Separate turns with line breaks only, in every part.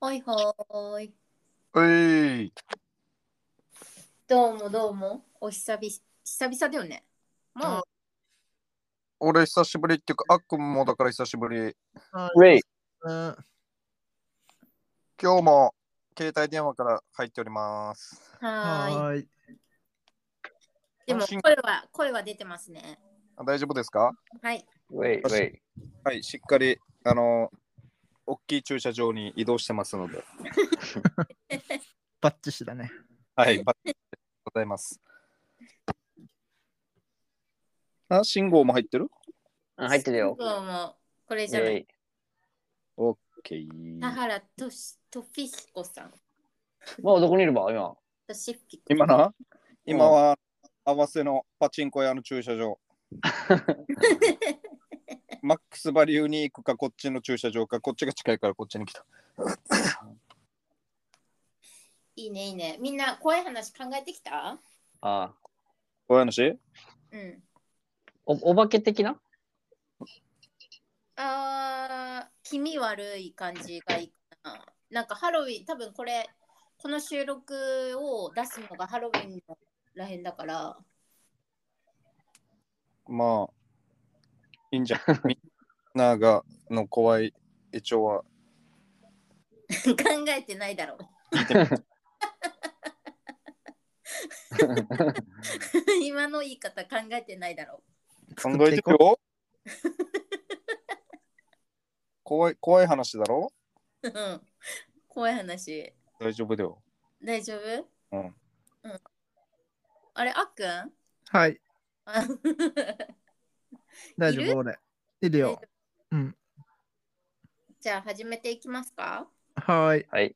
ほいほーい。
えい、
どうもどうも。お久々、久々だよね。も
俺久しぶりっていうか、あっくんもだから久しぶり。
レイ。
今日も携帯電話から入っております。
う、はーい。
はい。
でも
安心
声は、声は出てますね。
あ大丈夫ですか
はい。
ウェイ、ウェイ。
はい、しっかり、あの、大きい駐車場に移動してますので。
バッチシだね。
はい、バッチリでございます。あ、信号も入ってる
あ、入ってるよ。
今日も、これ
ウ
じゃな
ェ
い。
イ。
?OK。
田原とし、とフィヒコさん。
もうどこにいるば今。
としフィコ
今な今は合わせのパチンコ屋の駐車場。マックスバリューに行くか、こっちの駐車場か、こっちが近いからこっちに来た。
いいね、いいね。みんな怖い話考えてきた
ああ
こういう話
うん。
お、お化け的な
あー、気味悪い感じがいいかな。なんかハロウィン、多分これ、この収録を出すのがハロウィンのらへんだから。
まあ、いいんじゃん。みんながの怖い胃腸は
考えてないだろう。今の言い方考えてないだろ
考えてるよ。 怖い、怖い話だろ
う。うん怖い話。
大丈夫だよ。
大丈夫
うん
うんあれ、あっくん
はい、
あ
大丈
いる
夫、俺。いるよ。うん。
じゃあ始めていきますか
はーい。
ゃあ
え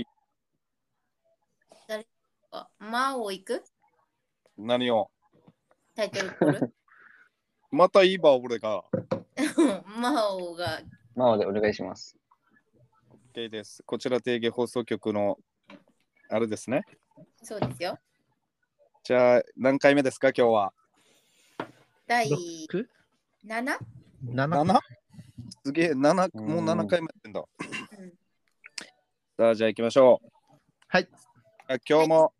い、
あ魔王行く
何を
タイトルコール
またいいば、俺が。
うん魔王が
ママでお願いします。
OK です。こちら定義放送局のあれですね。
そうですよ。
じゃあ何回目ですか今日は。
第
ロ
7?
ック7
7? すげえ、7
うん
もう7回目やってんだ。
うん
さあじゃあ行きましょう。
はい。
あ今日も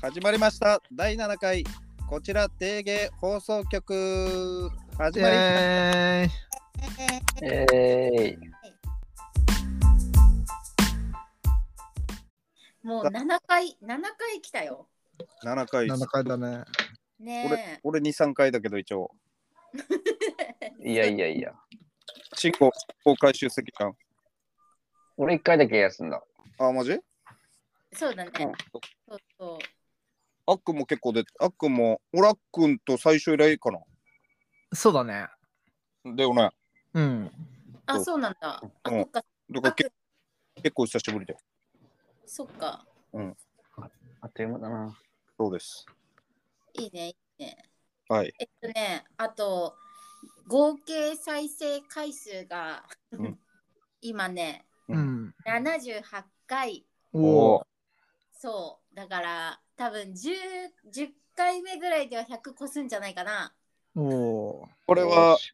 始まりました第7回こちら定芸放送局始
イ
まり
ェーイ
えーい。
もう7回、7回来たよ。
7回です
!7 回だね。
ね
俺23回だけど一応
いやいやいや。
進行公開出席じゃん
俺一回だけ休んだ。
あマジ
え。そうだね。
うん
そうそう。
あっくんも結構出て、あっくんも、俺あっくんと最初以来かな。
そうだね。
だよね。
うん。
あ、
そう
そうなんだ。あ、
うん
そっか、
だからけ結構久しぶりで。
そっか。
あっという間だな。
そうです。
いいね、いいね。
はい。
えっとね、あと、合計再生回数が、
うん
今ね、
うん。
78回。
おお。
そう。だから、多分10、10回目ぐらいでは100越すんじゃないかな。
おお
これ
よ
は
し、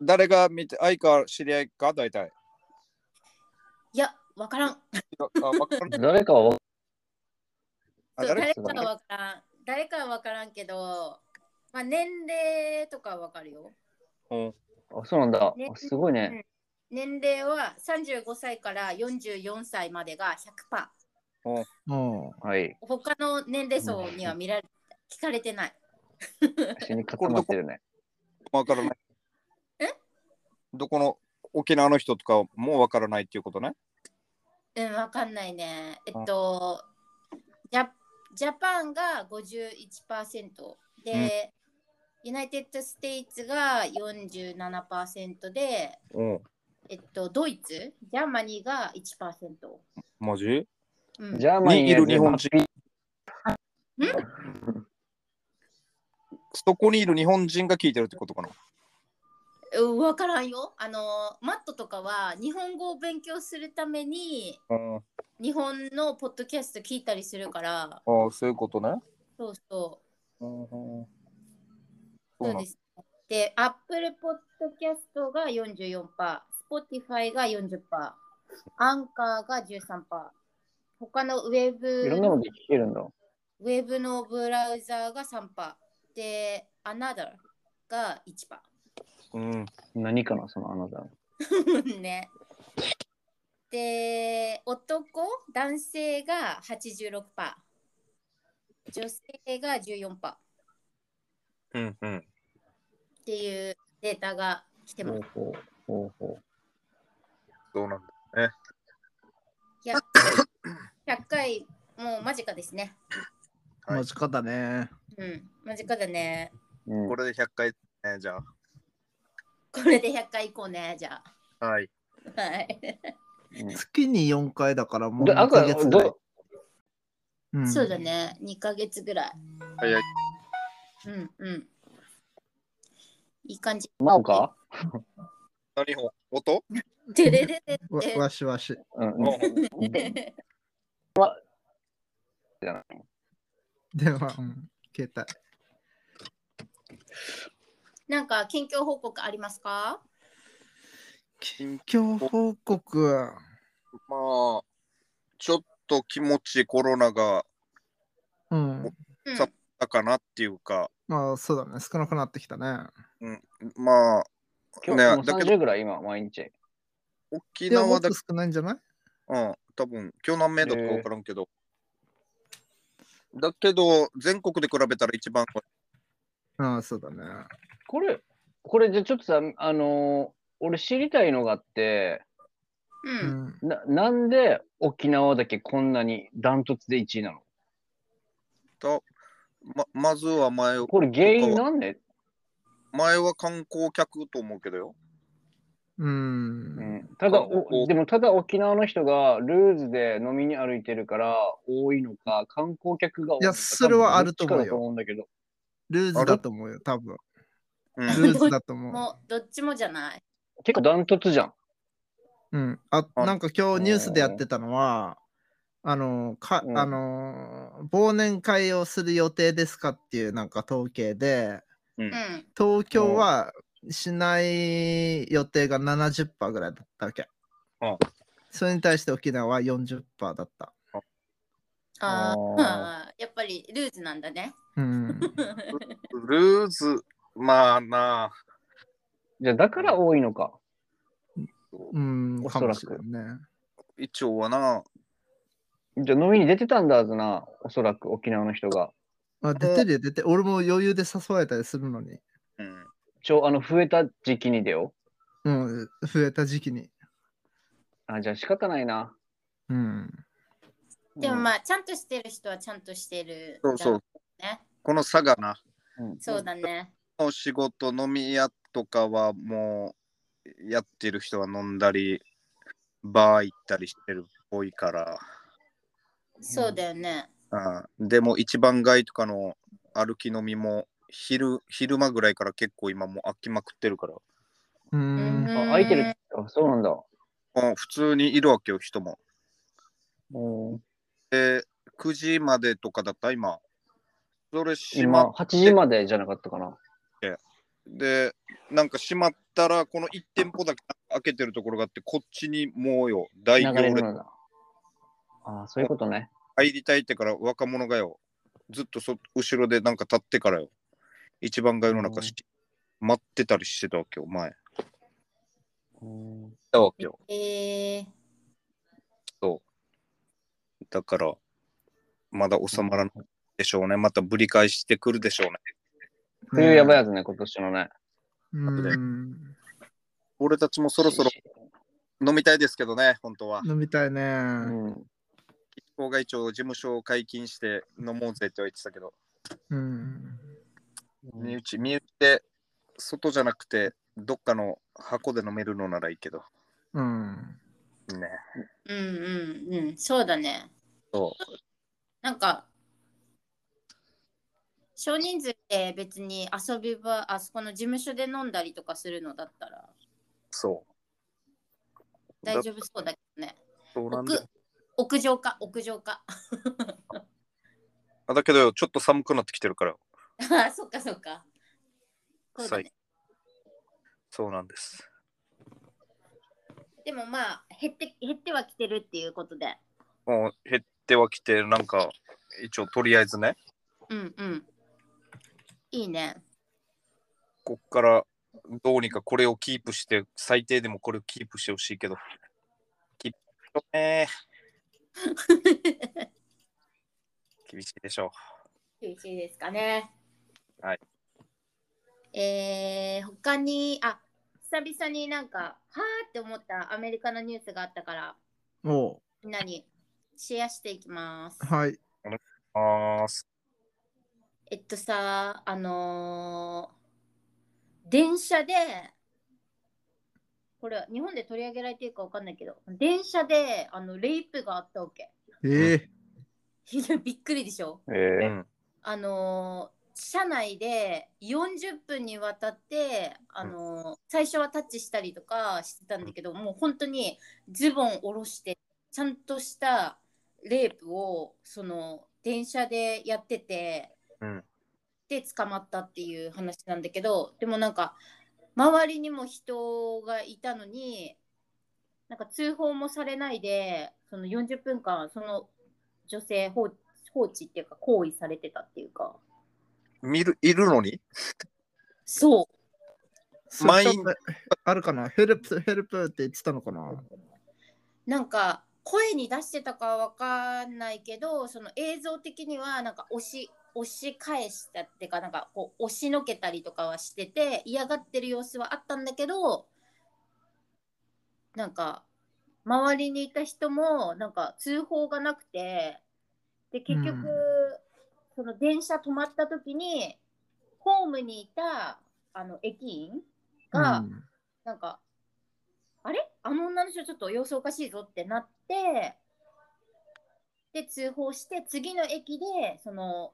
誰が見て、相か知り合いか大体。
いや、わからん。
あ、わ かる。
誰かは、
あ、
そう誰
誰
かはわからん。誰かはわからんけど、まあ、年齢とかはわかるよ。
うん。
あ、そうなんだ
ね。
すごいね。
年齢は35歳から44歳までが100%。
ー。お
はい。
他の年齢層には見られ、聞かれてない。
死に固まってるね。
わからない。
え
どこの沖縄の人とかもわからないっていうことね。
うん、わかんないね。えっと、ジャジャパンが51%で、ユナイテッド・ステイツが47%で、
うん。
えっと、ドイツ、ジャーマニーが1%。
マジ
うん、
ジャーマニー
にいる日本人。そこにいる日本人が聞いてるってことかな。
うんわからんよ。あのマットとかは日本語を勉強するために
うん。あ
日本のポッドキャスト聞いたりするから、
あ、そういうことね。
そうそう。
うんうん、そ
そうう
なん
です。で、Apple Podcast が44%、Spotify が40%、アンカーが13%、他のウェ
いろんなの
ブ
で聞けるんだ。
ウェブのブラウザーが3%、で、Another が
うん。
何かな、そのあなた。
1%。ね。 で、男、男性が86%、女性が14%っ
うんうん。
ていうデータが来てます。
ほうほうほ
そうなんだ。
100 100回、もう間近ですね。
はい
間近だね。
うん、間近だね。
う。うん、
これで100回、えーじゃ
これで100回行こうね、じゃ
あ。はい。
あ。はい。
月に4回だからもう
で、あ
2ヶ月ぐらい
ど。
ん
そうだ。ね、2ヶ月ぐらい。
早い。
うんうん。いい感じ。
マオか
何本音
てれれれ
わ
れ
わしわし。
うん。で
では、うん、携帯。
なんか近況報告ありますか
近況報告。
まあ、ちょっと気持ちコロナが
うん。
うん
さだかなっていうか、
まあそうだね。少なくなってきたね。
まあ、
今
ね
日、もう
だけど
30ぐらい今、毎日。
沖
いや、も
縄
っ
だ
と、少ないんじゃない
うん、多分今日何名だか分からんけど、だけど、全国で比べたら一番多い、
ああ、そうだね。
これ、これじゃちょっとさ、あのー俺知りたいのがあって、
う。
うんん。
ななんで沖縄だけこんなにダントツで1位なの
とままずは前
これ原因なんで、
前は観光客と思うけどよ。
う。
うんん、ただ
おお
お、でもただ沖縄の人がルーズで飲みに歩いてるから多いのか、観光客が多いのか。
いやそれはあると思うよ
多分どっちかだと思うんだけど。
ルーズだと思うよ、多分。
うん
ルーズだと思
もうどっちもじゃない。
結構ダントツじゃん。
う。うん。あ、
あ
なんか今日ニュースでやってたのは、あの、か、
うん
あの、忘年会をする予定ですかっていうなんか統計で、
うん。
東京はしない予定が70%ぐらいだったわけ。
あ
それに対して沖縄は40%だった。
あー
あ
あー、やっぱりルーズなんだね。
うん。
ルーズ、まあなあ、
じゃあだから多いのか。
うん、
お
か
そら
も
く
しれんね。
一応はな、
じゃあ飲みに出てたんだはずな、おそらく沖縄の人が。
あ出てるよ、出て俺も余裕で誘われたりするのに。
うん、
ちょ、あの、増えた時期にだよ。
うん、増えた時期に。
あ、じゃあ仕方ないな。
うん。
でも
あ、
まあ、ちゃんとしてる人はちゃんとしてる。
そうそう。
ね。
この差がな、
うん
そうだね。
お仕事、飲み屋とかはもうやってる人は飲んだり、バー行ったりしてるっぽいから。
そうだよね。
うん、でも一番街とかの歩き飲みも昼昼間ぐらいから結構今もう飽きまくってるから、
う。
うん
あ、空いてる。あ、そうなんだ。
うん、普通にいるわけよ人も
うん
で9時までとかだった今それ閉ま
今、
っ
8時までじゃなかったかな。
でなんか閉まったらこの1店舗だけ開けてるところがあってこっちにもうよ大
流
行
れる
列
のだ。あそういうことね。
入りたいってから若者がよずっとそ後ろでなんか立ってからよ一番街の中し、待ってたりしてたわけよ前
うん
たわけよ
えー、
だから、まだ収まらないでしょうね。またぶり返してくるでしょうね。
冬やばい
い。
やつね、今年のね。
うん。
俺たちもそろそろ飲みたいですけどね、本当は。
飲みたいね。
うん。
気候が一応事務所を解禁して飲もうぜって言ってたけど、
うん。
身内、身内で外じゃなくて、どっかの箱で飲めるのならいいけど。
うん。
ね。
うんうんうん。そうだね。
そ
なんか、少人数で別に遊び場、あそこの事務所で飲んだりとかするのだったら
そう。
大丈夫そうだけどね。
そうなんだよ
屋屋上か、屋上か。
あだけど、ちょっと寒くなってきてるから、
あ、そっかそっか。そうだね。
そうなんです。
でもまあ減って、減ってはきてるっていうことで。
もう減ってはきて、なんか、一応とりあえずね、
うんうん。いいね。
こっからどうにかこれをキープして、最低でもこれをキープしてほしいけど、きっとね、厳しいでしょ
厳しいですかね。
はい。
えー、他に、あ、久々になんか、はーって思ったアメリカのニュースがあったから、
お
みんなにシェアしていきます。
うはい。
う。あーす
えっとさ、あのー電車で、これは日本で取り上げられてるかわかんないけど、電車であのレイプがあったわけ。
え
いやびっくりでしょ
え
う
ー、
ん、
あのー車内で40分にわたって、あのー最初はタッチしたりとかしてたんだけど、もう本当にズボン下ろしてちゃんとしたレイプをその電車でやってて、
うん
で捕まったっていう話なんだけどでもなんか周りにも人がいたのになんか通報もされないでその40分間その女性放放置っていうか行為されてたっていうか
見るいるのに
そう
ー、
マイン
それちょっとあるかなヘルプ、ヘルプって言ってたのかな
なんか声に出してたかはわかんないけどその映像的にはなんか押し押し返したっていうかなんかこう押しのけたりとかはしてて嫌がってる様子はあったんだけどなんか周りにいた人もなんか通報がなくてで結局、
うん
その電車止まった時にホームにいたあの駅員が、
うん
なんか、あれあの女の人ちょっと様子おかしいぞってなって、で、通報して、次の駅で、その、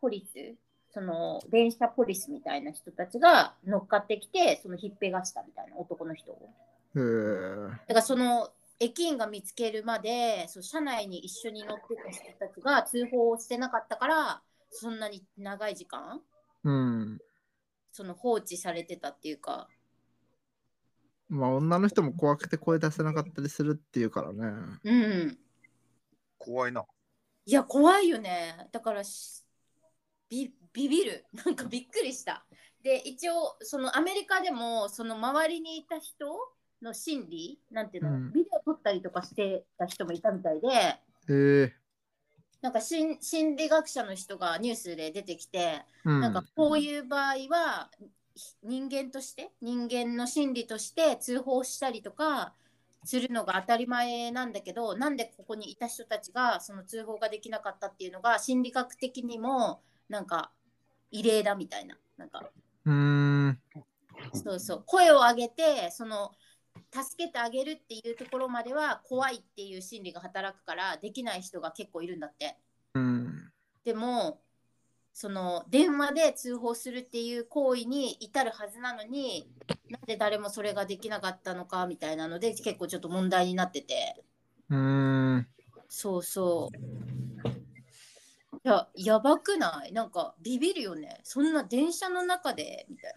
ポリス、その、電車ポリスみたいな人たちが乗っかってきて、その、ひっぺがしたみたいな男の人を。
へー
だからその駅員が見つけるまでそう車内に一緒に乗ってた人たちが通報をしてなかったからそんなに長い時間
うん。
その放置されてたっていうか
まあ、女の人も怖くて声出せなかったりするっていうからね。
うん
怖いな。
いや怖いよねだからしビビビる なんかびっくりしたで一応そのアメリカでもその周りにいた人の心理なんていうの、
うん
ビデオ撮ったりとかしてた人もいたみたいで
えー、
なんか心心理学者の人がニュースで出てきて、
うん。
なんかこういう場合はひ人間として人間の心理として通報したりとかするのが当たり前なんだけどなんでここにいた人たちがその通報ができなかったっていうのが心理学的にもなんか異例だみたいななんか
うーん。
そうそう声を上げてその助けてあげるっていうところまでは怖いっていう心理が働くからできない人が結構いるんだって。
うん。
でもその電話で通報するっていう行為に至るはずなのになんで誰もそれができなかったのかみたいなので結構ちょっと問題になってて
うーん。
そうそういややばくないなんかビビるよねそんな電車の中でみたい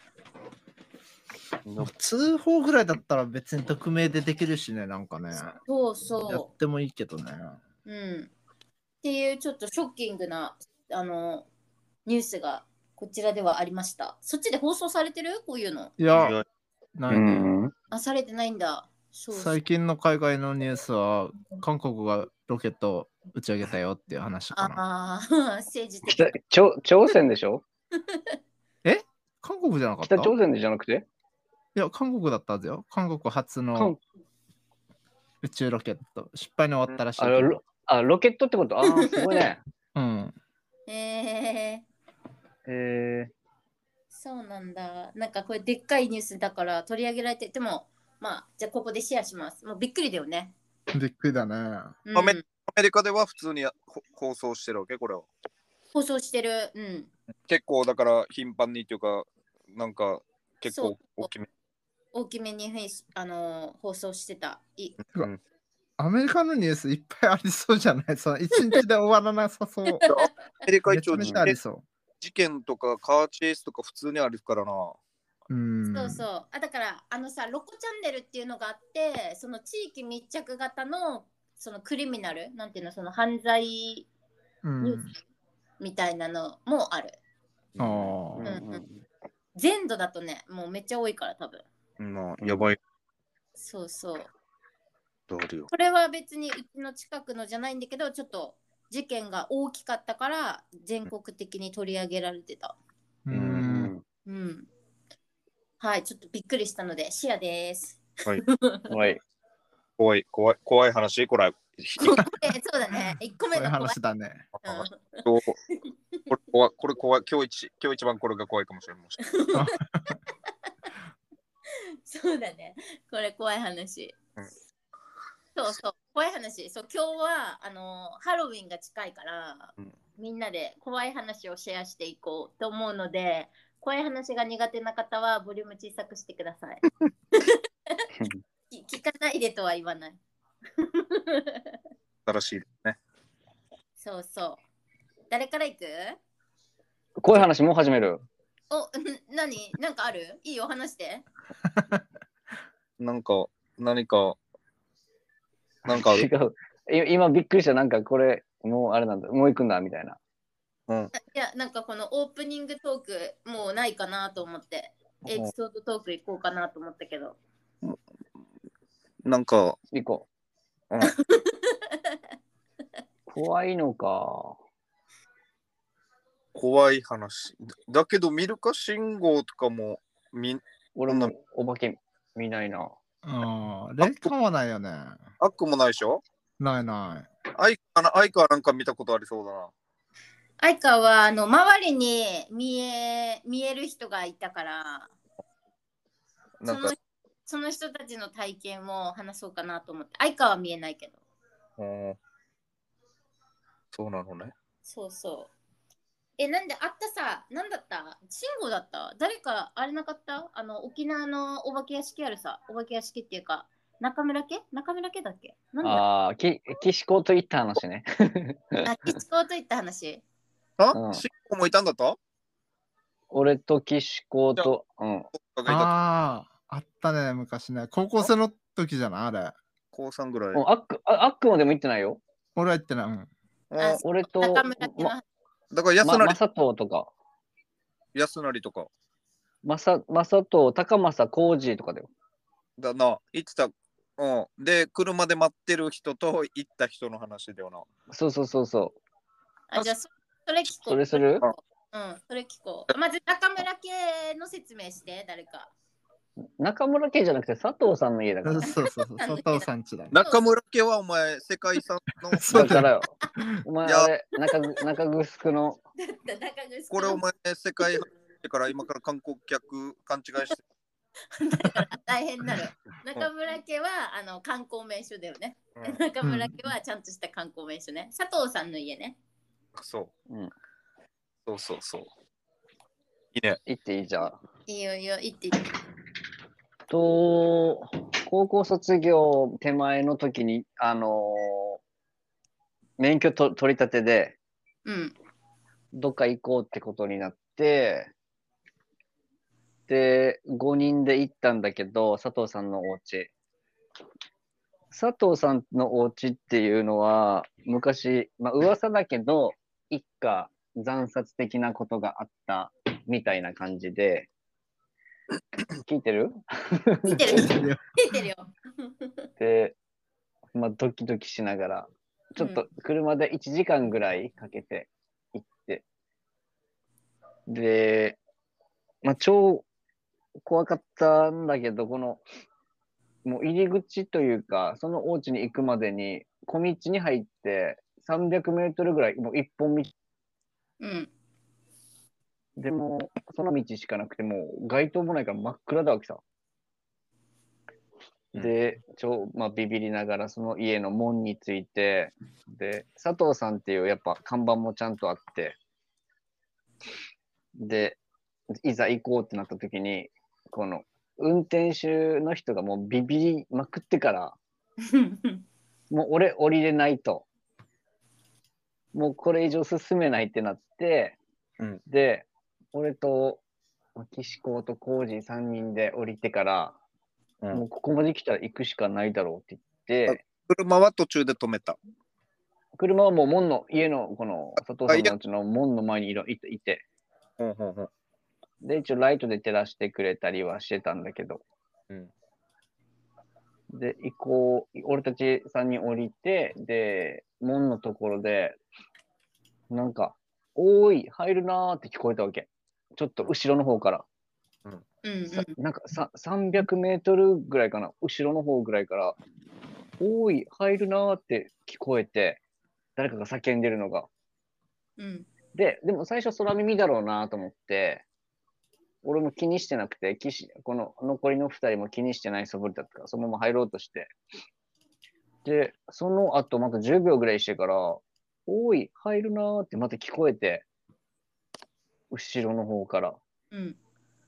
通報ぐらいだったら別に匿名でできるしね、なんかね。
なそう
や
そ
ってもいいけどね。
ううんっていうちょっとショッキングなあのニュースがこちらではありましたそっちで放送されてるこういうの
い
い
や、
や
な
う
いね。
ん、
あされてないんだそうそう
最近の海外のニュースは、韓国がロケットを打ち上げたよっていう話かな。
ああ、 政治的
北。朝朝鮮でしょ
韓国じゃなかった
北朝鮮でじゃなくて
いや、韓国だったんですよ。韓国初
韓
の宇宙ロケット。失敗に終わったらしい
あ
け
れ
ど。
ロあロケットってことああ、すごいね。
うん。
ええ
え
そうなんだ。なんかこれでっかいニュースだから取り上げられて、でも、まあ、じゃあここでシェアします。もうびっくりだよね。
びっくりだね。
うん
ごめんアメリカでは普通にやほ放送してるわけ、これを。
放送してる。うん。
結構だから頻繁にっていうか、なんか結構大きめ。
大きめにフェイス、あのー放送してた。い
うん
アメリカのニュースいっぱいありそうじゃないその一日で終わらなさ そう。め
アメリカ一
ち
応
ゃめ
事
ちゃあり
件
そ
事件とかカーチェイスとか普通にあるからな。
う。うん。
そうそう。あだからあのさロコチャンネルっていうのがあってその地域密着型のそのクリミナルなんていうのその犯罪
う
ニュー
ん。
スみたいなのもある。
あー
うんうん
全土だとねもうめっちゃ多いから多分。
まあ、やばい
そうそう。
ことあるよ。
これは別にうちの近くのじゃないんだけどちょっと事件が大きかったから全国的に取り上げられてた。
う。
うん
うん。はいちょっとびっくりしたのでシェアです。
はい。
怖い、怖い、怖い話、これ。
これそうだね1個
そ
目
うい
が怖
う
い。
話だね。
うん
これ怖い、これ怖い、今日一、今日一番これが怖いかもしれない。もしかしたら
そうだね。これ怖い話。
うん
そうそう、怖い話。そう、今日はあのハロウィンが近いから、
うん
みんなで怖い話をシェアしていこうと思うので、怖い話が苦手な方はボリューム小さくしてください。 き聞かないでとは言わない。
新しいですね。
そうそう。誰から行く
こういう話もう始める。
お、うん何なんかあるいいよ、話して。
なんか、何か、なんかあ
違
る、
う。い今びっくりした。なんかこれ、もうあれなんだ。もう行くんだ、みたいな。
うん、
いや、なんかこのオープニングトーク、もうないかなと思って、エピソードトーク行こうかなと思ったけど。
なんか、
行こう。
うん
怖いのか。
怖い話。だだけど、ミルカ信号とかも、み
俺
そんな
もお化け見ないな。
ああ、霊感はないよね。
悪もないでしょ
ないない。
アイカなアイカはなんか見たことありそうだな。
愛花はあの周りに見え見える人がいたからそ
なんか
の、その人たちの体験を話そうかなと思って愛花は見えないけど
うんそうなのね。
そうそうえなんであったさなんだった慎吾だった誰かあれなかったあの沖縄のお化け屋敷あるさお化け屋敷っていうか中村家中村家だっけなんであ
ああ、き岸子といった話ね。
あ吉高といった話
う
あ
ん
信号もいたんだった
俺と岸子と、うん。
ああ、あったね、昔ね。高校生の時じゃないあれ。
高3ぐらい。
うんあっくああっくんはでも行ってないよ。
俺は言ってない。うん
あ
俺と、
中村家の話
ま、
だから安
ま、
成、
まさとうとか、
安成とか。
まさ、まさとう、高政浩二とかだよ。
だな、行ってた。うん、で、車で待ってる人と行った人の話だよな。
そうそうそうそ
あじゃあそそれ聞こう
う。それする
うんそれ聞こうまず中村家の説明して誰か
中村家じゃなくて佐藤さんの家だか
そう
ら。
そうそう。佐藤さんちだね。、
中村家はお前、世界遺産の
そうだ
だか
よ
らよ。お前
いや
あれ、中ぐ中ぐすくの、
だ中口
これお前、世界遺産だから今から観光客勘違いして。
だから大変に なる。中村家はあの観光名所だよね。
うん、
中村家はちゃんとした観光名所ね。佐藤さんの家ね。
そう、
うん
そうそうそう。いいね。
行っていいじゃん。
いいよいいよ、行って行って。
と、高校卒業手前の時に、あのー免許と取り立てで、
うん。
どっか行こうってことになって、で、5人で行ったんだけど、佐藤さんのお家。佐藤さんのお家っていうのは、昔、まあ噂だけど、一家惨殺的なことがあったみたいな感じで、聞いてる
聞いてる聞いてるよ。
で、まあ、ドキドキしながら、ちょっと車で1時間ぐらいかけて行って、で、まあ、超怖かったんだけど、この、もう入り口というか、そのお家に行くまでに、小道に入って、300メートルぐらい、もう一本道
うん。
でも、その道しかなくて、もう街灯もないから真っ暗だわけさ。
うん
で、ちょ、まあ、ビビりながらその家の門について、で、佐藤さんっていうやっぱ看板もちゃんとあって、で、いざ行こうってなった時に、この、運転手の人がもうビビりまくってから、もう俺降りれないと。もうこれ以上進めないってなって、
うん
で、俺と、まあ岸子と浩二3人で降りてから、
うん
もうここまで来たら行くしかないだろうって言って、
車は途中で止めた。
車はもう門の、家のこの佐藤さんのうちの門の前にいろいていて、
ほんほんほん
で、一応ライトで照らしてくれたりはしてたんだけど、
うん
で、行こう、俺たち3人降りて、で、門のところで、なんか、おーい、入るなーって聞こえたわけ。ちょっと後ろの方から、
うん
さなんかさ300メートルぐらいかな、後ろの方ぐらいから、おーい、入るなーって聞こえて、誰かが叫んでるのが。
うんうん
で、でも最初空耳だろうなと思って、俺も気にしてなくて、岸この残りの2人も気にしてない素振りだったから、そのまま入ろうとして。で、その後また10秒ぐらいしてから、おい、入るなーってまた聞こえて、後ろの方から。
うん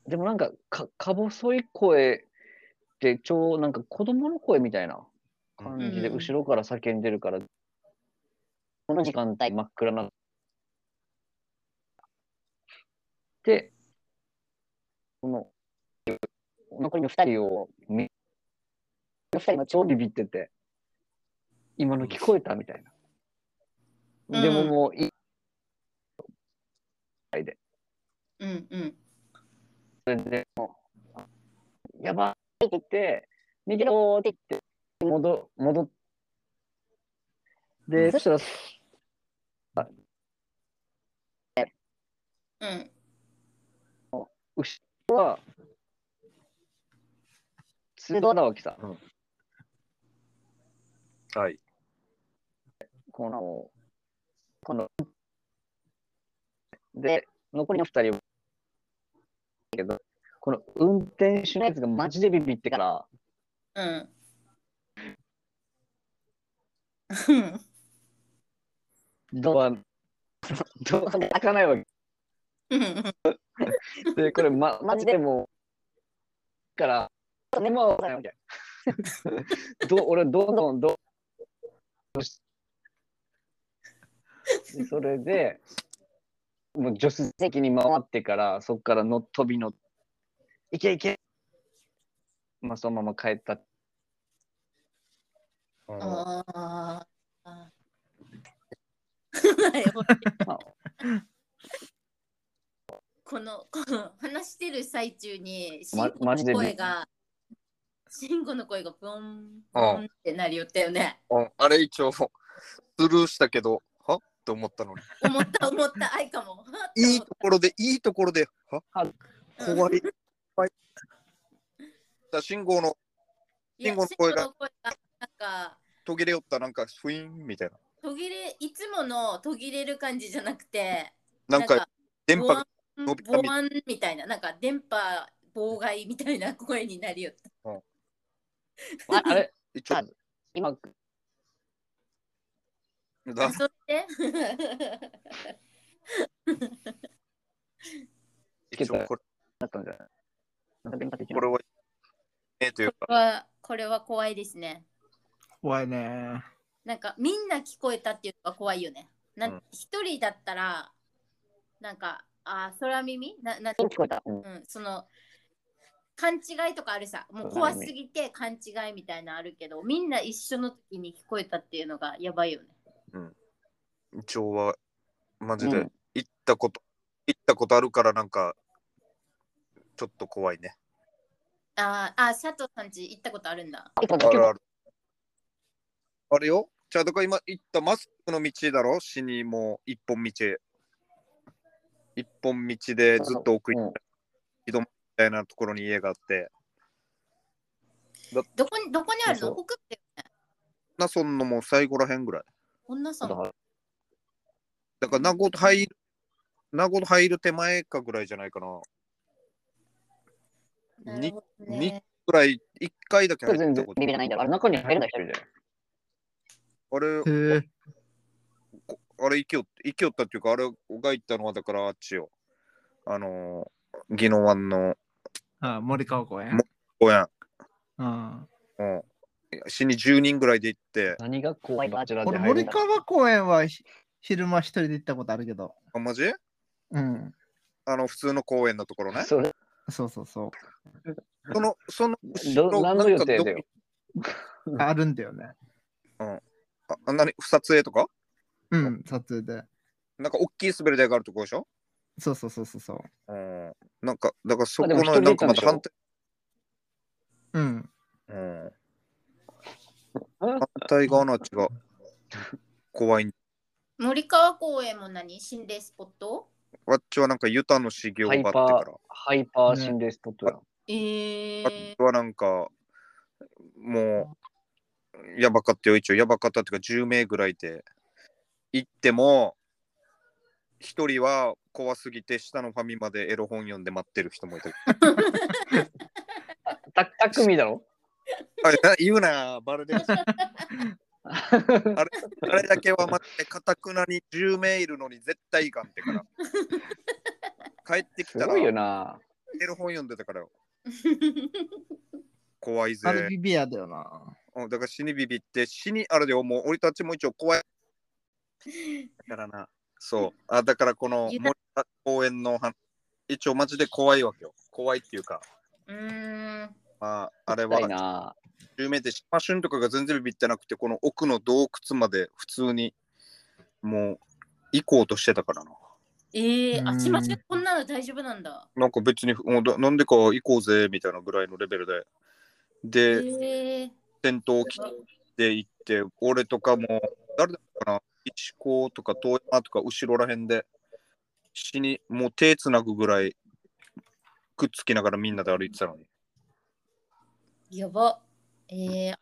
でもなんか、か、か細い声って、超、なんか子供の声みたいな感じで、
うん
後ろから叫んでるから、この時間帯真っ暗な。で、この、残りの二人を見、二人も超ビビってて、今の聞こえたみたいな。でももう、い
うんうん
やばいって言って、逃げろーって言って、戻、戻っで、そしたら、
うん
牛は、通道なわけさ、
はい。
この、この、で、残りの二人は、けど、この運転手のやつがマジでビビってから、
うん
ドア、ドアが開かないわけ。
うん
で、これ、ま、マジでもう、から、何もわからないわけ。ど俺、どんどんどんどんしでそれで、もう助手席に回ってから、そこからの飛びの、いけいけまあ、そのまま帰った。
うん
ああ。このこの話してる最中に
ま
慎吾
マジで
の声が慎吾の声がブンブンってなりよったよ ね。
うんあれ一応、スルーしたけど、はって思ったのに。
思った思った愛かも。
いいところで、いいところで、は怖い。怖い。だ信号の
いや
慎吾の声が
慎吾のなんか
途切れよったなんか、ふいんみたいな。
途切れいつもの途切れる感じじゃなくて
なんか、電波が、
ボワ
伸び
ン
たみたい
ボワンみたいななんか電波妨害みたいな声になりよった。
ああれ
一応、
今、
だ
そして、
一応これ、
なったんじゃないなんか今的な
これは、えーという
こ
か、
れはこれは怖いですね。
怖いね。
なんかみんな聞こえたっていうのが怖いよね。な
うん
一人だったら、なんか、あー、空耳ななんて
聞こえた。うん
うん、その、勘違いとかあるさ。もう怖すぎて勘違いみたいなのあるけど、みんな一緒の時に聞こえたっていうのがやばいよね。
一応は、マジ
う
で
ん、
行ったこと、行ったことあるから、なんか、ちょっと怖いね。
あーあー、佐藤さんち行ったことあるんだ。
一本
あ
だけ
るある。あれよ、じゃあだから今行ったマスクの道だろ死にもう一本道。一本道でずっと奥行
うん
みたいなところに家があって、
どこにどこにあるの
そう
奥って
ナソンのもう最後らへんぐらい。
女さ
だ
ん。
から
だから名護入る、名護入る手前かぐらいじゃないかな。
な
に
るほどね。
ぐらい、一回だけ入
全
った
然
こと
ビビらないんだよ。あれ、中に入れない人いるじゃん。
あれ、
へえ。
あれ行きよ、行きよったっていうか、あれが行ったのはだからあっちよ。あのー、宜野湾の
あ森川公園
も。公園、
うん。
うん、死に10人ぐらいで行って、
何が怖いバーチャルで
俺、
入る
森
の
川公園はひ昼間一人で行ったことあるけど。
あ、マジ
うん。
あの、普通の公園のところね。
それ、
そうそうそ
その、その、
ど
後ろ
何の予定だよ。
う。あるんだよね。
あ、あ何撮影とか
うん、撮影で。
なんか大きい滑り台があるところでしょ
そうそうそうそうそ
う
う。
ん。なんか、だからそこ
あでも人
の、
で
なんかま
行
た
ったん
反対、
で
うん。
うん。反対側のあっちが怖いん。
森川公園も何心霊スポット
あっちはなんかユタの修行があってから、
ハイハイパー心霊スポットや。
え
あっちはなんか、もう、やばかったよ、一応、やばかったっていうか、10名ぐらいで行っても、一人は怖すぎて、下のファミマでエロ本読んで待ってる人もいた。
た、たくみだ ろ
あれな言うな、バレで。あれあれだけは待って、かたくなに10名いるのに絶対いかんってから。帰ってき
す
たら、
ごいよ
エ
な。
ロ本読んでたからよ。
ー、
怖い
あれ
ぜ。
ビビアだよな。
うんだから死にビビって、死にあれでよ、もう俺たちも一応怖い。だからな。そう。あだからこの
いや
森田公園の話、一応マジで怖いわけよ。怖いっていうか、
うーん。
まあ、あれ
痛い
は
な。
有名で、島旬とかが全然ビビってなくて、この奥の洞窟まで普通にもう行こうとしてたからな。
ええー、
うん
あちまちこんなの大丈夫なんだ。
なんか別に、もうだなんでか行こうぜみたいなぐらいのレベルで。
え
で、
ー、
戦闘機で行って、俺とかも、誰だったかな、石子とか遠山とか後ろらへんで、死に、もう手つなぐぐらい、くっつきながらみんなで歩いてたのに。
やば。えー、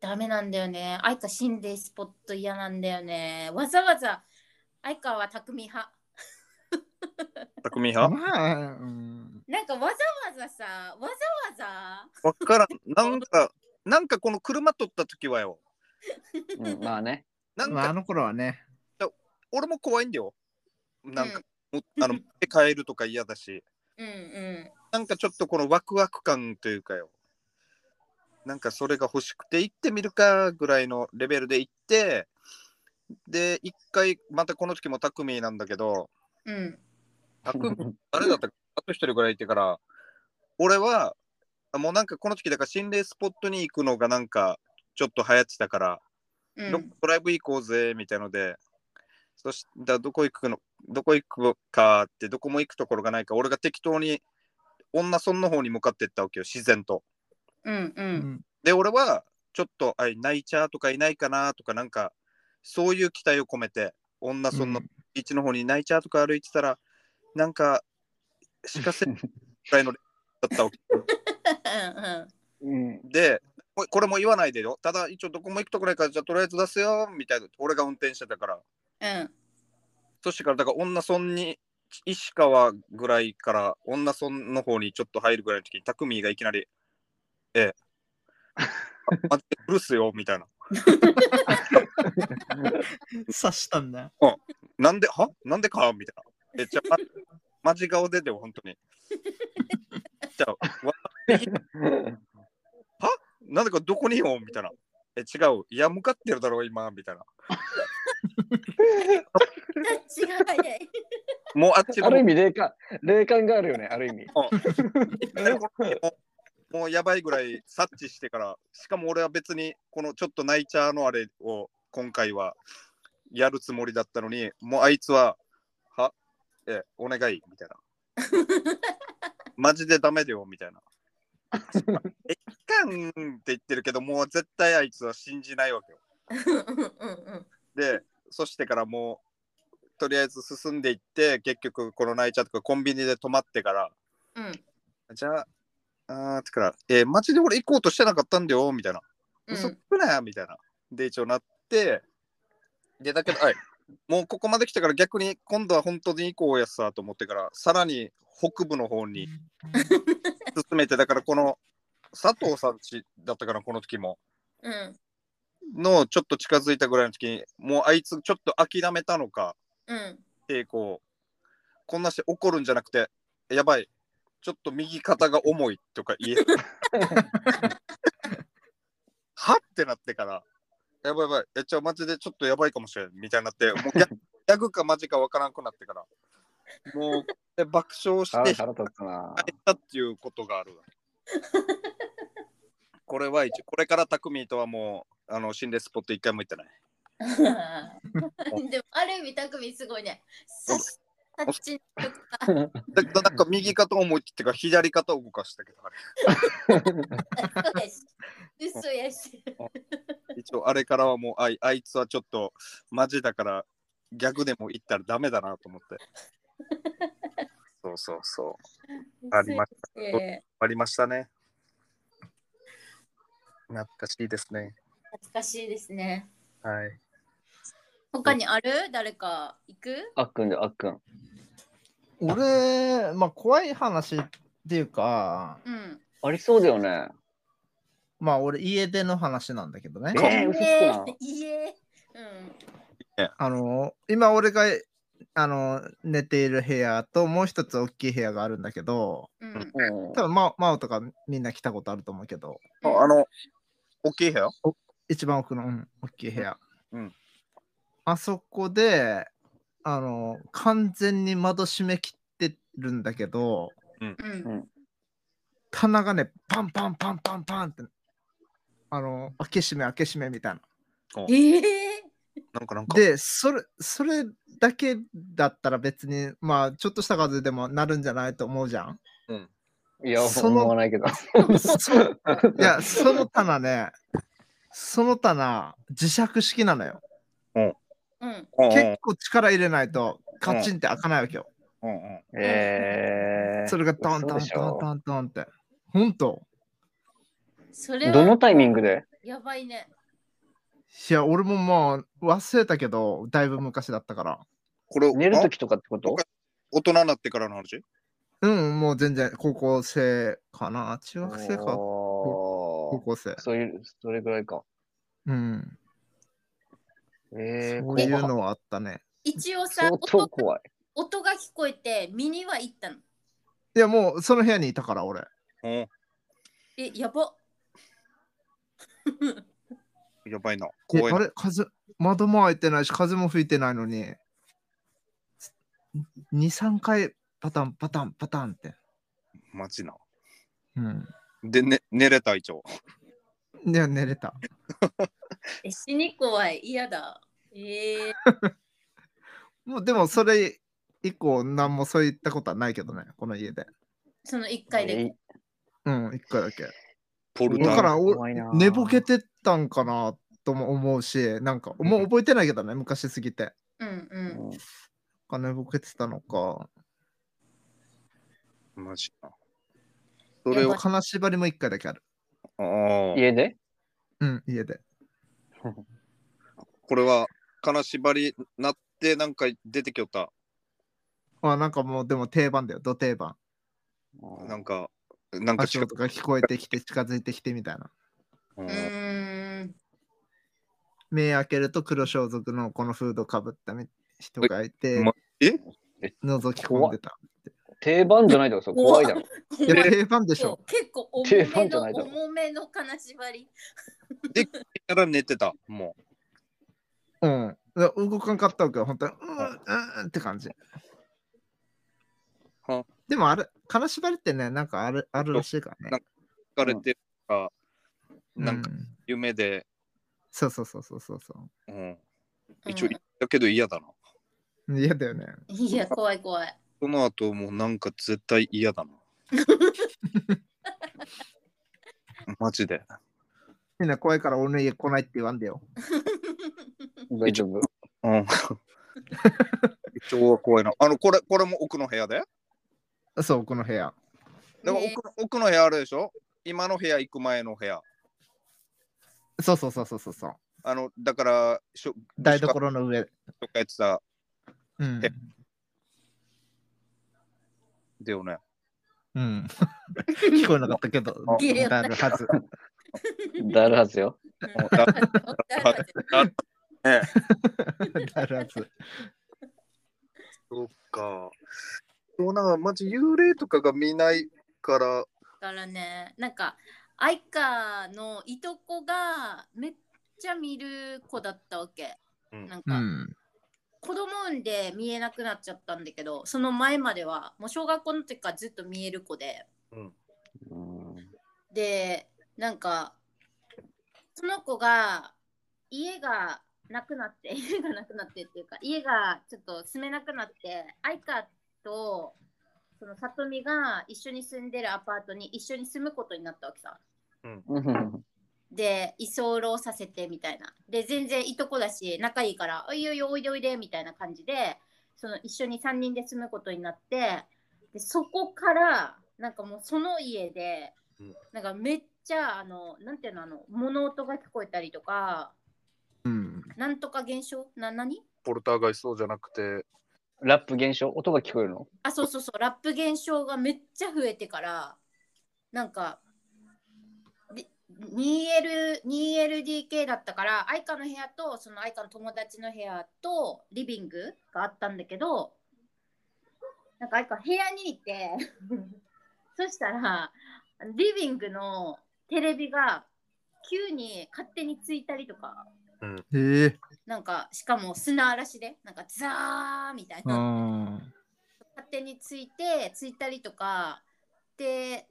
ダメなんだよね。愛花心霊スポット嫌なんだよね。わざわざ愛花は匠派。
匠
ま
派
あ、うん。
なんかわざわざさ、わざわ
わからん。なんか、なんかこの車取った時はよ、
うん、まあね。
なん
まあ、あ
か
の頃はね。
俺も怖いんだよ。なんか、
う
も
ん
あ の、帰るとか嫌だし、
ざうんう
なんかちょっとこのワクワク感というかよ、なんかそれが欲しくて行ってみるかぐらいのレベルで行って、で、一回、またこの時もタクミなんだけど、
ん。うん。
タクミ誰だったか、あと一人ぐらいいてから、俺は、あもうなんかこの時だから心霊スポットに行くのがなんかちょっと流行ってたから、
う
どっか
ん、
ドライブ行こうぜみたいので、そしたらどこ行くの、どこ行くかって、どこも行くところがないから、俺が適当に女村の方に向かってったわけよ、自然と。
うんう。
うんん。
で、俺はちょっと、あい、泣いちゃうとかいないかなとか、なんか、そういう期待を込めて、女村のビーチの方に泣いちゃうとか歩いてたら、なんか、しかせぐらいのレベルだったわ け。
うん。
で、これこれも言わないでよ。ただ、一応どこも行くとこないから、じゃあとりあえず出すよ、みたいな。俺が運転してたから。
うん。
そしてから、だから女村に、石川ぐらいから女村の方にちょっと入るぐらいの時に、タクミーがいきなり、ええ、あ待って、うるすよ、みたいな。
刺したんだよ。
なんで、はなんでかみたいな。めっちゃ、ま、マジ顔出てよ、本当に。 じゃあ、わなんでかどこによみたいな。え、違う。いや、向かってるだろ、今、みたいな。
違う早い。
もうあっちの
ある意味霊感、霊感があるよね、ある意味。
もうもうやばいぐらい察知してから、しかも俺は別にこのちょっと泣いちゃうのあれを今回はやるつもりだったのに、もうあいつは、はえ、お願いみたいな。マジでダメだよみたいな。 え、いかんって言ってるけど、もう絶対あいつは信じないわけよ。で、そしてからもう、とりあえず進んでいって、結局この泣いちゃうとかコンビニで止まってから、
うん
じゃあ、あーつから、えーマジで俺行こうとしてなかったんだよ、みたいな。
う
嘘
ん
つくなよ、みたいな。で、一応なって、で、だけど、はい、もうここまで来たから逆に今度は本当に行こうやさと思ってから、さらに北部の方に進めて、だからこの佐藤さんちだったから、この時も。
うん
のちょっと近づいたぐらいの時に、もうあいつちょっと諦めたのか、
うん
抵抗こんなして怒るんじゃなくて、やばい、ちょっと右肩が重いとか言え。はってなってから、やばいやばい、え、じゃあマジでちょっとやばいかもしれんみたいになって、もうギャギャグ かマジかわからんくなってから、もうで爆笑し
あ
て
ー腹立つな。
変えたっていうことがある。これは一応これからタクミーとはもうあの心霊スポット一回も行ってない。
でもある意味匠すごいね。さっさっちとか
だだなんか右肩思い切ってか左肩動かしたけどあ
嘘
れ
やし。嘘やし。
一応あれからはもうあいあいつはちょっとマジだからギャグでも言ったらダメだなと思って。そうそうそう。ありました。
え
ありましたね。懐かしいですね。
ー懐かしいですね。
はい。
他にある誰か行く
あっくんで、あっくん。
俺、まあ怖い話っていうか、
うん。
ありそうだよね。
まあ俺家出の話なんだけどね。
えー、嘘つくな。
いえ。うん。
あの、今俺が、あの、寝ている部屋ともう一つ大きい部屋があるんだけど、
うん。
うん
多分まマオとかみんな来たことあると思うけど、
ああの、大きい部屋
一番奥の、うん大きい部屋。
うん
あそこで、あの、完全に窓閉め切ってるんだけど、
うん。
棚がね、パンパンパンパンパンって、あの、開け閉め開け閉めみたいな。
ええ。
なんかなんか。
で、それ、それだけだったら別に、まあ、ちょっとした風でもなるんじゃないと思うじゃん。
うん。
いや、
その
思わ ないけど。
そういや、その棚ね、その棚、磁石式なのよ。
うん。
うんうん
結構力入れないと、カチンって開かないわけよ。
うんうん
えー、
それがトントントントントンって。ほんと
それ
ど
は
のタイミングで
やばいね。
いや、俺ももう忘れたけど、だいぶ昔だったから。
これ
寝ると
あ
きとかってこと
大人になってからの話
うん、もう全然、高校生かな。中学生か、高
おー
校生。
そういう、それぐらいか。
うん。
えー、
そういう
怖っ
のはあったね。
一応さ、
相当
音
怖い。
音が聞こえて、身には行ったの。
いや、もうその部屋にいたから、俺。
うん。
え、やば。
やばいな。
で
怖い
あ
な。
れ風窓も開いてないし風も吹いてないのに23回パタンパタンパタンって、
マジな。
うん、
で、ね、寝れた一応。
で寝れた
え、死に怖い。嫌だ。ええ。
もうでもそれ以降何もそういったことはないけどねこの家で
その一回で。
うん1回だけ
ポル
だか
ター。
らお
怖いな
寝ぼけてったんかなとも思うしなんかもう覚えてないけどね昔すぎて
うんう。
うんん
なんか寝ぼけてたのか
マジな。そ
それ
れ
を
を。
金縛りも1回だけある
ああ。
家で
うん家で
これは、金縛りなって、なんか出てきよった。
あなんかもうでも定番だよど定番
なんか、なんか
足
近く
音が聞こえてきて近づいてきてみたいな
う
うんーん。
目開けると黒装束のこのフードかぶったみ人がいて
うま、え
覗き込んでた。
定番じゃないだろ、それ怖いだろ。
いや、定番でし
そ
ょ
う。結構重
定
め
番じゃ
の
ないだろ
重めの金縛り。
やら寝てた。も
うん。だから動かんかったわけよ、本当に。うん、うん、うんって感じ
は。
でもあれ、金縛りってね、なんかあるあるらしいからね。
う、疲れてるか、
う
なんか夢で、
そうそうそうそうそうそ
うん。
うん
一応、だけど嫌だな。
う。嫌だよね。
いや、怖い怖い。
その後、もうなんか絶対 嫌だな。マジで。
みんな怖いから俺の家来ないって言わんでよ。
大丈夫。
うん。超怖いな。あの、これ、これも奥の部屋で
そう、この部屋。
でも
ね
奥の奥の部屋あるでしょ今の部屋行く前の部屋。
そうそうそうそうそうそう。
あの、だから、しょ
台所の上。
とかやってた
うん
え。だよね。
うん。聞こえなかったけど、
ゲレ
なるはず。
だるはずよ。
うんだから
なるはず。
そっか。そうだからマジ幽霊とかが見ないから、
からねなんか愛花のいとこがめっちゃ見る子だったわけ、
うん
なん
う
か、
ん。
子供産んで見えなくなっちゃったんだけどその前まではもう小学校の時からずっと見える子で
うん、
うん
でなんかその子が家がなくなって家がなくなってっていうか家がちょっと住めなくなって愛花とその里美が一緒に住んでるアパートに一緒に住むことになったわけさ。
うん
で居候させてみたいなで全然いとこだし仲いいから「おいおいおいでおいで」みたいな感じでその一緒に3人で住むことになってでそこからなんかもうその家で
うん
なんかめっちゃあのなんていうのあの物音が聞こえたりとか
うん。
なんとか現象な何
ポルターガイストじゃなくて、
ラップ現象音が聞こえるの
あそうそうそうラップ現象がめっちゃ増えてからなんかで 2L2LDK だったから愛花の部屋とその愛花の友達の部屋とリビングがあったんだけどなんか愛花部屋にいて そしたらリビングのテレビが急に勝手についたりとか
ええ
なんかしかも砂嵐でなんかザーみたいな。
あ
勝手についてついたりとかで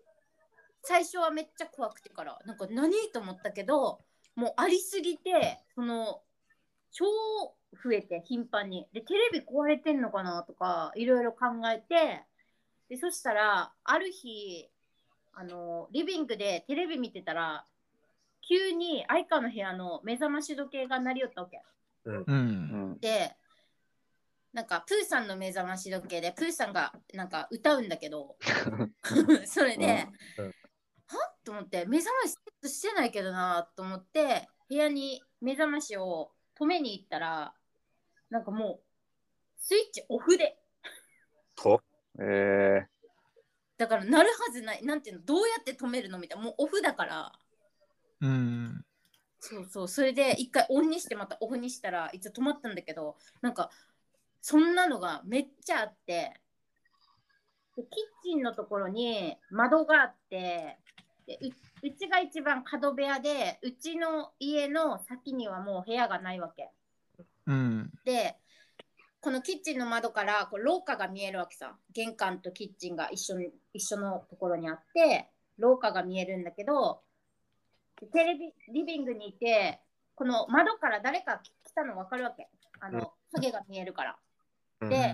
最初はめっちゃ怖くてからなんか何と思ったけどもうありすぎてその超増えて頻繁にでテレビ壊れてんのかなとかいろいろ考えてでそしたらある日あのリビングでテレビ見てたら急に愛花の部屋の目覚まし時計が鳴りよったわけ。
ー。う。
うんん
でなんかプーさんの目覚まし時計でプーさんがなんか歌うんだけど それで、
うんうん
はと思って目覚ましセットしてないけどなと思って部屋に目覚ましを止めに行ったらなんかもうスイッチオフで
と
え
だからなるはずないなんていうのどうやって止めるのみたいなもうオフだから
うん。
そうそうそれで一回オンにしてまたオフにしたら一応止まったんだけどなんかそんなのがめっちゃあってでキッチンのところに窓があってでううちが一番角部屋でうちの家の先にはもう部屋がないわけ
うん。
でこのキッチンの窓からこう廊下が見えるわけさ玄関とキッチンが一緒に一緒のところにあって廊下が見えるんだけどでテレビリビングにいてこの窓から誰か来たの分かるわけあの影が見えるから
うん
で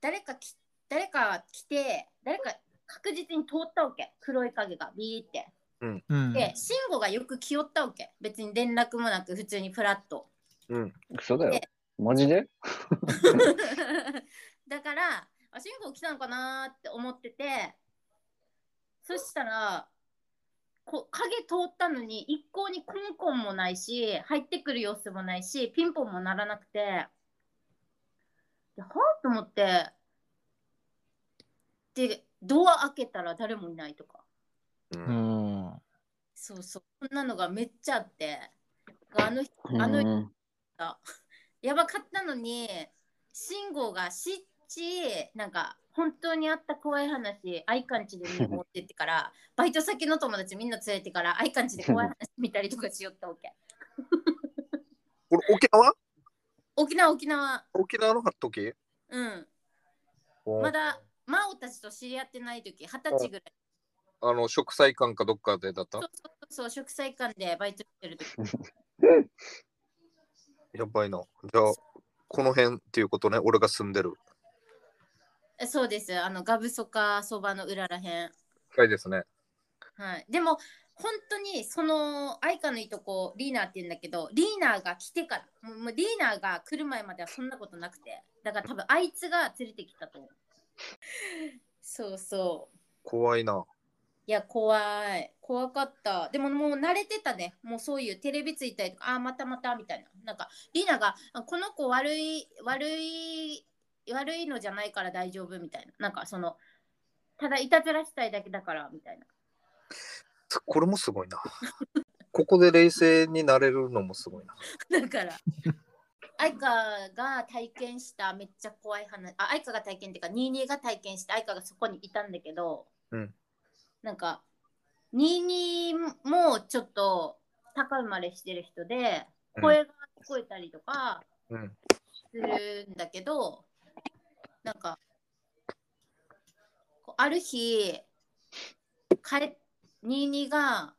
誰かき誰か来て誰か確実に通ったわけ黒い影がビーって
うん。
で慎吾がよく来よったわけ別に連絡もなく普通にフラッと
ー、嘘だよ
で
マジで
だから、あ、慎吾来たのかなーって思ってて、そしたら、こ影通ったのに一向にコンコンもないし、入ってくる様子もないし、ピンポンも鳴らなくて、ではぁと思って、で、ドア開けたら誰もいないとか、
う
うんん。
そうそう、そんなのがめっちゃあって、あの日あの
うん
やばかったのに信号が湿地なんか本当にあった怖い話愛館地で見持ってってから バイト先の友達みんな連れてから愛館地で怖い話見たりとかしよったわけ
これ沖縄
沖縄沖縄
沖縄の時
うん
お
まだ真央たちと知り合ってない時二十歳ぐらい
あの植栽館かどっかでだった
そうそうそう植栽館でバイトしてる時
やばいな。じゃあ、この辺っていうことね、俺が住んでる。
えそうですあのガブソカそばの裏らへん
深いですね。
はい、でも本当にその愛花のいいとこリーナーって言うんだけどリーナーが来てからもうもうリーナーが来る前まではそんなことなくてだから多分あいつが連れてきたと思うそうそう
怖いな。
いや怖い怖かったでももう慣れてたねもうそういうテレビついたりとかあーまたまたみたいななんかリーナがあこの子悪い悪い悪いのじゃないから大丈夫みたいななんかそのただいたずらしたいだけだからみたいな
これもす ご いな。ここで冷静になれるのもすごいな。
だから愛花が体験しためっちゃ怖い話あ愛花が体験っていうか22が体験して愛花がそこにいたんだけど、
うん
なんか22もちょっと高生まれしてる人で
うん
声が聞こえたりとか
うん
するんだけど、なんかこうある日帰22が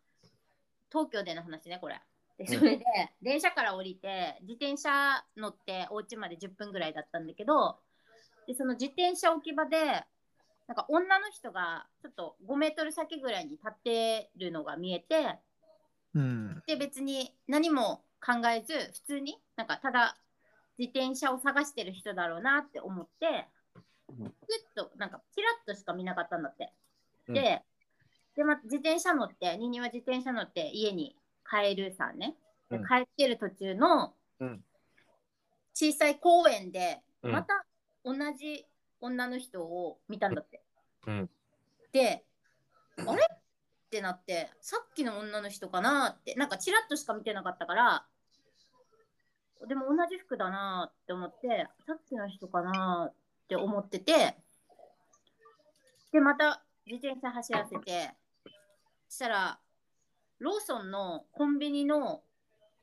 東京での話ねこれ。でそれで電車から降りて自転車乗ってお家まで10分ぐらいだったんだけどでその自転車置き場でなんか女の人がちょっと5メートル先ぐらいに立ってるのが見えて
うん。
で別に何も考えず普通になんかただ自転車を探してる人だろうなって思って
うん
ふっとなんかチラッとしか見なかったんだって。
うん
で,、でま、自転車乗ってニニは自転車乗って家に帰るさね。で
うん
帰ってる途中の
うん
小さい公園で
うん
また同じ女の人を見たんだって。
うん
であれってなってさっきの女の人かなってなんかちらっとしか見てなかったからでも同じ服だなって思ってさっきの人かなって思っててでまた自転車走らせてしたらローソンのコンビニの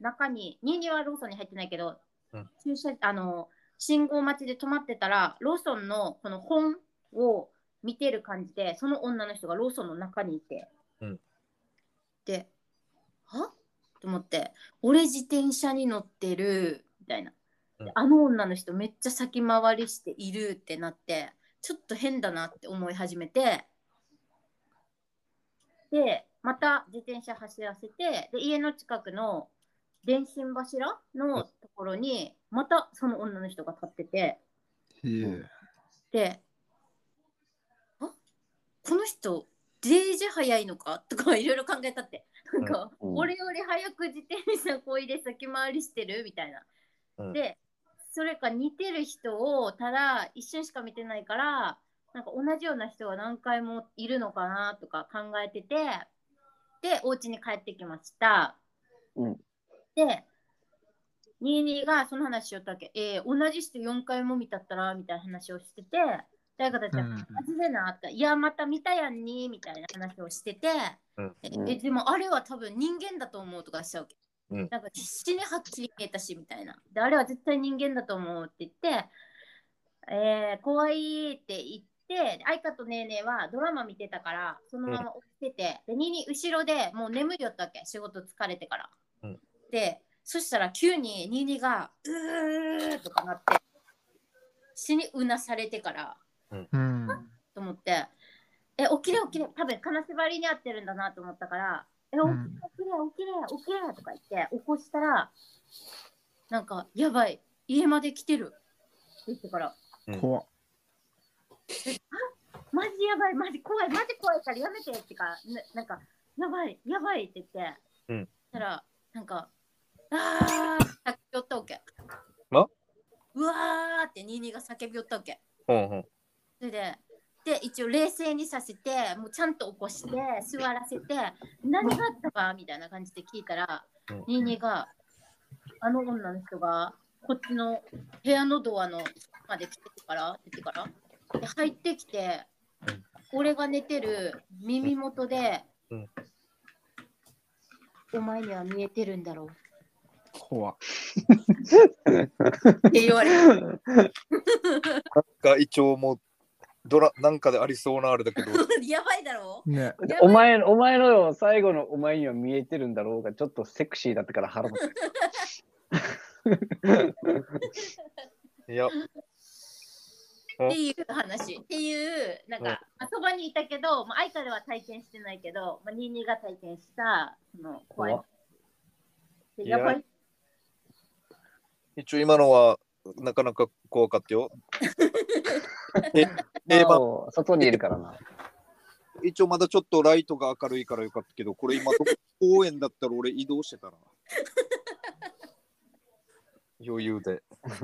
中にニーニーはローソンに入ってないけど、
うん
駐車あの信号待ちで止まってたらローソンのこの本を見てる感じでその女の人がローソンの中にいて、
うん
で「はと思って「俺自転車に乗ってる」みたいな、
うん
であの女の人めっちゃ先回りしているってなってちょっと変だなって思い始めてでまた自転車走らせてで家の近くの電信柱のところにまたその女の人が立ってて。
いい
で、あこの人、デージ早いのか とかいろいろ考えたって、なんか、
うん
俺より早く自転車こいで先回りしてるみたいな。
うん
で、それか似てる人をただ一瞬しか見てないから、なんか同じような人が何回もいるのかなとか考えてて、で、お家に帰ってきました。
うん
で、22がその話しよったわけ、えー同じ人4回も見たったらみたいな話をしてて、誰かたち
う
は、
ん。
マジでなって、いや、また見たやんにみたいな話をしてて、
うん
え
うん
えでもあれは多分人間だと思うとかしちゃうわけ。
うん
なんか必死にはっきり見えたしみたいな。で、あれは絶対人間だと思うって言って、えー、怖いって言って、で愛花とねえねえはドラマ見てたから、そのまま起きてて、で、にに後ろでもう眠いよったわけ、仕事疲れてから。
うん
で、そしたら急にニーニーが、うーとかなって、死にうなされてから、
うん。
と思って、え、起きれ起きれ、多分金縛りに合ってるんだなと思ったから、え、起
うん
きれ起きれ起きれ起きれとか言って起こしたら、なんか、やばい、家まで来てるって言ってから、
怖っ。
マジやばい、マジ怖い、マジ怖いからやめてってか、ななんか、やばい、やばいって言って、
うん
そしたら、なんか、あー って叫びよったわけ。
あ
うわーってニーニーが叫びよったわけ。
うんうん。
それでで一応冷静にさせてもうちゃんと起こして座らせて何があったかみたいな感じで聞いたら、
うん
ニーニーがあの女の人がこっちの部屋のドアのまで来ててから出てからで入ってきて、
うん
俺が寝てる耳元で、
うん
お前には見えてるんだろ
怖っ。
うって言われて
が一応もうドラなんかでありそうなあれだけど
やばいだろう
ね。
やば
お
い
前お前のよ最後のお前には見えてるんだろうがちょっとセクシーだったから腹立つ。
いや
っていう話っていうなんか、まあそばにいたけど、まあ、愛花では体験してないけど、まあ、ニーニーが体験したその怖い
怖っ
で
い
や
や
っぱり
一応今のはなかなか怖かったよ え定番
まあ外にいるからな。
一応まだちょっとライトが明るいからよかったけどこれ今どこ公園だったら俺移動してたな 余裕で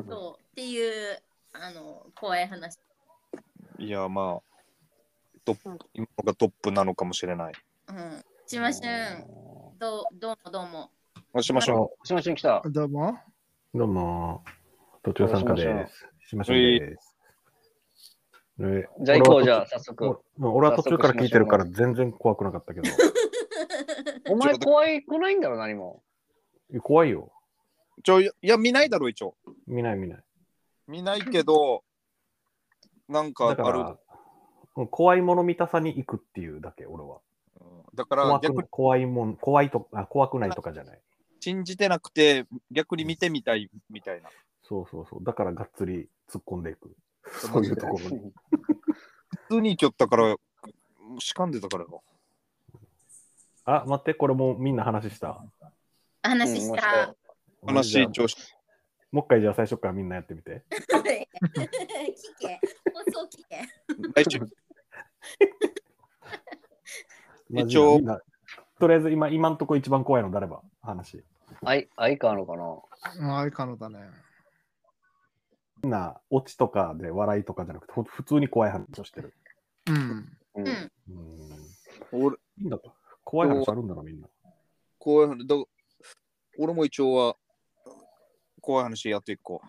そうっていうあの怖い話
いやまあトップ今のがトップなのかもしれない
うんしましゅんどうどうもどうも
押しましょう
う。しましゅん来た。
どうも。
どうも途中参加です。しましょうです。ね
じゃあ行こう、
俺
じゃ
は
あ、早速。
途中うん俺は途中から聞いてるから全然怖くなかったけど。
お前怖い、来ないんだろ、何も。
いや怖いよ。
ちょいや見ないだろ一応
見ない見ない。
見ないけどなんかあ
だか
る
ら、うん怖いもの見たさに行くっていうだけ、俺は。
うんだから
怖
逆
く
に
怖いもん、怖いとあ、怖くないとかじゃない。
信じてなくて逆に見てみたいみたいな
そうそうそう。だからがっつり突っ込んでいく。そういうところに。
普通に行きよったからしかんでたからよ
あ、待って、これもうみんな話した。
話した。
話一応し
もう一回じゃあ最初からみんなやってみて。
聞け。放送聞け。
来週
マジで
一応
みんなとりあえず今、今んとこ一番怖いの誰ば話。
あい、相川のかな
まあ、相川のだね。
みんな、オチとかで笑いとかじゃなくて、ほんと普通に怖い話をしてる。
うん。
うん
うん。
うん。
俺
みんな、怖い話あるんだな、みんな。
怖い話だ俺も一応は怖い話やっていこ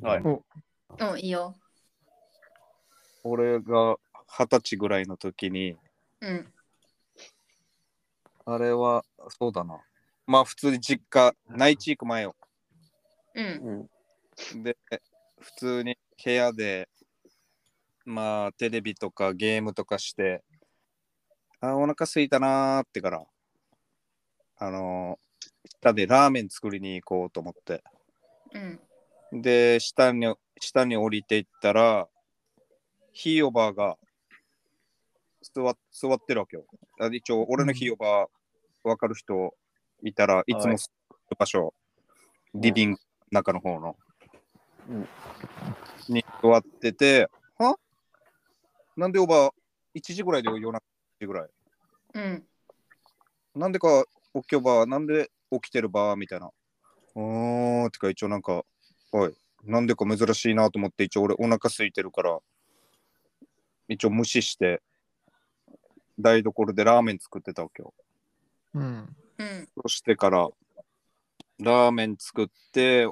う
はい。
うん、いいよ。
俺が二十歳ぐらいの時に
うん。
あれはそうだなまあ普通に実家内地行く前よ
うん。
うん。
で普通に部屋でまあテレビとかゲームとかしてあお腹すいたなーってからあのー下でラーメン作りに行こうと思って
うん。
で下に下に降りていったらひいおばあが座っ座ってるわけよあ一応俺のひいおばあ分かる人いたらいつも座る場所、リビングの中の方の、
うん
に座っててはなんでおばあ1時ぐらいで夜中1時ぐらい
うん。
なんでか起きよば、なんで起きてるばみたいな。うーん、てか一応なんか、おい、なんでか珍しいなと思って、一応俺お腹空いてるから、一応無視して、台所でラーメン作ってたわけよ。
うん。
うん。
そしてから、ラーメン作って、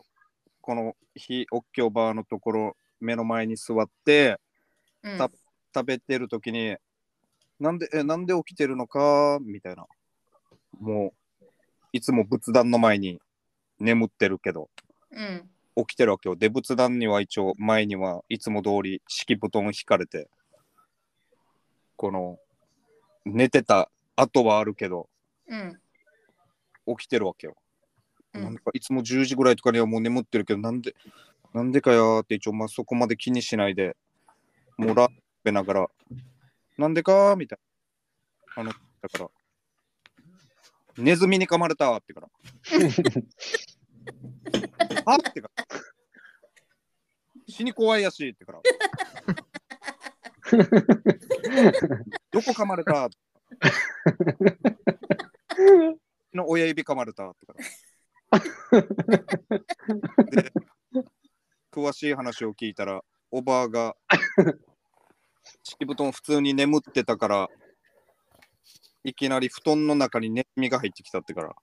この日、おっきょばのところ、目の前に座って、
うん。
た食べてる時に、なんで、え、なんで起きてるのか、みたいな。もう、いつも仏壇の前に眠ってるけど、
うん。
起きてるわけよ。で、仏壇には一応、前にはいつも通り敷布団を引かれて、この、寝てた後はあるけど、
うん。
起きてるわけよ。
うん
なんかいつも10時ぐらいとかにはもう眠ってるけど、なんで、なんでかやーって一応、まあ、そこまで気にしないで、もうラーメン食べながら、なんでかーみたいな。あの、だから、ネズミに噛まれたーってから。あってから。死に怖いやしってから。どこ噛まれたの親指噛まれたとか。で詳しい話を聞いたら、おばあが敷布団普通に眠ってたから、いきなり布団の中にネズミが入ってきたってから、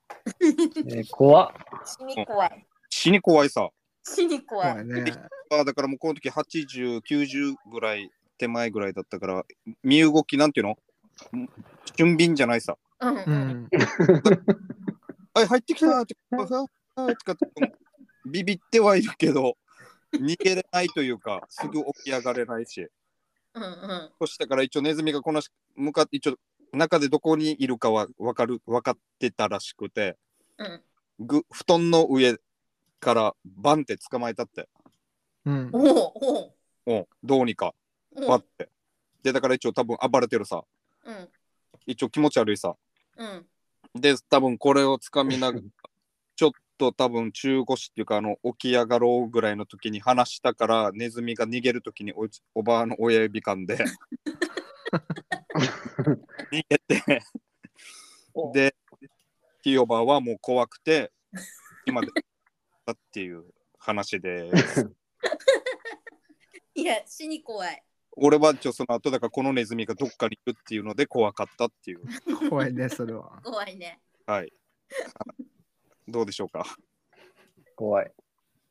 えー怖っ。
死に怖い。
死に怖いさ。
死に怖
怖
い。
いね。
あーだからもうこの時80、90ぐらい手前ぐらいだったから、身動きなんていうのん俊敏じゃないさ。
うん。
う
うん。
ん。
あ入ってきたーって、あああとかってビビってはいるけど、逃げれないというか、すぐ起き上がれないし、
うん。
そしたから一応ネズミがこのし向かって、一応中でどこにいるかは分かる分かってたらしくて、
うん。
ぐ布団の上からバンって捕まえたって、
うん。
おお。おお。
うん、どうにか、
お
バっ
お。
て。で、だから一応多分暴れてるさ、
うん。
一応気持ち悪いさ。
うん。
で、多分これをつかみなが ら、ちょっと多分中腰っていうか、あの、起き上がろうぐらいの時に話したから、ネズミが逃げる時におじおばあの親指噛んで、逃げて、で、ひいおばあはもう怖くて、今で、だっていう話です。
いや、死に怖い。
俺はちょその後だからこのネズミがどっかにいるっていうので怖かったっていう。
怖いね、それは。
怖いね。
はい。どうでしょうか。
怖い。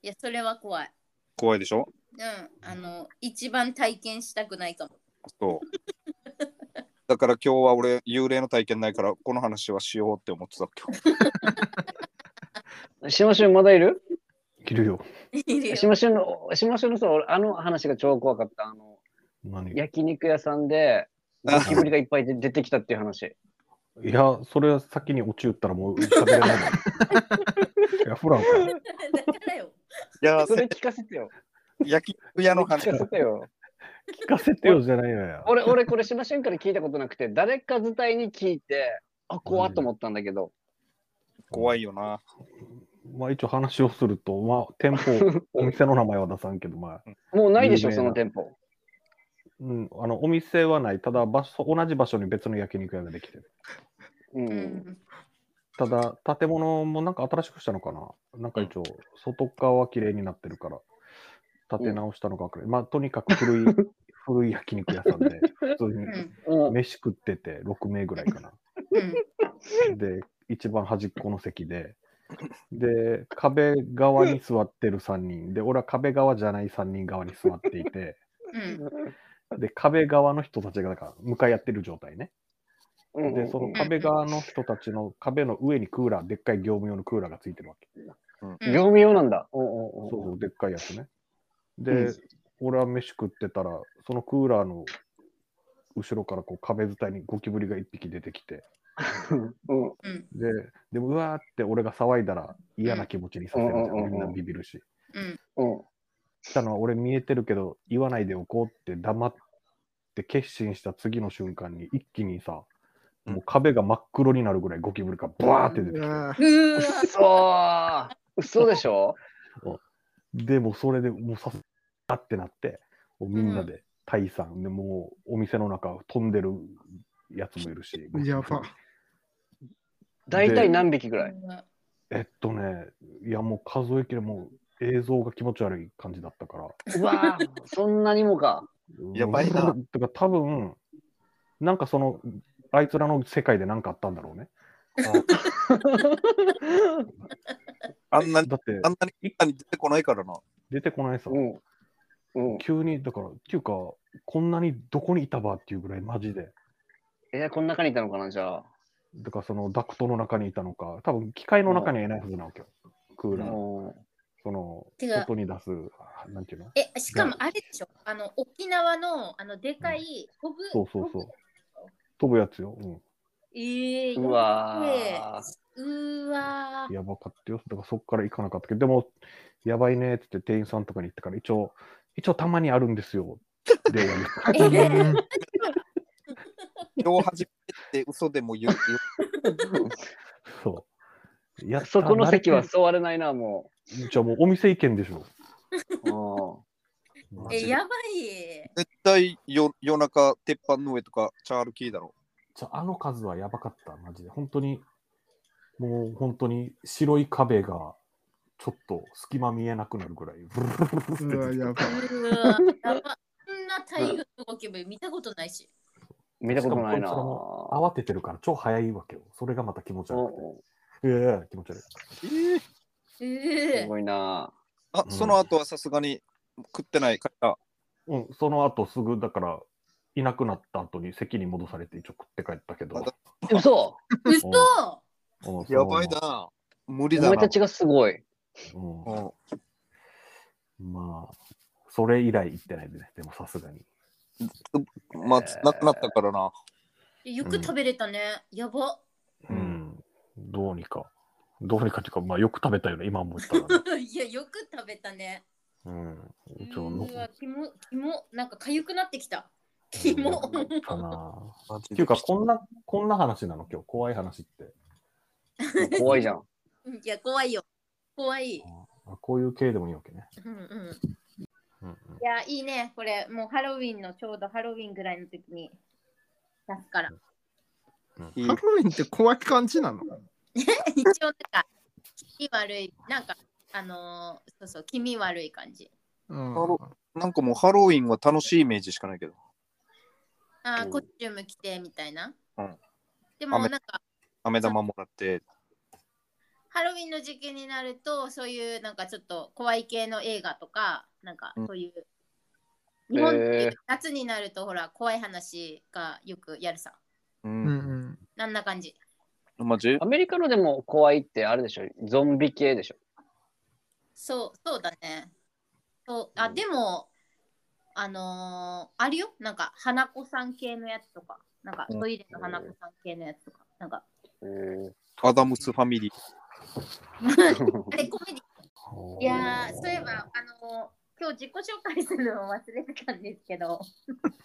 いや、それは怖い。
怖いでしょ
うん。あの、一番体験したくないかも。
そう。だから今日は俺、幽霊の体験ないから、この話はしようって思ってた今日。
しましゅんまだいる
いるよ。
いるよ
しましゅんの、しましゅんのさ、俺あの話が超怖かった。あの、
何い
焼肉屋さんで、ゴキブリがいっぱいで出てきたっていう話。
や、それは先に落ち打ったらもう喋れないの。いや、フランか。
だからよ。
いやー、
それ
せ
聞かせてよ。
焼き肉屋の
聞
話
か。せてよ。
聞かせてよじゃないのよ。
俺、俺、これしましゅんから聞いたことなくて、誰か伝いに聞いて、あ、怖っと思ったんだけど、
怖いよな。
まあ一応話をすると、まあ店舗、お店の名前は出さんけど、まあ、
もうないでしょ、
有
そ
名な
の店舗。
うん、あのお店はない、ただ場所、同じ場所に別の焼肉屋ができてる。
うん。
うん。
ただ、建物もなんか新しくしたのかななんか一応、外側は綺麗になってるから、建て直したのかわかんないまあ、とにかく 古い、古い焼肉屋さんで、普通
う
に
ん。
うん
飯食ってて、6名ぐらいかな。
うん。
で、一番端っこの席で、で、壁側に座ってる3人、で、俺は壁側じゃない3人側に座っていて、
うん。
で、壁側の人たちが、だから、向かい合ってる状態ね。
うん
で、その壁側の人たちの壁の上にクーラー、でっかい業務用のクーラーがついてるわけ。
業務用なんだ。うん
そう
うん
そう、でっかいやつね。
う
で
ん、
俺は飯食ってたら、そのクーラーの後ろからこう壁伝いにゴキブリが一匹出てきて、
うん。うん
うん。
で、でもうわーって俺が騒いだら嫌な気持ちにさせるじゃ。
うんうんうんうんん
みんなビビるし。
うん。
うん。
したのは俺見えてるけど、言わないでおこうって黙って決心した次の瞬間に一気にさ、もう壁が真っ黒になるぐらいゴキブリがバーって出てきて。
あ
うーわ
嘘嘘でしょ
でもうそれでもうさすがってなって、もうみんなで退散、でもうお店の中飛んでるやつもいるし。
ーやば。
大体何匹ぐらい
えっとね、いやもう数えきれもう映像が気持ち悪い感じだったから。
うわぁ、そんなにもか。
やばいな
もう。てか多分、なんかその、あいつらの世界で何かあったんだろうね。
あんなに、
だって
あんなに一家に出てこないからな。
出てこないさ。
うん。うん。
急に、だから、っていうか、こんなにどこにいたばっていうぐらいマジで。
えー、この中にいたのかな、じゃあ。
だからそのダクトの中にいたのか、多分機械の中にはいないはずなわけよ。クー
う
ラー。
ん。
その、
てか
外に出す、あなんていうの
え、しかもあれでしょあの、沖縄の、あの、でかい、飛ぶ。
そうそうそう
飛ぶ。
飛ぶやつよ。う
ええー。
うわぁ。
うーわ
ん。やばかったよ。だからそっから行かなかったけど、でも、やばいねって言って店員さんとかに言ってから、一応、一応たまにあるんですよ。 で、やめた
ー。えー
うん
今日初めて嘘でも言う。
そう。やった
そこの席は
慣れ
座れないな、も
てるじゃあもうお店行けんでしょ。
う。
マ
え、
ジで
やばい。
絶対よ夜中、鉄板の上とか、チャールキーだろ。
ちょあの数はやばかった、マジで。本当に、もう本当に白い壁が、ちょっと隙間見えなくなるぐらい。ブルルルルルって
うわ、やば。
うわーやば。こんな大群のゴキブリ見たことないし。
うん。見たことないな。
しかも慌ててるから超早いわけよ。それがまた気持ち
うん
悪くて。ええ気持ち悪
う
い。
ん
え
す
ー
ごいな。
あ、その後はさすがに食ってない。帰った。
うん、その後すぐ、だから、いなくなった後に席に戻されて一応食って帰ったけど。
また
嘘
嘘
うん
やばい。な。無理
お
だ
前
な
た。ちがすご い。
その
う
まま
ん
うん、まあ、それ以来行ってないでね。でもさすがに。
まあ、なくなったからな。
よく食べれたね。やば。
う
うん
ん。どうにか。どうにかっていうか、まあよく食べたよね。今思ったら、ね。
いや、よく食べたね。
うん。一応の
うわ、キモ、キモ、なんか痒くなってきた。キモ。
か な。
マジ
っ
で
ていうか、こんな、こんな話なの今日。怖い話って。
怖いじゃん。
いや、怖いよ。怖い。
あこういう系でもいいわけね。
うんうん。
うんうん
いや、いいね。これ、もうハロウィンのちょうどハロウィンぐらいの時に出すから。
いい
ハロウィンって怖い感じなの
一応、なんか、気味悪い。なんか、あのーそうそう、気味悪い感じ。
うん
ロなんかもうハロウィンは楽しいイメージしかないけど。
あー
うん
コスチューム着てみたいな。
うん
でも、な
雨
んか、
飴玉もらって。
ハロウィンの時期になるとそういうなんかちょっと怖い系の映画とかなんかそういう、
ん
日本って
へー
夏になるとほら怖い話がよくやるさ
う。
うんうんん。
なんな感じ
マジ
アメリカのでも怖いってあれでしょゾンビ系でしょ
そうそうだねそうあでもあのーあるよなんか花子さん系のやつとかなんかトイレの花子さん系のやつとかなん か
へー
アダムスファミリー。
あれコメディいやー、そういえば、あのー今日自己紹介するのを忘れてたんですけど、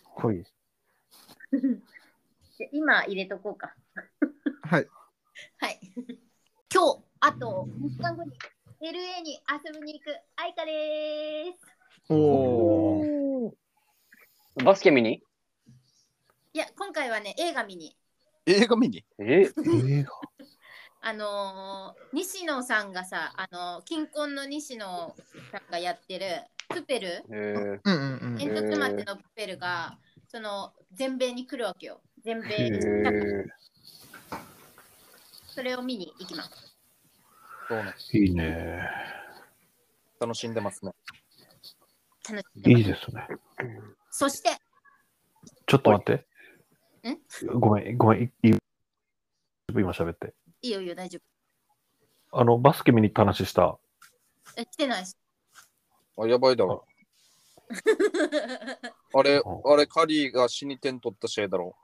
ほい。
じゃ今入れとこうか。
はい。
はい。今日、あと3日後に LA に遊びに行く愛花でーす。
おー。
バスケ見に
いや、今回はね、映画見に。
映画見に
え
映画
あのー西野さんがさ、あのー、近婚の西野さんがやってる、プペル、
えー
うんうん
煙突町のプペルが、その、全米に来るわけよ。全米に、
え
それを見に行きます。
そうね。
いいね。
楽しんでますね。
楽しんでます
いいですね。
そして、
ちょっと待って。
ん
ごめん、ごめん、いい今喋って。
いいよいいよ、大丈
あの、バスケ見に行った話した。
夫。え、来てないし。
あ、やばいだろ。あれ、
あ
あれ、カリーが死に点取った試合だろ。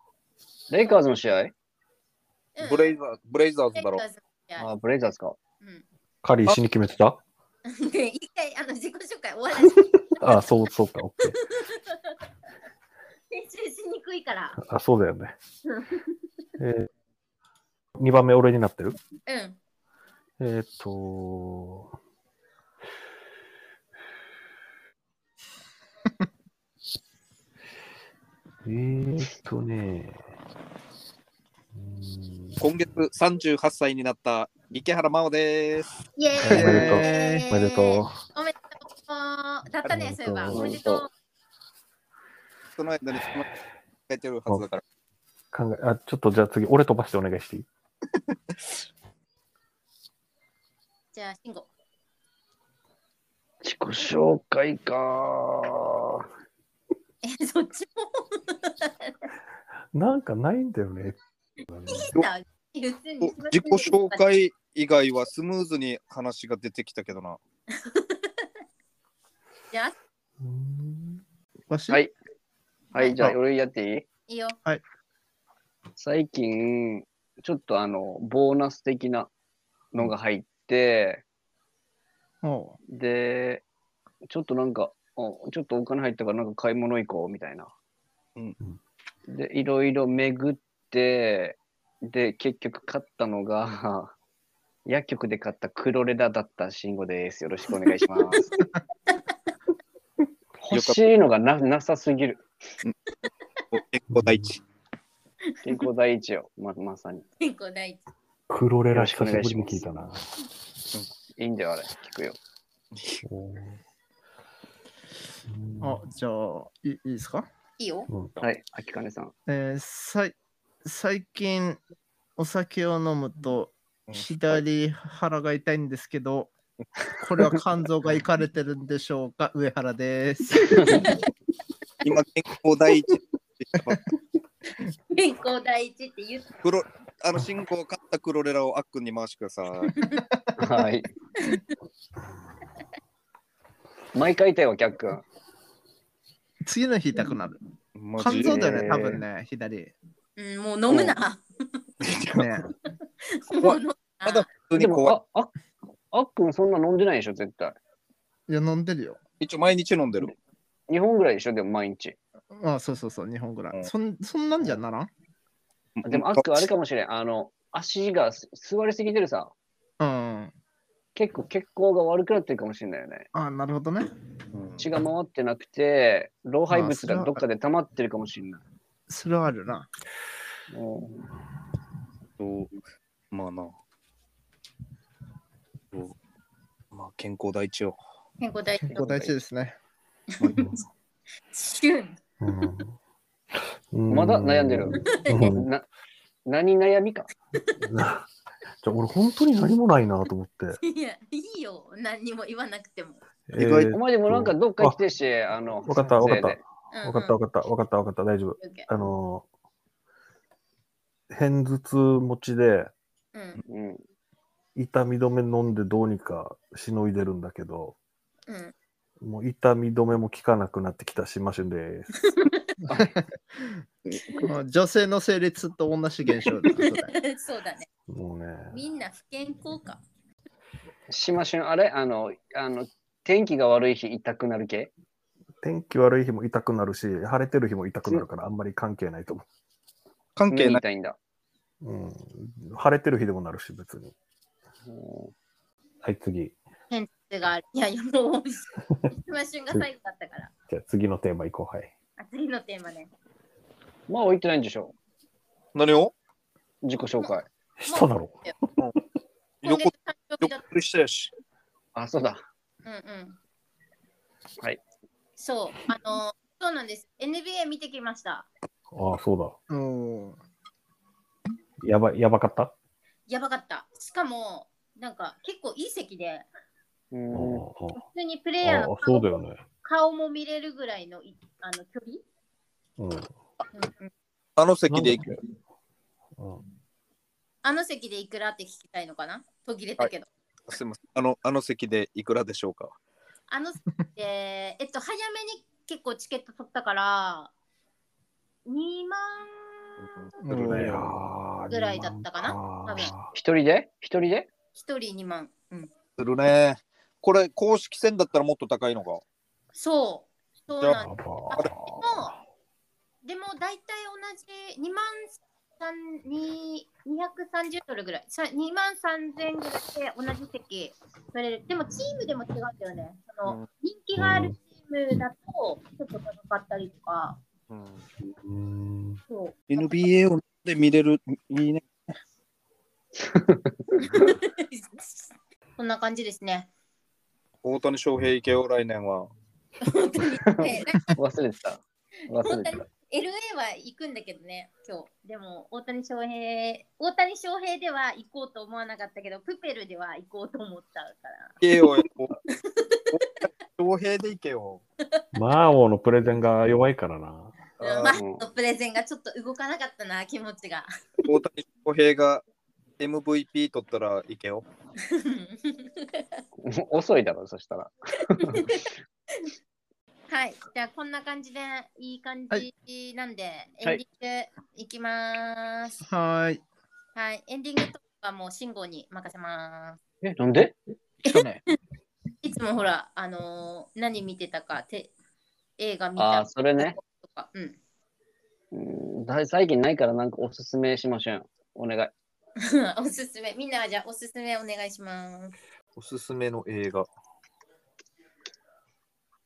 ー、レイカーズの試合
うん
ブレイザー、ブレイザー ズだろ
レイカ。ーズみたい
あーブレイザーズか。
うん、
カリー死に決めてた
一回、あの、自己紹介終わらせて、
あ、そう、そうか、オッケー。
編集しにくいから。
あ、そうだよ ね。えー、2番目俺になってる
うん。
えーっと。 えーっとね。うーん
今月38歳になった池原真央です。
イエ
おめでとう
ーイ。
おめでと
う。おめでとう。だったね、そういえば。お
お
め
め
で
で
と
と
う
う。
その間に、その書いてるはずだから。
う考えあ。ちょっとじゃあ次、俺飛ばしてお願いしていい
じゃあ、慎吾。
自己紹介か
え、そっちも。
なんかないんだよね。
いいさ別に
自己紹。介以外はスムーズに話が出てきたけど な。
じゃあ、
うーん
わし
はいはい、じゃあ俺やってい
い
い
いよ。
最近、ちょっとあの、ボーナス的なのが入って、
お
で、ちょっとなんか、おちょっとお金入ったからなんか買い物行こうみたいな。
うん
で、いろいろ巡って、で、結局買ったのが、 薬局で買った黒レダだった慎吾です。よろしくお願い します。欲しいのがななさすぎる。
結構大地。
健康第一よ、ままさに。
健康第一。
黒レ
よ
ラ
ろしく
久
お
し
願
ぶ
いし
りに
ます
聞いた
い
な。
いんだよ、あれ。聞くよ。
おー
ーあ、じゃあ、いいいですか
いいよ。
はい、秋金さん。
えー、さい最近お酒を飲むと
うん
左腹が痛いんですけど、これは肝臓がいかれてるんでしょうか 上原です。
今、健康第一。
健康第一って言って。
黒あの、進行を買った黒レラをあっくんに回してくだ さい。
はい。毎回痛いわ、キャックン。
次の日痛くなる。
マジ
肝臓だよ
え
ね、
ー
多分ね、左。
うん、もう飲むな。
ね、
もう飲むな。
ただ普通に
で
怖い。
も、あ、ああっくんそんな飲んでないでしょ、絶対。
いや、飲んでるよ。
一応毎日飲んでる。
日本ぐらいでしょ、でも毎日。
あそうそうそう、日本ぐらい。
うん
そんそんなんじゃならん
でも、あっくんあれかもしれん。あの、足がす座りすぎてるさ。
うん。
結構血行が悪くなってるかもしれないよね。
あなるほどね。
うん
血が回ってなくて、老廃
あ
物
それは
がどっかで溜まってるかもしれない。
それはあるな。
うん
そうまあな。そうまあ、健康第一よ。
健康第一。
結構大事ですね。
シュン。
うん
まだ悩んでる
うん
な何悩みか
じゃあ俺本当に何もないなと思 って。
いや、いいよ。何にも言わなくても。
意外
え
と
ー
お前でもなんかどっか来てし、あの、
わかったわか
撮
った
影で。
うん
わかったわかったわかったわかった大丈夫。
OK
あのー、偏頭痛持ちで
うん。
うん。
痛み止め飲んでどうにかしのいでるんだけど、
うん。
もう痛み止めも効かなくなってきたしましゅんです。
女性の生理痛と同じ現象だ な。それ
そうだね。
もうね。
みんな不健康か。
島旬、あれあの、あの、天気が悪い日痛くなる系
天気悪い日も痛くなるし、晴れてる日も痛くなるから、あんまり関係ないと思
関
目
係ない。
痛いんだ。
う。うん。晴れてる日でもなるし、別に。はい、次。
手がある。いやいや、もう、今旬が最後だった から。
じゃあ次のテーマいこう。はい。
あ次のテーマね。
まあ、置いてないんでしょ
何を
う。自己紹介。
しただろう。
今
横
月誕生日だっ
横取りしたやし。
あ、そうだ。
た。うんうん。
はい。
そう。あの、そうなんです。NBA 見てきました。
ああ、そう
うん
だ。やばい、やばかった、
やばかった。しかも、なんか結構いい席で、
う。
うん
普通にプレイ
ああ
ヤ
あ
ーの、
あそう
顔
だよね。
顔も見れるぐらいのいあの距離、
うん。
うんうん
あの席で
うん、
あの席でいくらって聞きたいのかな途切れたけど。
すみません。あの、あの席でいくらでしょうか
あの、えーえっと、早めに結構チケット取ったから、2万
うん
いやー
ぐらいだったかな多分
一人で一人で
1人2万。うん、
するね。これ、公式戦だったらもっと高いのか。
そう。そう
じゃ
な
や
ん
ば
で
ー
す。でも、大体同じ2万3 2 230ドルぐらい、さ2万3000ぐらいで同じ席取れる。でも、チームでも違うんだよね。その
うん
人気があるチームだと、ちょっと高かったりとか。
うーん
そう。
NBA をで見れる、いいね。
そんな感じですね。
大谷翔平行けよ、来 年は。
本当に。ね
忘れてた。忘れてた。
LA は行くんだけどね、今日。でも、大谷翔平、大谷翔平では行こうと思わなかったけど、プペルでは行こうと思ったから。
行けよ、大谷翔平で行けよ。
マーオのプレゼンが弱いからな。
マ
あー
ットプレゼンがちょっと動かなかったな、気持ちが。
大谷翔平が MVP 取ったら行けよ。
遅いだろ、そしたら。
はい、じゃあこんな感じでいい感じなんで、エンディングいきます。
はーい。
はい、エンディングとかもう信号に任せます。
え、なんで
来た ね。
いつもほら、あのー何見てたか、て映画見た
ああ、それね。
とか、うん。
うんだい最近ないからなんかおすすめしましょう。お願い。
おすすめ、みんなはじゃあおすすめお願いします。
おすすめの映画。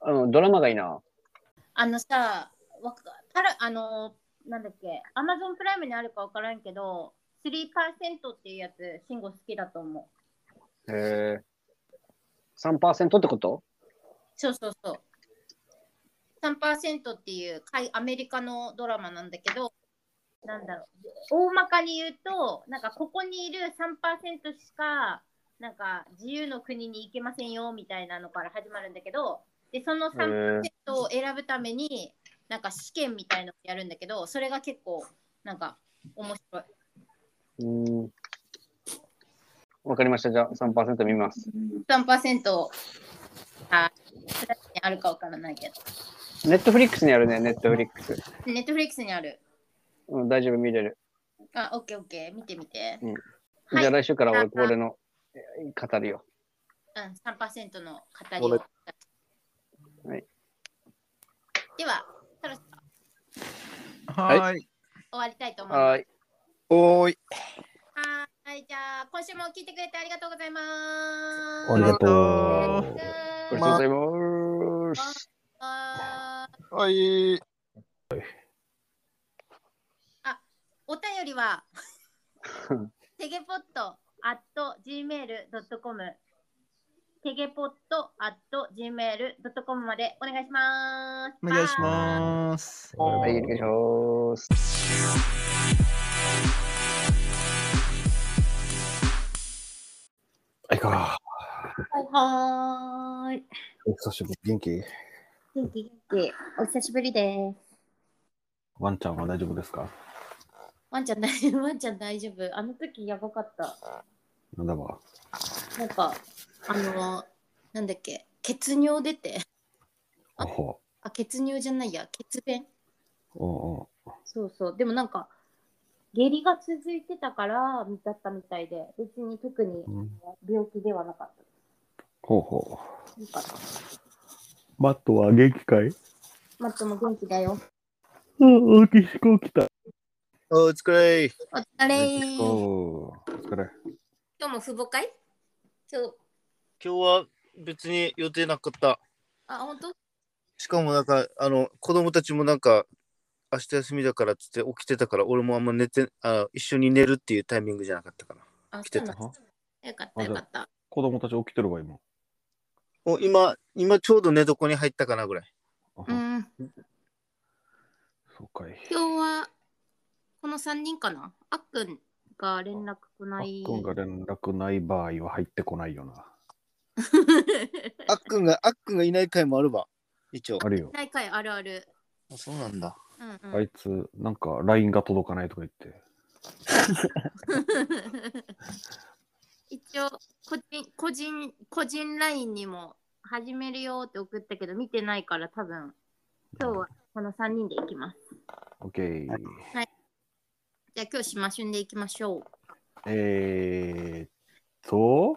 あのドラマがいいな。
あのさ、わかパラあのー、なんだっけ、アマゾンプライムにあるかわからんけど、3%っていうやつ、慎吾好きだと思う。
へえ。3%ってこと
そうそうそう。3%っていう海アメリカのドラマなんだけど、なんだろう、大まかに言うと、なんかここにいる3%しか、なんか自由の国に行けませんよみたいなのから始まるんだけど、でその3%
へ
人を選ぶためになんか試験みたいのをやるんだけどそれが結構なんか面白い
え。うんわかりました。じゃあ3%見ます。
3%あプラスにあるかわからないけど
ネットフリックスにあるね、ネットフリックス。
ネットフリックスにある
うん、大丈夫、見れる。
あオッケーオッケー見てみてはい
じゃあ来週から俺俺のえ語るよ。
うん3%の語りを
はい
ではそろそろ
はーい。
終わりたいと思います
はい。
おーい。
はーいじゃあ今週も聞いてくれてありがとうございま
あり
す
がと
あ
う。
ありがとうございます。
あー
はい。
お便りは テゲポット at gmail.com テゲポット at gmail.com までお願いします。
お願いします。
はい、お願いします。
か。
はいはーい。
お久しぶり。元気
元気元気。お久しぶりです。
ワンちゃんは大丈夫ですか
ワンちゃん大 丈夫、ワンちゃん大丈夫。あの時やばかった。
なんだば。
なんか、あの、なんだっけ、血尿出て、
おほ
あ、血尿じゃないや、血便。
う。おうおう
そうそう。でもなんか、下痢が続いてたから、だったみたいで、別に特に
うん
病気ではなかっ
ほうほ
た。よかった。
う。マットは元気かい
マットも元気だよ。
うん、大きい飛行機だ。
お疲れ。
お疲れ
大き
今
い飛行お疲れ。
日も父母会今日、
今日は別に予定なかった。
あ、本当
しかもなんか、あの、子供たちもなんか、明日休みだからっつって起きてたから、俺もあんま寝て、あ一緒に寝るっていうタイミングじゃなかったかな。
あ、
来て
そう
た
なんだよかったよかった。
子供たち起きてるわ、今。
お今、今ちょうど寝床に入ったかなぐらい。
あ
うん、
そうかい。
今日はこの3人かなあっくんが連絡来
あ
な
っ
い。
く んが連絡ない場合は入ってこないよな。
あっくんが、あっくんがいない回もあるわ。一応
あ。るよ。
大会あるある。
そうなんだ。
うんうん
あいつ、なんか LINE が届かないとか言って。
一応個人個人個人 LINE にも始めるよって送ったけど見てないから多分今日はこの3人で行きます。
オッケー。
じゃあ今日島旬で行きましょう。
えーっと、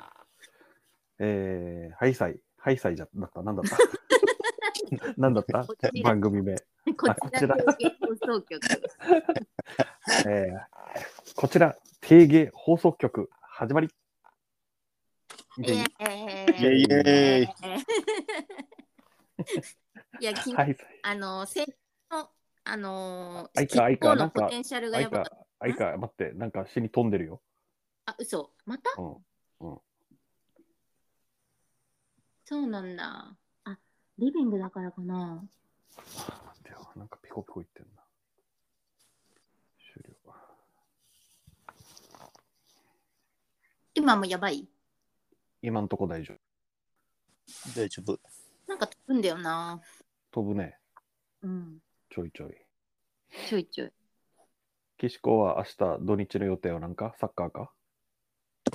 えー、ハイサイ。ハイサイじゃだった。なんだった なんだった
こちら
番組名。
こ
こ
ち
ち
ら
ら
の放送局。
えー、こちら、定芸放送局、始まり。
イエ
で
ーイ
イェイイェイ。
いや、き
ハイサイ。
あの、先の、あの
あいか
吉
あ
本
いかな
の
んか
ポテンシャルが
あい
やばかっ
か
た。、
あいか、待って、なんか死に飛んでるよ。
あ、嘘。また
うん。
そうなんだ。あ、リビングだからかな。
待ってよ、なんかピコピコいってんな。終了。
今もやばい。
今んとこ大丈
大丈夫。
なんか飛ぶんだよな。
夫。飛ぶね、
うん。
ちょいちょい。
ちょいちょい。
岸子は明日土日の予定はなんかサッカーか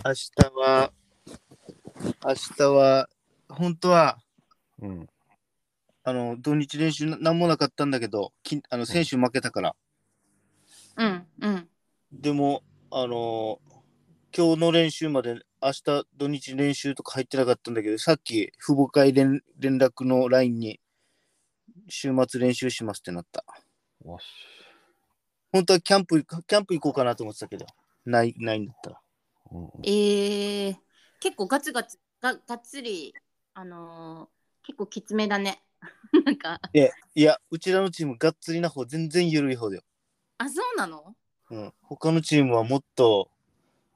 明日は、明日は、本当は、
うん。
あの、土日練習ななんもなかったんだけど、きあの先週負けたから。
うん、うん。
でも、あのー今日の練習まで、明日土日練習とか入ってなかったんだけど、さっき、父母会連連絡の LINE に、週末練習しますってなった。
わし。
本当はキャンプ、キャンプ行こうかなと思ってたけど、ない、ないんだったら。
うんうん、
えー、結構ガツガツ、ががっつり、あのー結構きつめだね。 なんか、
いや、うちらのチーム、がっつりな方、全然緩い方だよ。
あ、そうなの
うん。他のチームはもっと、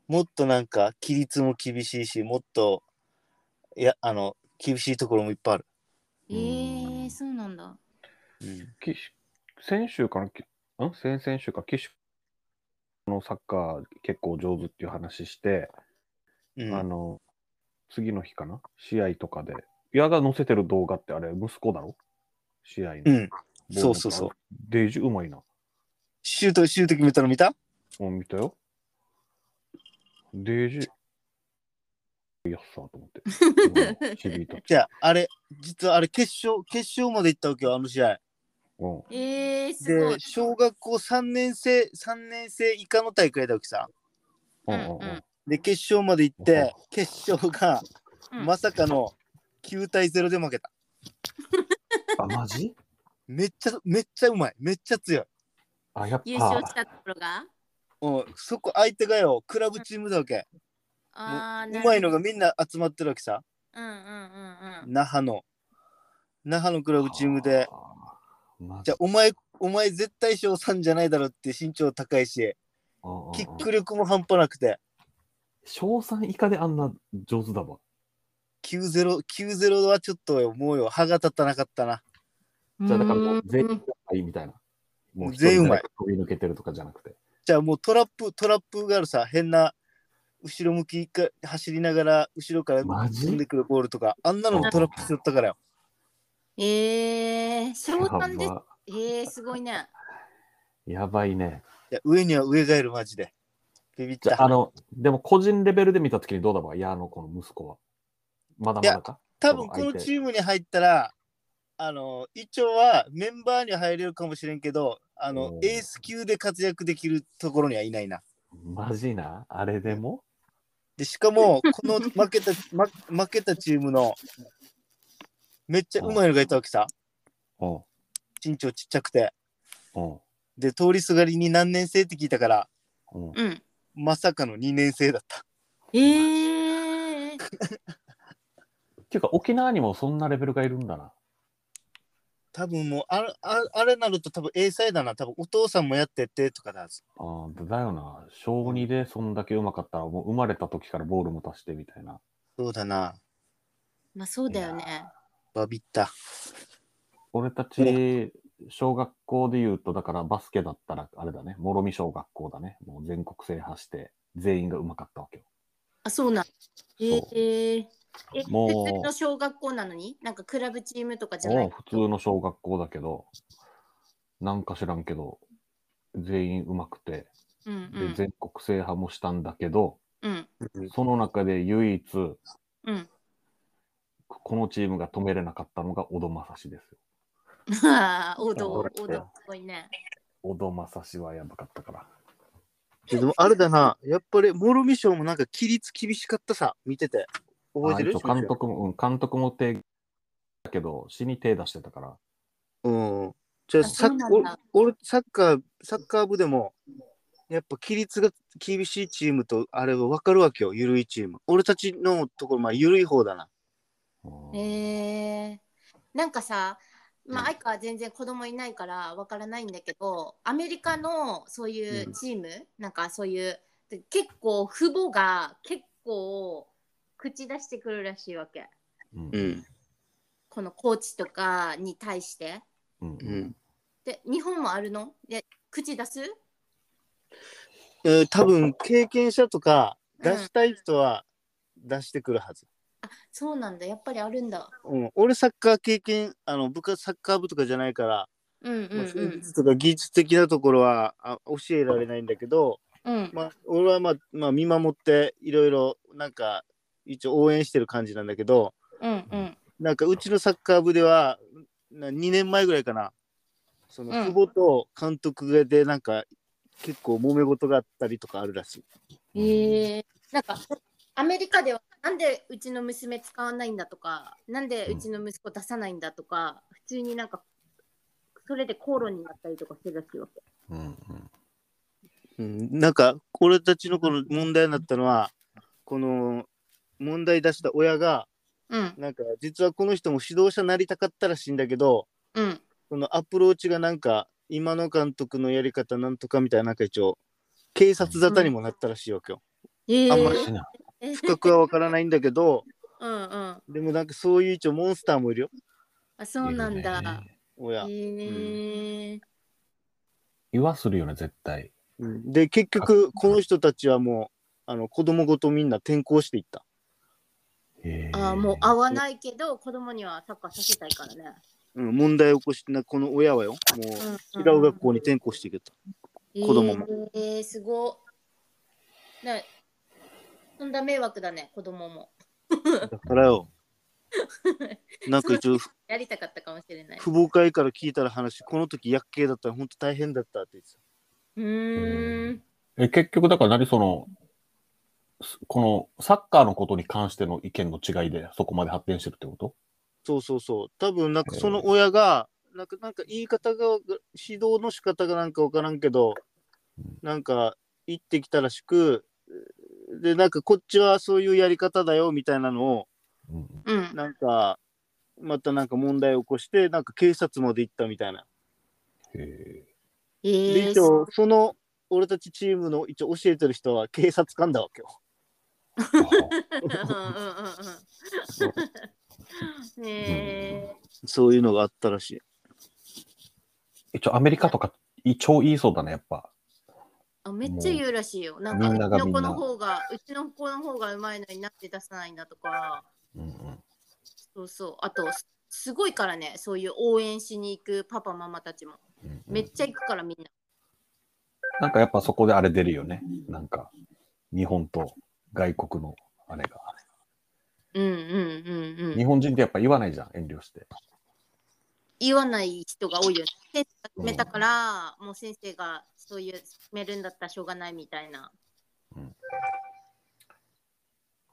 もっとなんか、規律も厳しいし、もっと、いや、あの、厳しいところもいっぱいある。
え
う
ー、
ん
そうなんだ。
うん。
岸先週かなきん先々週か、岸子のサッカー結構上手っていう話して、
うん、
あの、次の日かな試合とかで。矢が載せてる動画ってあれ、息子だろ試合の。
うん。
ボール
そ
の
うそうそう。。
デイジうまいな。
シュート、シュート決めたの見た
うん、見たよ。デイジー。いやっさーと思って。うん響 いた。
じゃあ、あれ、実はあれ、決勝、決勝まで行ったわけよ、あの試合。
うん。
えー、すごい
で、。小学校3年生、3年生以下の大会だわけさ。
うん
うん
うんうん。
で、決勝まで行って、決勝が、
うん
まさかの9対0で負けた。
あ、マジ
めっちゃ、めっちゃうまい。めっちゃ強い。
あ、やっ
優勝した
ぱ。
ところが
うん、そこ相手がよ、クラブチームだわけ。
あー
うまいの
が。
がみんな集まってるわけさ。
うんうんうんうん。
那覇の。那覇のクラブチームで。
あー。マ
じ
ジ
ゃあ、お前、お前絶対賞3じゃないだろって身長高いし、
うんうんうん
キック力も半端なくて。
小三以下であんな上手だわ。
9-0 9-0はちょっとよもうよ歯が立たなかったな
じゃあだからもう全員
う
が
ん
いいみたいな。もう一
全員
人
うま
だ
い
け飛び抜けてるとかじゃなくて。
じゃあもうトラップトラップがあるさ変な後ろ向き一回走りながら、後ろから
マジ
飛んでくるボールとか、あんなのもトラップしとったからよ。
えー、そうなんです
や。ば
えー、すごいね。
やばいね。
いや上には上がいる、マジで。ビビっ
じゃあ、
た。
あの、でも個人レベルで見たときにどうだろういや、あの、この息子は。まだまだか。
多分このチームに入ったら、あの、一応はメンバーに入れるかもしれんけど、あの
お、ー
エース級で活躍できるところにはいないな。
マジなあれでも
で、しかも、この負けた、ま、負けたチームの、めっちゃうまいのがいたわけさ。
うん。
身長ちっちゃくて。
うん。
で、通りすがりに何年生って聞いたから、
うん。
うん。
まさかの2年生だった。
えー、
っていうか、沖縄にもそんなレベルがいるんだな。
多分もうあれ、ああれなると多分 A サイだな。多分お父さんもやっててとかだはず。
ああ、だよな。小2でそんだけうまかったら、もう生まれた時からボールも足してみたいな。
そうだな。
まあそうだよね。
バビった。
俺たち、小学校で言うと、だからバスケだったら、あれだね、諸見小学校だね。もう全国制覇して、全員がうまかったわけよ。
あ、そうなん。え
う
ー、え、
もう
普通の小学校なのになんかクラブチームとかじゃな
ああ
い
普通の小学校だけど、なんか知らんけど、全員うまくて、
うんう
で
ん。
全国制覇もしたんだけど、
うん
その中で唯一、
うん。
このチームが止めれなかったのが小戸正史ですよ。
ああ、王道、
そう
王道すごいね。
小戸正史はやばかったから。
ででもあれだな、やっぱり諸見賞もなんか規律厳しかったさ、見てて。覚えて
あ
る
一応監督も、うん、監督も手、だけど、死に手出してたから。
うん。じゃあ
あ
サ
そう
ッ
なんだ
お俺サッカー、サッカー部でも、やっぱ規律が厳しいチームとあれは分かるわけよ、緩いチーム。俺たちのところ、まあ緩い方だな。
うん
えー、なんかさ、まあ、
うん
相川は全然子供いないからわからないんだけど、アメリカのそういうチーム、なんかそういう、で結構、父母が結構口出してくるらしいわけ。
うん
うん。
このコーチとかに対して。
うん
うん。
で、日本もあるので口出す
えー多分経験者とか出したい人は出してくるはず。
そうなんだ、やっぱりあるんだ。
うん、俺サッカー経験、あの部活サッカー部とかじゃないから、
うんうん
ま
う
あ戦
ん。
術とか技術的なところはあ教えられないんだけど、
うん、
まあ、俺は、まあ、まあ見守っていろいろなんか一応応援してる感じなんだけど
うん、うん。
なんかうちのサッカー部ではな2年前ぐらいかなその
うん
久保と監督でなんか結構揉め事があったりとかあるらしい。
えー、なんかアメリカではなんでうちの娘使わないんだとかなんでうちの息子出さないんだとか、普通になんかそれで口論になったりとかするらしいわけ。
うんうん
うん、なんか俺たちのこの問題になったのはこの問題出した親が
うん
なんか実はこの人も指導者になりたかったらしいんだけど
うん
そのアプローチがなんか今の監督のやり方なんとかみたいななんか一応警察沙汰にもなったらしいわけよ。
えー、
あん
うん
まり
しない
え
深くは分からないんだけど
うんうん
でもなんかそういう一応モンスターもいるよ
あそうなん
いる
だ。
ね
え
親。
ー、
言わするよね、絶対。
うんで結局この人たちはもうあの子供ごとみんな転校していった。
へえ
あーもう合わないけど子供にはサッカーさせたいからね。
うん、問題を起こしてなこの親はよも
うん
う違う学校に転校していけた。子供も。
えー、すごっ。ねとんだ迷惑だね子供も。
だからよ。なんか一応
やりたかったかもしれない。
父母会から聞いたら話この時薬系だったら本当大変だったって言ってた。
うーん。
え結局、だから何その、すこのサッカーのことに関しての意見の違いでそこまで発展してるってこと
そうそうそう。多分なんか
えー
その親が、なんかなんか言い方が、指導の仕方がなんかわからんけど
うん、
なんか言ってきたらしく、で、なんかこっちはそういうやり方だよみたいなのを、
うん
うん
なんか、またなんか問題を起こして、なんか警察まで行ったみたいな。
へえ
え
で、
ー、
一応、その俺たちチームの一応教えてる人は警察官だわけよ。
うんうんうんうんねえ
そういうのがあったらしい。
一応アメリカとかい超いいそうだね、やっぱ。
あめっちゃ言うらしいよ。なんか、う
みん
ち
なが
の子
みんな
の方が、うちの子の方がうまいのになって出さないんだとか、
うんうん
そうそう。あと、すすごいからね、そういう応援しに行くパパ、ママたちも。
うんう
め
ん
っちゃ行くからみんな。
なんかやっぱそこであれ出るよね。なんか、日本と外国のあれが。
うんうんうんう
日
ん。
本人ってやっぱ言わないじゃん、遠慮して。
言わない人が多いよね。先生が決めたから、もう先生がそういう決めるんだったらしょうがないみたいな。
うん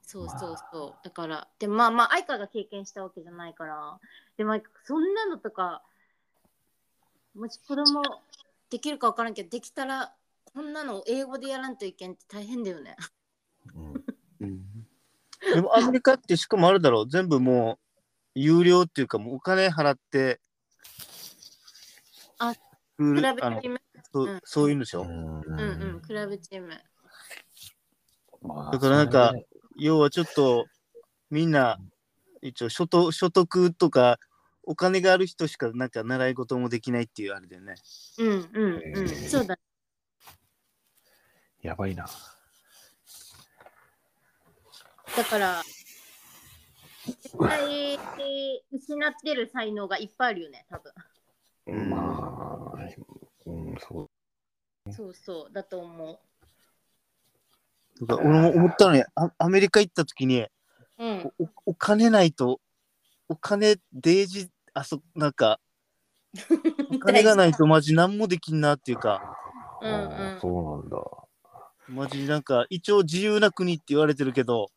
そうそうそう。だから、でもまあまあ、愛花が経験したわけじゃないから、でもそんなのとか、もし子供できるか分からんけど、できたら、こんなの英語でやらんといけんって大変だよね。
うん、
で もアメリカってしかもあれだろう、全部もう有料っていうか、もうお金払って、
あ
スクー
ク
ル
ラ
あ
ブ
の
チーム。
そう
うん
そういうんでしょ、
うん
う
うん、クラブチーム。
まあ
だからなんか
それね
要はちょっとみんな一応所得所得とかお金がある人しかなんか習い事もできないっていうあれだよね。
うんうん
え
うん。
ー
そうだね。
やばいな。
だから、絶対失ってる才能がいっぱいあるよね、多分。
まあ、うん、そう。
そうそう、だと思
だから俺も思ったのにアアメリカ行った時に
う。うん。
おおお金ないとお金デージあそなんかお金がないとマジ何もできんなっていうか
うんうん
あーそうなんだ。
マジなんか一応自由な国って言われてるけど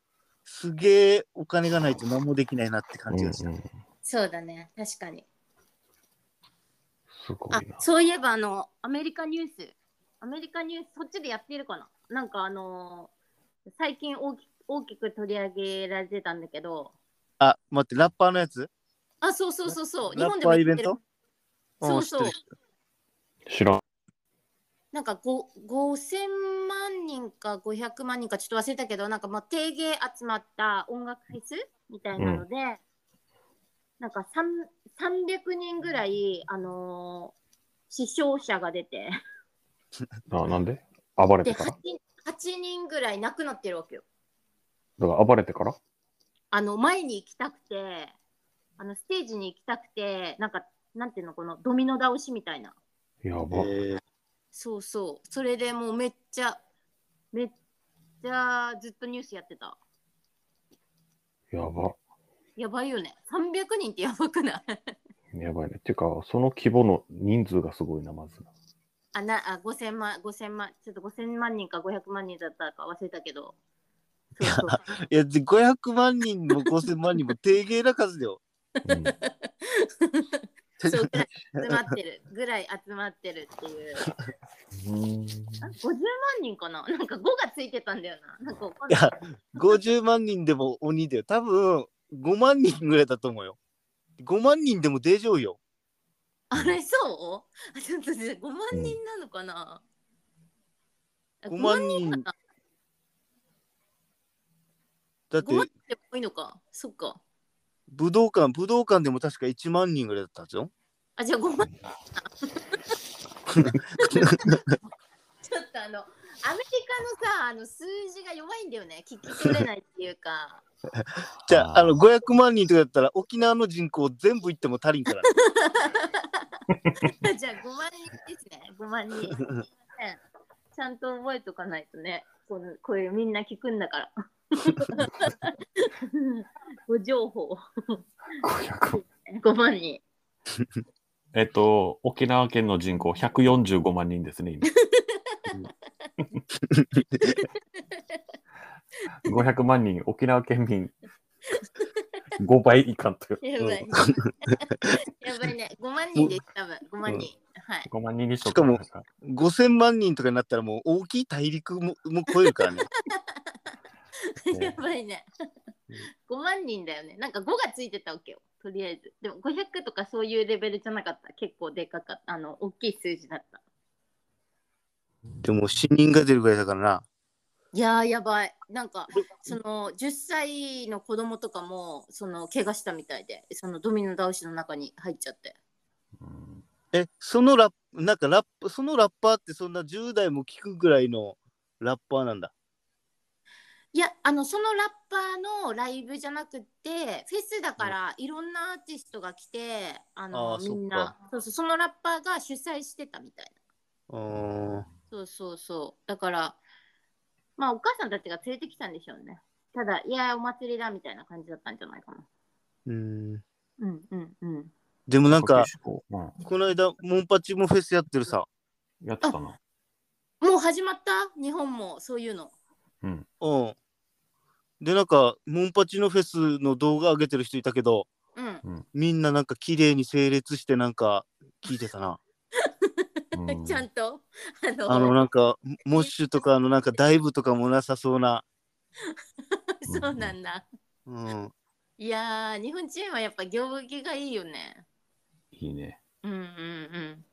すげえお金がないと何もできないなって感じがした。
うんうん
そうだね、確かに。
すごい
あ
な。
そういえば、あの、アメリカニュース、アメリカニュース、そっちでやってるかななんか、あのー最近大き大きく取り上げられてたんだけど、
あ待ってラッパーのやつ
あ、そうそうそうそう、日
ラ
本
ッ
で
パ
も
ー
や
イベ
っ
ン
てる
ト。
そうそ
ん
う
知って、る
知らん。
なんかご5000万人か500万人かちょっと忘れたけどなんかまあ定芸集まった音楽フェスみたいなので、なんか3 300人ぐらい、あのー死傷者が出て
ななんで暴れ
で
てから
8, 8人ぐらい亡くなってるわけよ。
だから暴れてから
あの前に行きたくてあのステージに行きたくてなんかなんていうのこのドミノ倒しみたいな
やば。
えー
そうそうそれでもうめっちゃめっちゃずっとニュースやってた。
やば。
やばいよね。300人ってやばくない
やばいね。っていうか、その規模の人数がすごいな、まず。
あなあ5000万、5000万、ちょっと5000万人か500万人だったか忘れたけど。そうそう
いや、で500万人も5000万人も低減な数だよ。
うん、
そうぐらい集まってる。ぐらい集まってるっていう。
うん
あ50万人かななんか5がついてたんだよな。なんかわかん
い
ない
や、50万人でも鬼だよ。多分5万人ぐらいだと思うよ。5万人でも出上よ。
あれそう あちょっとね5万人なのかな、
5
5
万
万
人。
か
だっ
5万
て
人、って多いのか。そっか。
武道館、武道館でも確か1万人ぐらいだったんですよ。
あ、じゃあ5万 人か。ちょっとあの、アメリカのさ、あの数字が弱いんだよね。聞き取れないっていうか。
じゃあ、あ
あー
の、500万人とかだったら沖縄の人口全部行っても足りんから。
じゃあ5万人ですね。5万人。ちゃんと覚えとかないとね。このこういうみんな聞くんだから。 ご情報。
500
5万人。
えっと、沖縄県の人口145万人ですね、今。500万人、沖縄県民5倍以下とい
や
う。
ばい。やばいね。5万人です、多分。5万人。はい。
5万人にしと
しかも
なんか
5000万人とかになったらもう大きい大陸もも超えるからね。
ね
やばいね。5万人だよね。なんか5がついてたわけよ。とりあえず。でも500とかそういうレベルじゃなかった。結構でかかった。あの、大きい数字だった。
でも死人が出るぐらいだからな。
いやー、やばい。なんか、その、10歳の子供とかも、その、怪我したみたいで、そのドミノ倒しの中に入っちゃって。
うん
え、そのラップ、なんかラップ、そのラッパーってそんな10代も聞くぐらいのラッパーなんだ。
いやあのそのラッパーのライブじゃなくってフェスだからいろんなアーティストが来てあの
あー
みんなそうそうそのラッパーが主催してたみたいな
うーん。
そうそうそうだからまあお母さんたちが連れてきたんでしょうねただいやお祭りだみたいな感じだったんじゃないかな
うん
うんうんうん
でもなんか、
うん、
この間、モンパチもフェスやってるさ。
やってたな。
もう始まった日本もそういうの
うん。
うん。で、なんか、モンパチのフェスの動画上げてる人いたけど、
うん
みんななんか綺麗に整列してなんか聞いてたな。
うん
ちゃんとあの
あのなんか、モッシュとかのなんかダイブとかもなさそうな。
そうなんだ
うん。
いやー日本人はやっぱ行儀がいいよね
いいね。
うんうんうん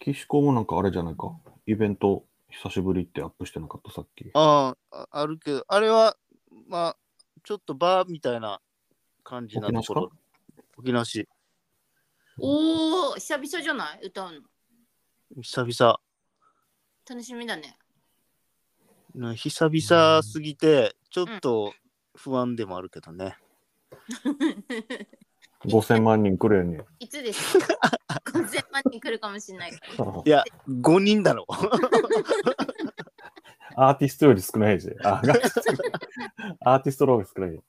岸子もなんかあれじゃないか。イベント、久しぶりってアップしてなかった、さっき。
ああ、ああるけど、あれは、まあ、ちょっとバーみたいな感じなところ。沖縄市、
おお久々じゃない歌うの
久々。
楽しみだね
な久々すぎて、ちょっと不安でもあるけどね。
5000万人来るよね。
いつですか5000万人来るかもしれないから
いや、5人だろ。
アーティストより少ないし。あ、学生アーティストの方が少ない。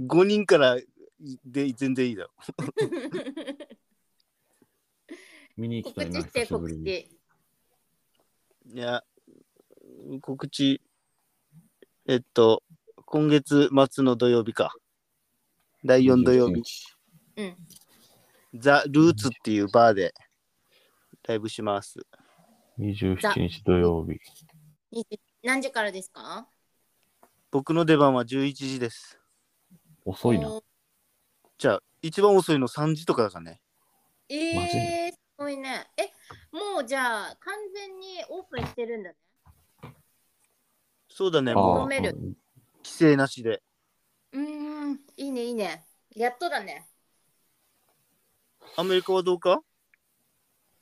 5人からで全然いいだろ。
見に行きた
告
い
知
な、
して
久しぶ
告
りに。
知
いや、告知、えっと、今月末の土曜日か。第4土曜日
21、日
うん
ザ・ルーツっていうバーでライブします。
27日土曜日。
20何時からですか
僕の出番は11時です。
遅いな。
おー
じゃあ、一番遅いの3時とかだからね。
マジ
えー、すごいねえもうじゃあ完全にオープンしてるんだね
そうだね、
あ
も
あ
飲める
う規制なしで。
うーんいいねいいねやっとだね
アメリカはどうか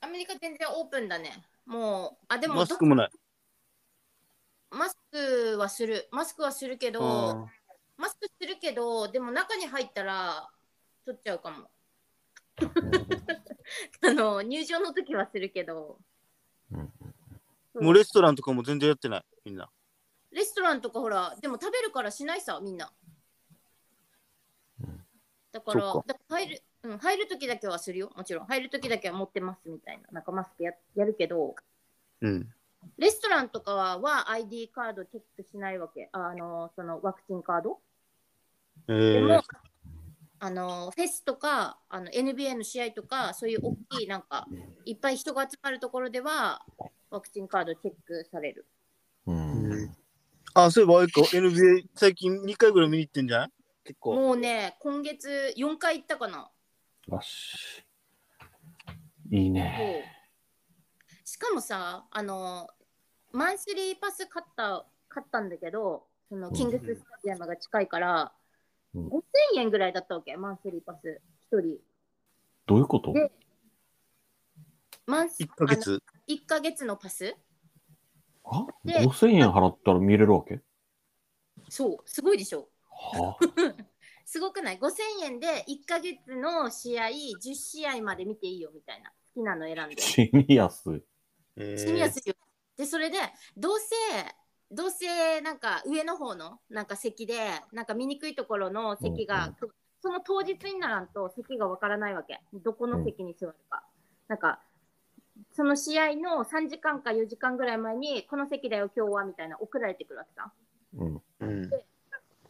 アメリカ全然オープンだねもうあでも
マスクもない。
どマスクはするマスクはするけど
あ
マスクするけど、でも中に入ったら取っちゃうかも。 あの入場の時はするけど、
ーもうレストランとかも全然やってない、みんな。
レストランとかほら、でも食べるからしないさ、みんな。だから、
そっ
だから入る、うん、入る時だけはするよ、もちろん。入る時だけは持ってますみたいな、なんかマスクややるけど、
うん。
レストランとかはは ID カードチェックしないわけ、あのそのワクチンカード。
え
で
ー
も、あのフェスとかあの NBA の試合とかそういう大きいなんかいっぱい人が集まるところではワクチンカードチェックされる
うん
あ、そういえば、あれか、NBA 最近2回ぐらい見に行ってんじゃない結構。
もうね今月4回行ったかな
よし。いい
そ
ね。
うしかもさあのマンスリーパス買った買ったんだけどそのキングススタジアムが近いから、
うん
5000円ぐらいだったわけマンスリーパス1人
どういうこと
でマンス
1ヶ月
1ヶ月のパス
あ
で
?5000 円払ったら見れるわけ
そうすごいでしょ
は
すごくない ?5000 円で1ヶ月の試合、10試合まで見ていいよみたいな。好きなの選ん
あ、
で。
シニアス。
え
住みやすいよ。で、それで、どうせ、どうせ、なんか上の方の、なんか席で、なんか見にくいところの席
う
が、その当日にならんと席がわからないわけ。どこの席に座るか。なんか、その試合の3時間か4時間ぐらい前に、この席だよ、今日は、みたいな送られてくるわけさ。
うん。
うん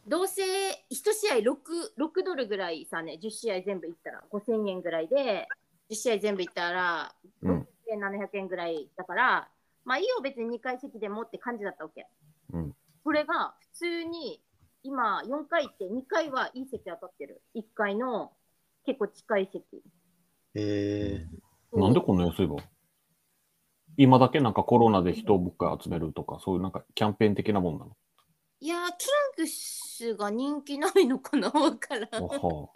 どうせ1試合 6, 6ドルぐらいさね10試合全部いったら5000円ぐらいで10試合全部いったら
うん。
700円ぐらいだからまあいいよ別に2階席でもって感じだったわけ、
うん
それが普通に今4回って2回はいい席当たってる1回の結構近い席
え
なんでこんな安いの今だけなんかコロナで人をもう一回集めるとか、そういうなんかキャンペーン的なもんなの。
いやーキングスが人気ないのかなわからん
あは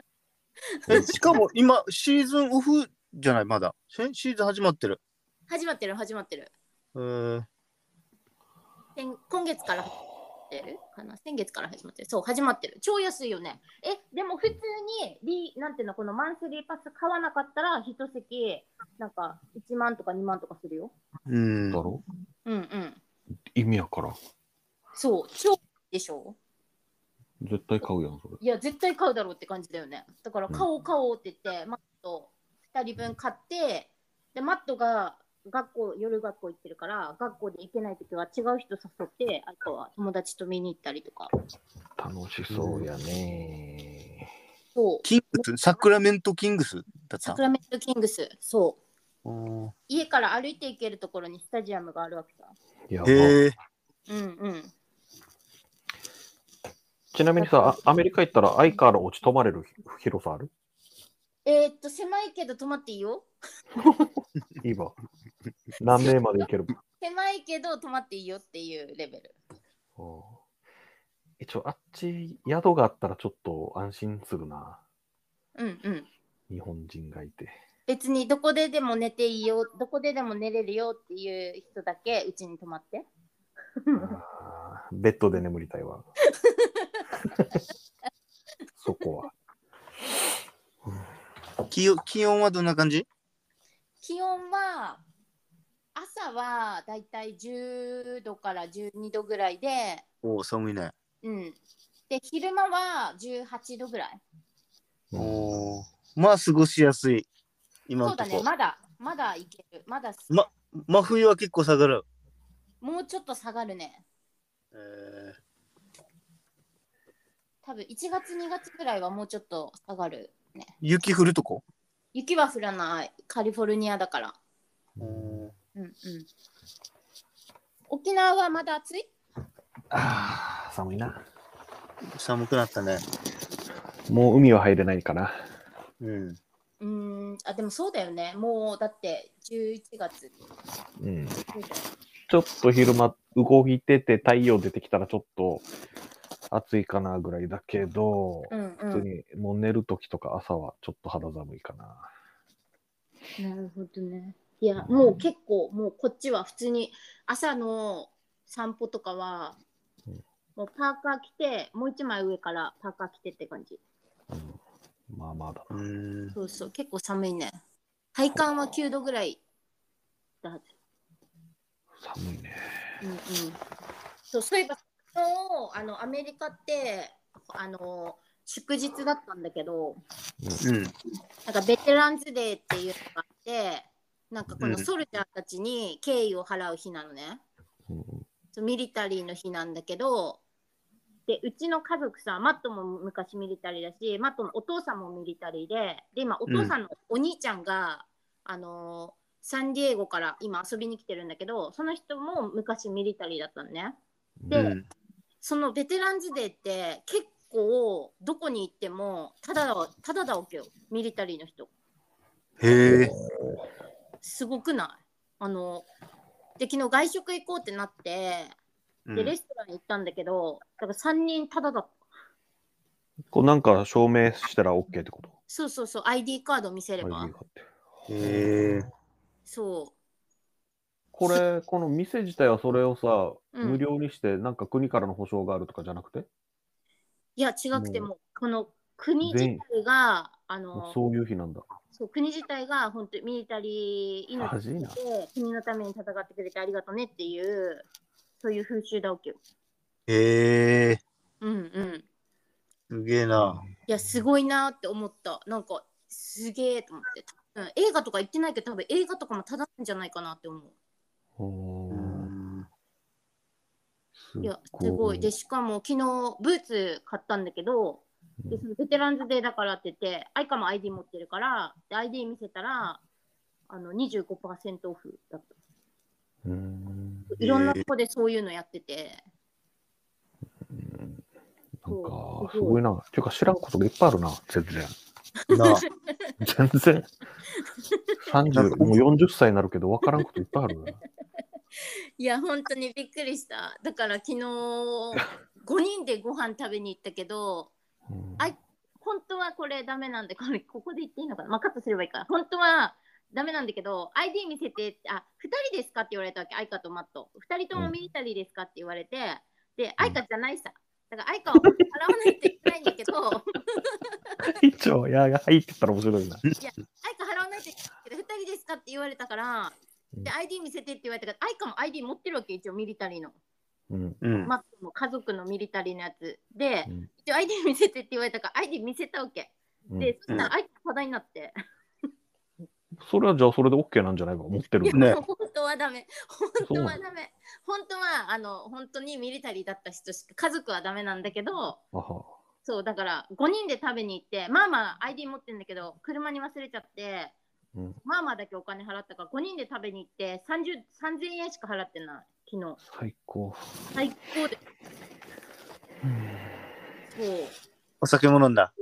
え、しかも今、シーズンオフじゃない、まだ。えシーズン始まってる。
始まってる始まってる。
えー、
先今月から始まってるかな先月から始まってる。そう、始まってる。超安いよね。え、でも普通にリ、なんていうの、このマンスリーパス買わなかったら、一席、なんか1万とか2万とかするよ。
うん。
だろ
うんうん。
意味やから。
そう、超いいでしょ
絶対買うやん、それ。
いや、絶対買うだろうって感じだよね。だから、買おう買おうって言って、マット2人分買って、で、マットが学校、夜学校行ってるから、学校で行けないときは違う人誘って、あとは友達と見に行ったりとか。
楽しそうやね。
そう。
キングス、サクラメントキングスだっ
サ
た
ク。ラメントキングス、そう。
うん
家から歩いて行けるところにスタジアムがあるわけさ。
やば
へえ。
うんうん。
ちなみにさ、あアメリカ行ったら、アイカーのお家泊まれる広さある
えー、っと、狭いけど泊まっていいよ。
いいわ。何名まで行ける
狭いけど泊まっていいよっていうレベル。
おう一応、あっち、宿があったらちょっと安心するな。
うんうん。
日本人がいて。
別にどこででも寝ていいよ、どこででも寝れるよっていう人だけうちに泊まって。
あーベッドで眠りたい わ。そこは。
気温気温はどんな感じ
気温は朝はだいたい10度から12度ぐらいで、
おお、寒いね。
うん。で、昼間は18度ぐらい。
うん
おお。まあ、過ごしやすい。今
そ
の
う
と
だ
こ。
ね、まだ、まだいける。まだ、
ま真冬は結構下がる。
もうちょっと下がるね。
えー、
多分1月2月ぐらいはもうちょっと下がるね
雪降るとこ
雪は降らないカリフォルニアだから
お
うんうん沖縄はまだ暑い
あー寒いな。
ー寒くなったね。
もう海は入れないかな。
うん。
うーんあでもそうだよねもうだって11月
うん。ちょっと昼間、動いてて、太陽出てきたらちょっと暑いかなぐらいだけど、
うんう
普通
ん
にもう寝るときとか朝はちょっと肌寒いかな。
なるほどねいやもう結構もうこっちは普通に朝の散歩とかは
うん
もうパーカー着てもう一枚上からパーカー着てって感じ
うん、まあまあだな。
うん。
そうそう結構寒いね体感は9度ぐらいだはず
寒いね。
うんうん、そうそういえば昨日あのアメリカってあの祝日だったんだけど
うん。
なんかベテランズデーっていうのがあってなんかこ
うん
のソルジャーたちに敬意を払う日なのね、
うん
そうミリタリーの日なんだけどでうちの家族さマットも昔ミリタリーだしマットのお父さんもミリタリーでで今お父さんのお兄ちゃんが、あのサンディエゴから今遊びに来てるんだけどその人も昔ミリタリーだったのね。で
うん
そのベテランズデーって結構どこに行ってもただだただだわけよミリタリーの人
へえ。
すごくないあので昨日外食行こうってなってでレストラン行ったんだけど、だから3人ただだった
こうなんか証明したら OK ってこと
そうそうそう ID カード見せれば、
ID があって
へえ。
そ
これ、この店自体はそれをさ、
うん
無料にして、なんか国からの保証があるとかじゃなくて、
ういや違くて
も
もこの国自体があの
そういう日なんだ。
そう国自体が本当にミリタリー
マ
命
ジいな。
で国のために戦ってくれてありがとうねっていうそういう風習だわけよ
へえ。
うんうん
すげえな。
いや、すごいなって思った。なんか、すげえと思って。うん、映画とか行ってないけど、多分映画とかも正しいんじゃないかなって思う。
お
う
ー
ん。
すっ
いや、すごい。で、しかも昨日、ブーツ買ったんだけど、でそのベテランズデーだからって言って、アイカも ID 持ってるから、で ID 見せたら、あの25%オフだった。
うん
いろんなとこでそういうのやってて、
なんか、す
そう
ごいな。ていうか、知らんことがいっぱいあるな、全然。
な あ。
全然。30、もう40歳になるけど、わからんこといっぱいあるな。
いや、本当にびっくりした。だから昨日、5人でご飯食べに行ったけど、
うん
あい本当ははこれダメなんで、これ、ここで言っていいのかなまあ、カットすればいいから。本当はダメなんだけど、ID 見せてって、あ、2人ですかって言われたわけ、アイカとマット。2人ともミリタリーですかって言われて、で、アイカじゃないさ。だから、アイカを払わないといけないんだけ ど、
一応、いや、入ってたら面白いな。
アイカ払わないといけないけど、2人ですかって言われたから、で、ID 見せてって言われたから、アイカも ID 持ってるわけ、一応ミリタリーの。
うん。
うん。
マックも家族のミリタリーのやつで、
うん
一応 ID 見せてって言われたから ID 見せたわけ。
うん
で、そしたら ID 話題になって、
それはじゃあそれで OK なんじゃないか持ってる
いや
んだ
ね
本当はダメ、本当は
そう
ダメ、本当はあの本当にミリタリーだった人しか家族はダメなんだけど、
あは
そうだから5人で食べに行って、まあまあ ID 持ってんだけど、車に忘れちゃって、
うん
まあまあだけお金払ったから5人で食べに行って30 3000円しか払ってない、昨日。
最高。
最高で。そう
お酒も飲んだ。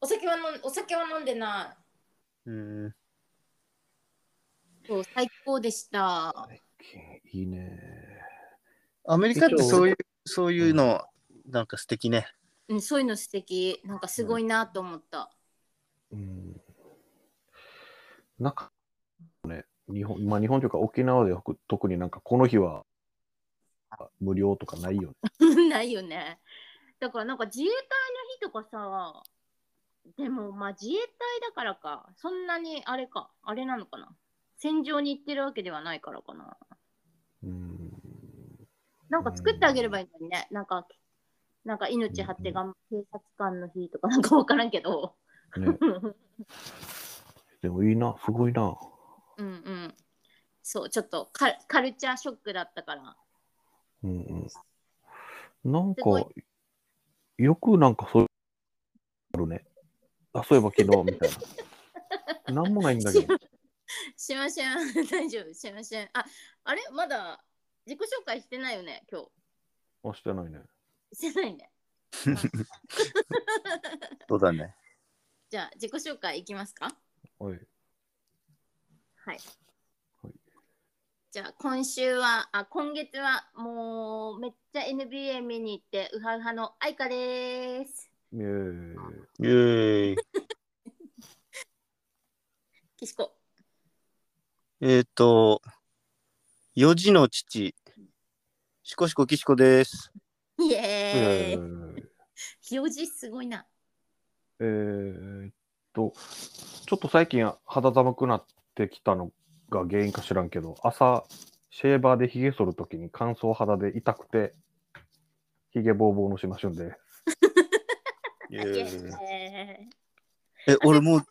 お酒は飲んお酒は飲んでな
うん。
そう最高でした。
いいね。
アメリカってそういう、そういうの、なんか素敵ね。
うん、そういうの素敵なんかすごいなと思った、
うん。なんか、ね、日本、まあ日本というか沖縄では特になんかこの日は無料とかないよ ね。
ないよねだからなんか自衛隊の日とかさでもまあ自衛隊だからかそんなにあれかあれなのかな戦場に行ってるわけではないからかな
うん。
なんか作ってあげればいいのにねなんかなんか命張ってがん、警察官の日とかなんか分からんけど
ね、
うん
でもいいな、すごいな。
うんそうちょっとカルカルチャーショックだったから
うんうん。なんか
すごい、
よくなんかそういう、あるね。あ、そういえば昨日みたい な。なんもないんだけど。
しましゅん 大丈夫しましゅんああれまだ自己紹介してないよね今
あ、してないね。
日してないね
そうだね。
じゃあ自己紹介いきますか
はい。
じゃあ今週はあ今月はもうめっちゃ NBA 見に行ってウハウハの愛花でーす
えー、
イェーイ。
岸子
えっ、ー、と、4時の父、シコシコキシコです。
イ
え
エーイ
ー、
表示すごいな
えーっと、ちょっと最近肌寒くなってきたのが原因か知らんけど、朝、シェーバーで髭剃るときに乾燥肌で痛くて、髭ぼうぼうのしましゅんで。
イ
イエ
エーイ
ーイ
え、俺もう、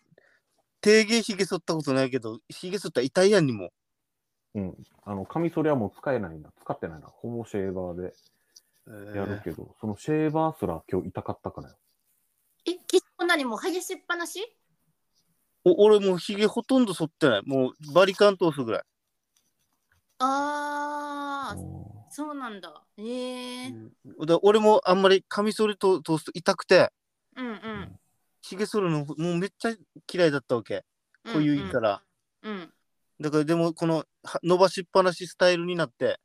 定芸ひげ剃ったことないけど、ひげ剃ったら痛いやんにも。
うん。あの、カミソリはもう使えないな。使ってないな。ほぼシェーバーで
え
やるけど、そのシェーバーすら今日痛かったからよ。
え岸子何もう生やしっぱなし
お俺もうひげほとんど剃ってない。もうバリカン通すぐらい。
あー
う
そうなんだえー、
だから俺もあんまりカミソリと通すと痛くて、
うんうん
ひげ剃るのもうめっちゃ嫌いだったわけ。こういうから。
うん
だからでもこのは伸ばしっぱなしスタイルになって、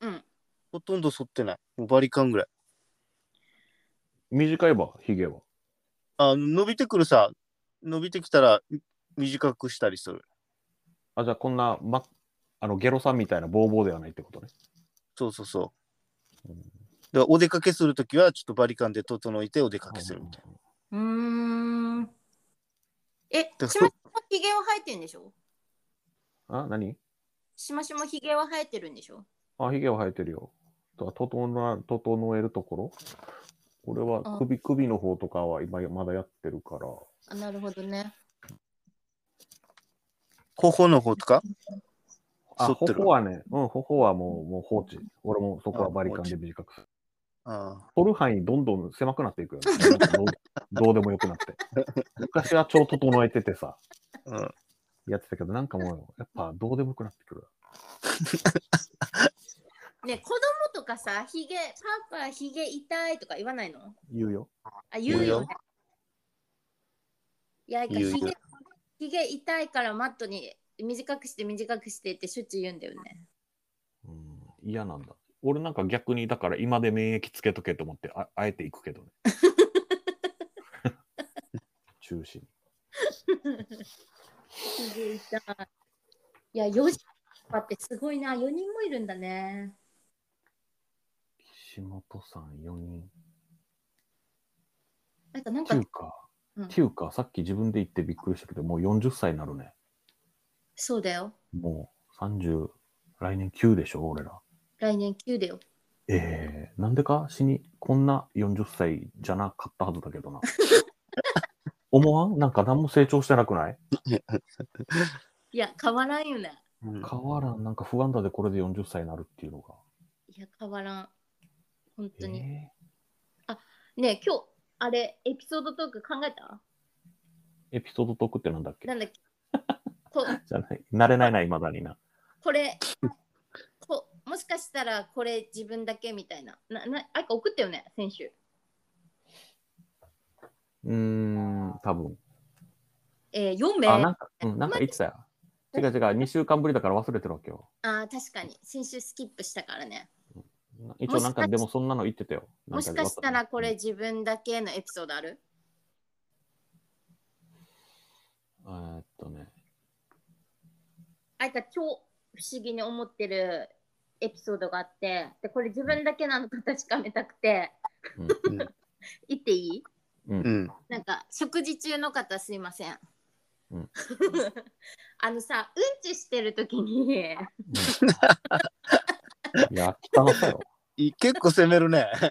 うん
ほとんど剃ってない。もうバリカンぐらい。
ん短いわ、髭は。
あ伸びてくるさ、伸びてきたらみ短くしたりする。
あ、じゃあこんな、ま、あの、ゲロさんみたいなボーボーではないってことね。
そうそうそ
う
う。
ん
だからお出かけするときはちょっとバリカンで整えてお出かけするみたいな。
うーん。え、
だ
し
そ
ま
う
しもひげは生えてんでしょ
あ、何
しましもひげは生えてるんでしょ
あ、ひげは生えてるよ。とは整え整えるところ俺は首首の方とかは今まだやってるから。
あなるほどね。
頬の方とか剃
あ、
ってる
頬はね、うん、頬はもうもう放置。俺もそこはバリカンで短くする。
あ
取る範囲どんどん狭くなっていくよね。なんかどうどうでもよくなって。昔は超整えててさ、
あ、うん。
やってたけど、なんかもう、やっぱどうでもよくなってくる。
ね、子供とかさ、ひげ、パパひげ痛いとか言わないの
言うよ。
あ、言うよね
言う。
いや、なんか
言うよ
ひげ、ひげ痛いからマットに短くして短くしてってしょっちゅう言うんだよね。
うん、嫌なんだ。俺なんか逆に、だから今で免疫つけとけと思って、ああえていくけどね。中止に。
すごいじゃんいや、4時間ってすごいな。4人もいるんだね。
岸本さん4人。
なんか、なん
て
か
いうか、
うん
ていうか、さっき自分で言ってびっくりしたけど、もう40歳になるね。
そうだよ。
もう30、来年9でしょ、俺ら。
来年9だよ。
ええなんでか死に、こんな40歳じゃなかったはずだけ どな。思わんなんか何も成長してなくない
いや、変わらんよね。
うん
変わらん、なんか不安だでこれで40歳になるっていうのが。
いや、変わらん。本当に。
え
ねえ今日、あれ、エピソードトーク考えた
えエピソードトークってなんだっけ
なんだっけこ
じゃない。慣れないな、いまだにな。
これこ、もしかしたらこれ自分だけみたいな。ななあいか送ったよね、先週。
うーん、多分。
えー、4名
あ、なんか、うん、なんか言ってたよ。違う違う、2週間ぶりだから忘れてるわけよ。
あー確かに。先週スキップしたからね。
一応なんか、
もしかし
でもそんなの言ってたよ。
もしかした
なん
ら
で
これ。自分だけのエピソードある
うんえーっとね。
あいか超不思議に思ってるエピソードがあって、でこれ自分だけなのか確かめたくて、言っていい
うん。う。
うんん。
なんか食事中の方すいません。
うん
あのさうんちしてる時に
いや、汚さよ。
い結構攻めるね。
違うだっ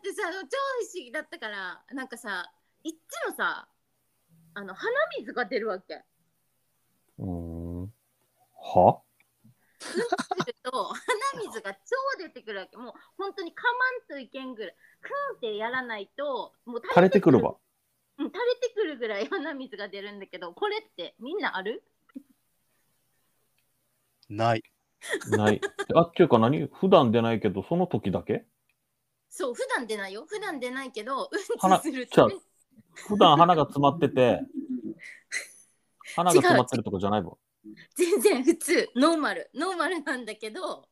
てさ超不思議だったからなんかさいっつもさあの鼻水が出るわけ。
うーん。は
すると鼻水が超出てくるわけもう本当にかまんといけんぐらいクンってやらないともう
垂れてくるわ。
うん垂れてくるぐらい鼻水が出るんだけどこれってみんなある
ない。
ない。あ、っていうか何普段出ないけど、その時だけ
そう普段出ないよ普段出ないけどうん
鼻
ちする
じゃあ
とね
普段鼻が詰まってて、鼻が詰まってるとこじゃないわ。
全然普通ノーマルノーマルなんだけど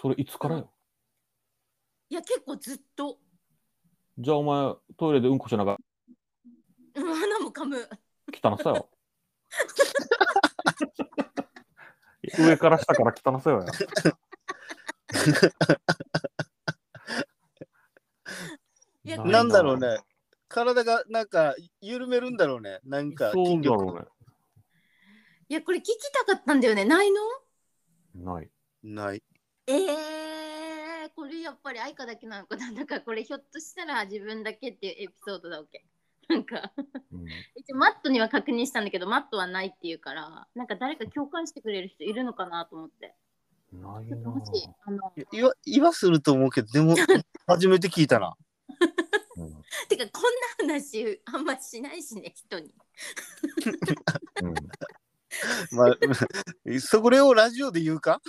それいつからよ。
いや結構ずっと、
じゃあお前、トイレでうんこしながら
うん、鼻も噛む
汚さよ。 上から下から汚さよや。
いや
ない
なんだろうね。体がなんか緩めるんだろうね。なんか
そう
筋
だ
力。
ろ
いやこれ聞きたかったんだよねないの
うね。ない。
ない。
えー、これやっぱり愛花だけなのかなだからこれひょっとしたら自分だけっていうエピソードだわけなんか
うん
一応マットには確認したんだけどマットはないっていうからなんか誰か共感してくれる人いるのかなと思って
ない
ちょっと
な
もし
ぁ
あの
いわ、いわすると思うけど、で も初めて聞いたな。
うん
てかこんな話あんましないしね人に
うん
まあ、 それをラジオで言うか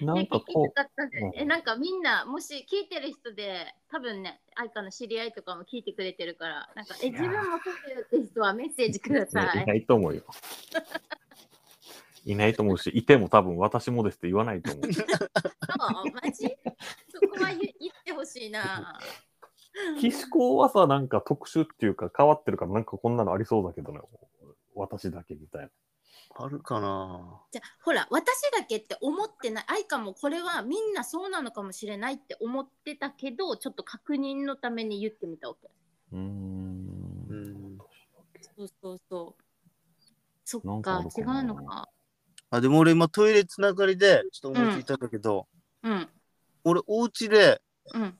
なんか
聞
こ
きたかったんだよね
うん
えなんかみんなもし聞いてる人で多分ね愛花の知り合いとかも聞いてくれてるからなんかえ自分もそうだよって人はメッセージくだ
う、ね
さ
い
い
ないと思うよ。いないと思うし、いても多分私もですって言わないと思う。
そうマジそこは言言ってほしいな
岸子はさ、なんか特殊っていうか変わってるから、なんかこんなのありそうだけどね。私だけみたいな。
あるかな
じゃあほら私だけって思ってない愛かもこれはみんなそうなのかもしれないって思ってたけどちょっと確認のために言ってみたわけ
うーん
うん
そうそうそうそ
な
っ
んかあ
か
るか
違
な
うのか
あ、でも俺今トイレつながりで、ちょっと思いついたんだけど、
うん
俺お家で、
うん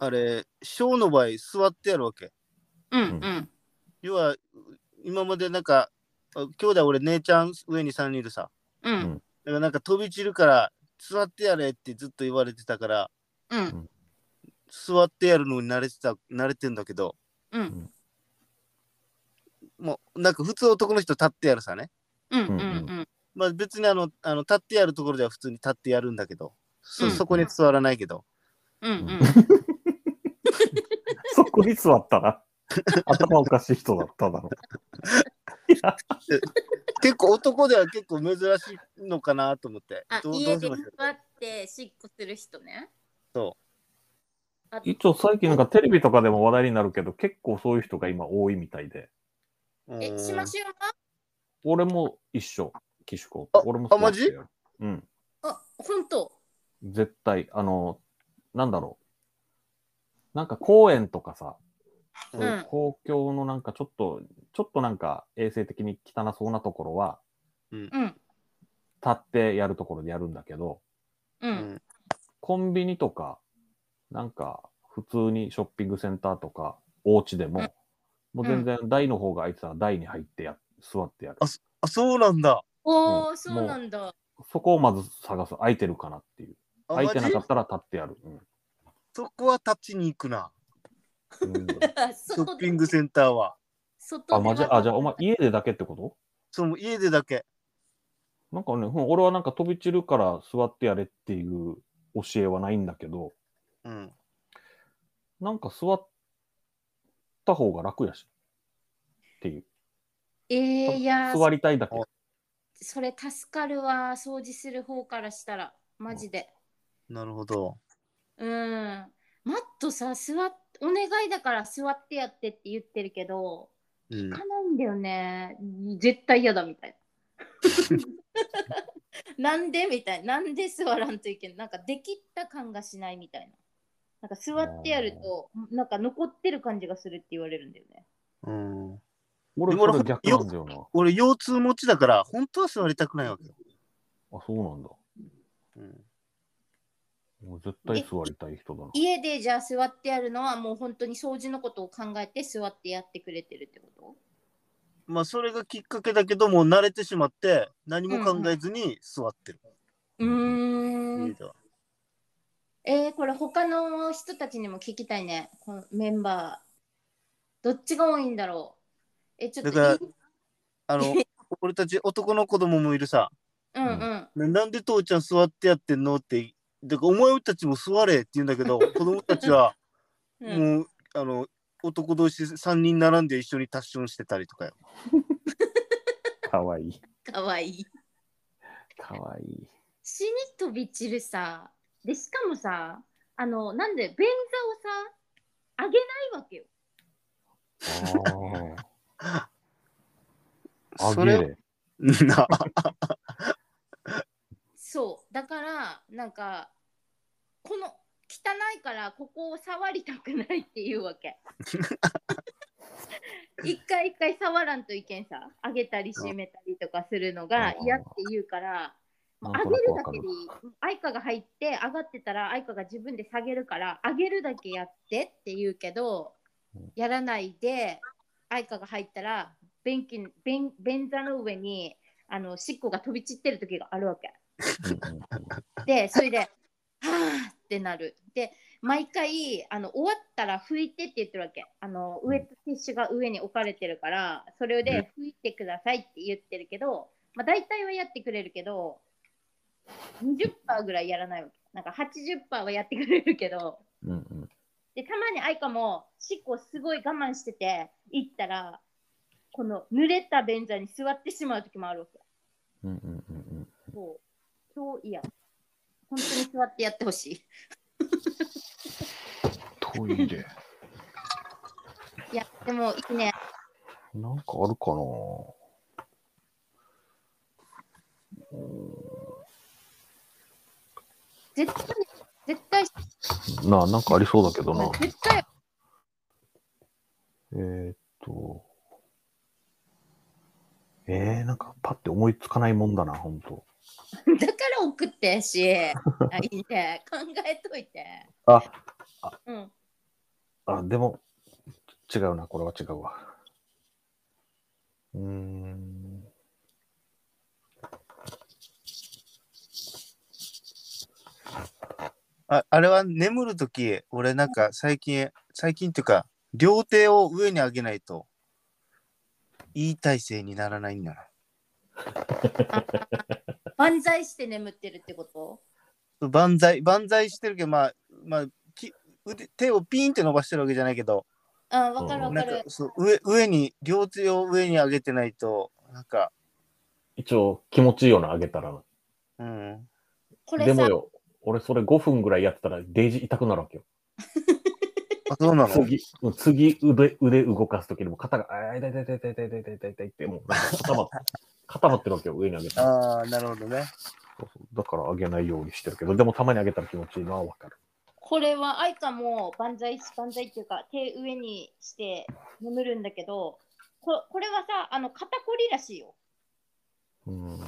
あれ、ショーの場合座ってやるわけ。
うん
うん
うん
要は、今までなんか、あ兄弟俺姉ちゃん上に3人いるさ。
うんん
だからなんか飛び散るから、座ってやれってずっと言われてたから、
うん
座ってやるのに慣れてた、慣れてんだけど、
うん
もうなんか普通男の人立ってやるさね。
うんうんうん
まあ別にあの、あの立ってやるところでは普通に立ってやるんだけど、そ,、
うん
そこに座らないけど。
うんうん
そこに座ったら、 頭おかしい人だっただろう。いや
結構男では結構珍しいのかなと思って。
あ
どうど
家
う
で座
しま
っ
しょう
てしっこする人ね
あ
一応最近なんかテレビとかでも話題になるけど、結構そういう人が今多いみたいで。
え、しましゅんは
俺も一緒、岸子
あ。
俺も
あマジ
好きだようん。
あ、本当
絶対、あの、なんだろう。なんか公園とかさ、そういう公共のなんかちょっと、ちょっとなんか衛生的に汚そうなところは、
うん。
立ってやるところでやるんだけど、
う。
うんん。
コンビニとか、なんか普通にショッピングセンターとか、お家でも、もう全然台の方が空いてたら台に入ってや座ってやる。
あ、そうなんだ。
お
う
ー、
ん
そうなんだ。
そこをまず探す。空いてるかなっていう。
あ
空いてなか
マジ
ったら立ってやる。うん
そこは立ちに行くな。
うん
シ
シ
ョッピングセンターは。
外
あ、まじ、あ、じゃあお前家でだけってこと
その家でだけ。
なんかね、うん俺はなんか飛び散るから座ってやれっていう教えはないんだけど、
うん。
なんか座った方が楽やし。っていう。
えー、いやー
座りたいだけ。
それ助かるわ、掃除する方からしたら、マジで。
なるほど。
うん。マットさ、座っお願いだから座ってやってって言ってるけど、
うん
行。かないんだよね。絶対嫌だみたいな。なんでみたいな。なんで座らんといけない。なんかできった感がしないみたいな。なんか座ってやると、なんか残ってる感じがするって言われるんだよね。
うん、
俺、それ逆なんだよな。
俺、腰痛持ちだから、本当は座りたくないわけよ。
あ、そうなんだ。
うん、
もう絶対座りたい人だな。
家でじゃあ座ってやるのはもう本当に掃除のことを考えて座ってやってくれてるってこと
まあ、それがきっかけだけど、もう慣れてしまって、何も考えずに座ってる。
うー
家
ん。
では
えー、これ他の人たちにも聞きたいね。このメンバー。どっちが多いんだろう。え、ちょっ
だから
といい。
あの、俺たち男の子供もいるさ。
うんうん。
ななんで父ちゃん座ってやってんのって、だからお前たちも座れって言うんだ けど、子供たちは、
うん
もう、あの、男同士3人並んで一緒にタッションしてたりとかよ。
かわいい。
かわいい。
かわいい。
死に飛び散るさでしかもさあのなんで便座をさ上げないわけよ
ああ。あ
そ
げ
れ
れ。
な、
そう。だから、なんか、この汚いからここを触りたくないっていうわ け。一回一回触らんといけんさ。あげたり閉めたりとかするのが嫌って言うから、
な
も
ん
う
と
上
な
げ
く
る
わ
だ
か
け
る
でい。い。愛花が入って上がってたら愛花が自分で下げるから上げるだけやってって言うけど
うん
やらないで愛花が入ったら便器便便座の上にあの尻尾が飛び散ってる時があるわけ。
うんうんうん
でそれではあってなる。で毎回あの終わったら拭いてって言ってるわけ。あのウエットティッシュが上に置かれてるからそれで拭いてくださいって言ってるけど、まあ、大体はやってくれるけど20%ぐらいやらないわけ。なんか80%はやってくれるけど。
うんうん。
でたまに愛花も尻尾すごい我慢してて行ったらこの濡れた便座に座ってしまう時もあるわけ。
うんうんうんうん。
そう超嫌。本当に座ってやってほしい。
トイレ。
いや、でもいいね。
なんかあるかな
絶対、絶対、
なあ、なんかありそうだけどな。
絶対、
えーっと。えー、なんかパッて思いつかないもんだな、ほんと。
だから送ってし。あいいね。考えといて。
あ、
うん。
あ、でも、違うな、これは違うわ。うーん。
ああれは眠るとき、俺なんか最近、最近っていうか、両手を上に上げないと、いい体勢にならないんだな。
万歳して眠ってるってこと
万歳万歳してるけどまあまあき腕手をピーンって伸ばしてるわけじゃないけど
あ、わかるわ
な
か
んか
る。
そう上上に両手を上に上げてないとなんか
一応、気持ちいいよな、あげたら。
うん
これ
でも
さ、
よ、俺それ5分ぐらいやってたらデージ痛くなるわけよ。
あ、そうなの
次、もう次腕、腕動かすときにも肩が、あー痛い痛い痛い痛い痛い痛い痛い痛いって、もうなんか固まっ固まってるわけよ、上に上げたら。
ああ、なるほどね。
そうそうだから上げないようにしてるけど、でもたまに上げたら気持ちいいのはわかる。
これは愛花も万歳し万歳っていうか手上にして眠るんだけどここれはさあの肩こりらしいよ
うん。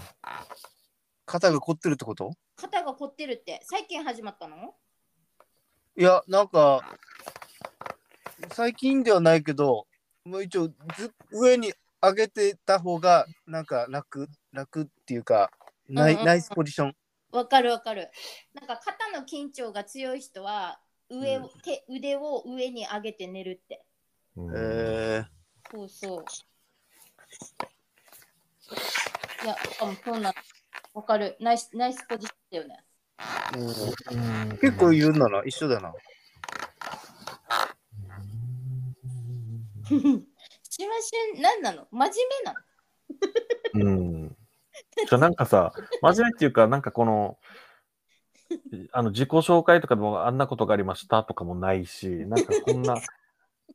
肩が凝ってるってこと
肩が凝ってるって最近始まったの
いや、なんか、最近ではないけど、もう一応ず、上に上げてた方が、なんか楽、楽っていうか、ナイ,、
うんうん
ナイスポジション。
わかるわかるなんか肩の緊張が強い人は上を、
う
手腕を上に上げて寝るって
うん
え
そうそういやあもうそうなんわかるナイスナイスポジションだよね
ーうん結構言うなら一緒だな。
しましゅん何なの真面目なの
うん。じゃなんかさ、真面目っていうか、なんかこの、あの自己紹介とかでもあんなことがありましたとかもないし、なんかこ んな、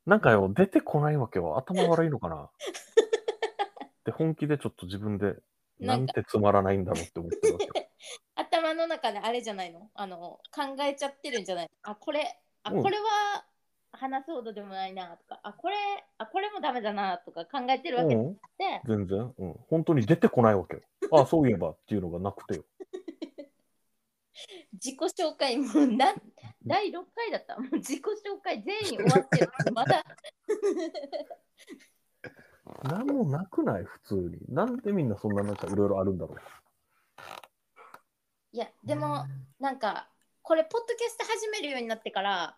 なんかよ、出てこないわけよ。頭悪いのかな。で、本気でちょっと自分で、
な
なんん
か
てつまらないんだろうって思ってるわけよ。
頭の中であれじゃないのあの考えちゃってるんじゃないあこれあ
うん
これは話すほどでもないなとか、あこれあこれもダメだなとか考えてるわけで、
うん、全然、うん。本当に出てこないわけよ。ああ、そういえばっていうのがなくてよ。
自己紹介もなん第6回だったもう自己紹介全員終わってるまだ
なんもなくない普通に。なんでみんなそんななんかいろいろあるんだろ
いやでもなんかこれポッドキャスト始めるようになってから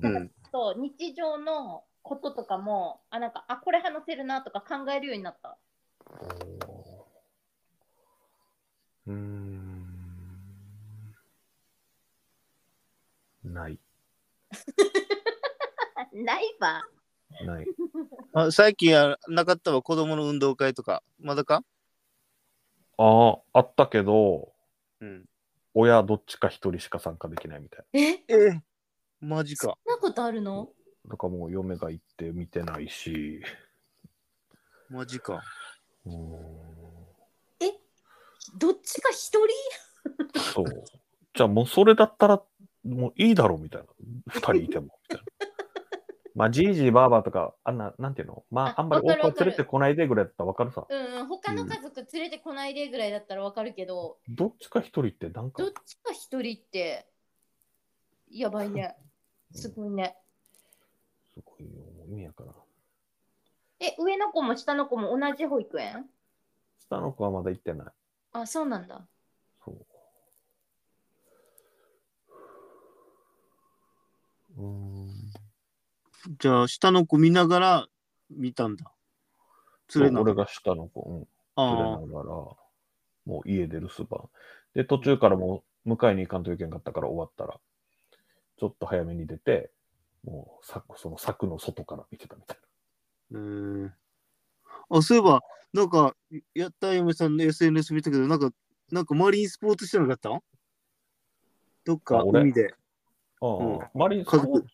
う。
うん。
そう日常のこととかもあなんかあこれ話せるなとか考えるようになった
うーん。ない。
ないわ
ない。
あ最近はなかったわ、子供の運動会とか。まだか
ああ、あったけど、
うん。
親どっちか一人しか参加できないみたい。
え
ええマジか。
そんなことあるの
だからもう嫁が行って見てないし。
マジか。
うーん。
どっちか一人
そう。じゃあもうそれだったら、もういいだろうみたいな。二人いても。みたいな。まあ、じいじいばあばとか、あんな、なんていうのまあ、
あ
あんまり
わかる
多く
わ
は
かる
連れてこないでぐらいだったらわかるさ。
うんうん、他の家族連れてこないでぐらいだったらわかるけど、
どっちか一人ってなんか
どっ、ちか一人って、やばいね。すごいね。
すごいよ。もう意味やから。
え、上の子も下の子も同じ保育園
下の子はまだ行ってない。
あ、そうなんだ。
そう。うーん。
じゃあ、下の子見ながら見たんだ。連れな。
俺が下の子、うん、連れ
ああ、
ながら、もう家出るすば。で、途中からもう迎えに行かんといけんかったから終わったら、ちょっと早めに出て、もう柵、その柵の外から見てたみたい
えーあ、そういえば、なんか、やった嫁さんの SNS 見たけど、なんか、なんかマリンスポーツしてなかったどっか
あ俺
海で。
な。ああ、
うん
周りに
家族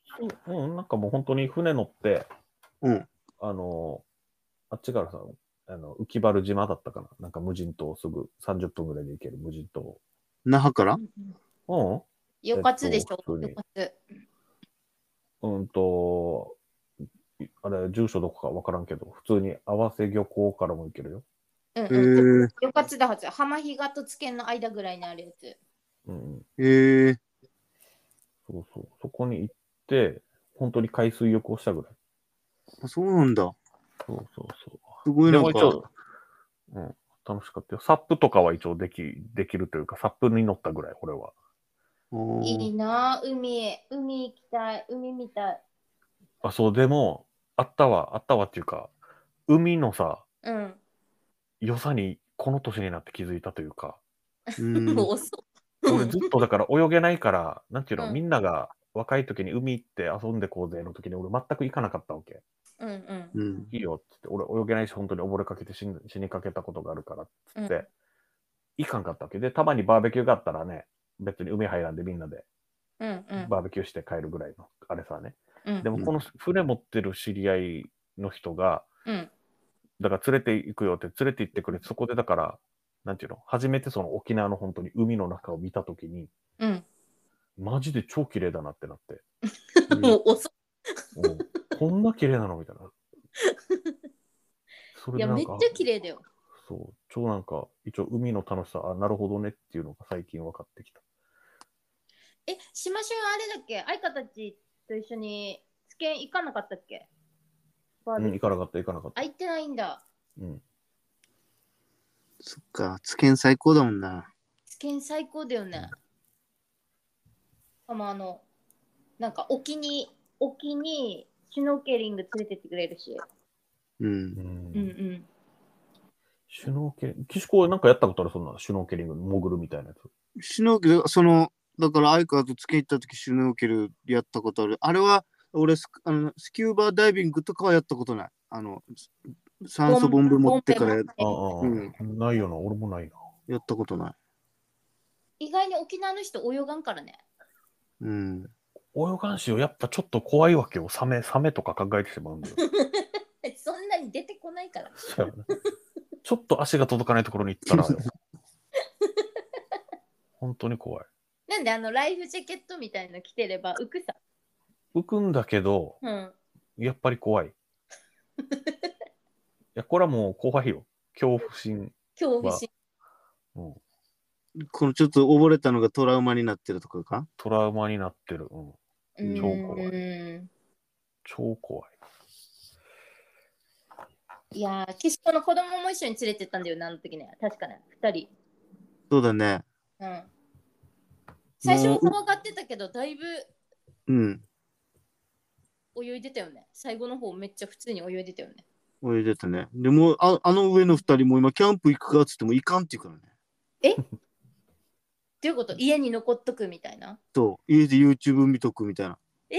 そううん、なんかもう本当に船乗って、
うん。
あの、あっちからさ、あの浮原島だったかな。なんか無人島すぐ30分ぐらいで行ける無人島。
那覇から
うん。
よかつでしょ、
えっと普通に
よかつ。
うんと、いあれ、住所どこかわからんけど、普通に合わせ漁港からも行けるよ。
うん
え
うん。
ー、
よかつだはず。浜比嘉と津県の間ぐらいにあるやつ。
うんうん。
えー、
そうそう。そこに行って、本当に海水浴をしたぐらい。
あそうなんだ。
そうそうそ
すご
う。
い
で
なん
も一
か、
応、うん、楽しかったよ。サップとかは一応でき、できるというか、サップに乗ったぐらい、俺は。
あー
いいなぁ、海。海行きたい。海見たい。
あ、そう、でも、あったわ、あったわっていうか、海のさ、
うん。
良さに、この年になって気づいたというか、
うん
もう遅い。
俺ずっとだから泳げないから、なんていうの、
うん
みんなが若い時に海行って遊んでこうぜの時に俺全く行かなかったわけ。
うんうん。
うん、
いいよっつって、俺泳げないし本当に溺れかけて死ん死にかけたことがあるからっつって、行かんかったわけで、たまにバーベキューがあったらね、別に海入らんでみんなで
うんうん
バーベキューして帰るぐらいの、あれさね。
うん
でもこの船持ってる知り合いの人が、
うん
だから連れて行くよって連れて行ってくれて、そこでだから、なんていうの、初めてその沖縄の本当に海の中を見たときに、
うん
マジで超綺麗だなってなって、
もう 遅
うんこんな綺麗なのみ たいな。そ
いいやめっちゃ綺麗だよ
そう、超なんか、一応海の楽しさ、あ、なるほどねっていうのが最近分かってきた。
え、島マシあれだっけ相方たちと一緒に試験行かなかったっけバー
う
ベ
ん、
キュー
行かなかった、行かなかっ
あ
た。
行ってないんだ
うん。
そっか、つけん最高だもんな。
試験最高だよね
あまああの、なんか沖に、沖にシュノーケリング連れてってくれるし。
うん
う。。
うんうんん
シュノーケリング、岸子はなんかやったことある、そんな、シュノーケリング、潜るみたいなやつ。
シュノーケル、その、だから、相川とつけ行った時シュノーケルやったことある。あれは、俺スク、あのスキューバーダイビングとかはやったことない。あの、す酸素ボンベ持ってからや
ああ、
うん
ないよな、俺もないな。
やったことない。
意外に沖縄の人泳がんからね
うん。
泳がんしよ、やっぱちょっと怖いわけよ、サメ、サメとか考えてしまうんだよ。
えそんなに出てこないから
そうやなちょっと足が届かないところに行ったら、本当に怖い。
なんであのライフジャケットみたいの着てれば浮くさ
浮くんだけど、
うん
やっぱり怖い。いや、これはもう怖いよ。恐怖心。
恐怖心
うん、
このちょっと溺れたのがトラウマになってるとかか
トラウマになってる。うん、
う
うん
ん
超怖い。
うん
超怖い。
いやー、岸子の子供も一緒に連れてったんだよね、あの時ね。確かね、2人。
そうだね。
うん。最初は怖がってたけど、だいぶ
うん。
泳いでたよね。最後の方、めっちゃ普通に泳いでたよね。
泳いでたね。でも、ああの上の二人も今、キャンプ行くかっつっても行かんって言うからね。
どういうこと家に残っとくみたいな。
そう、家で YouTube 見とくみたいな。
え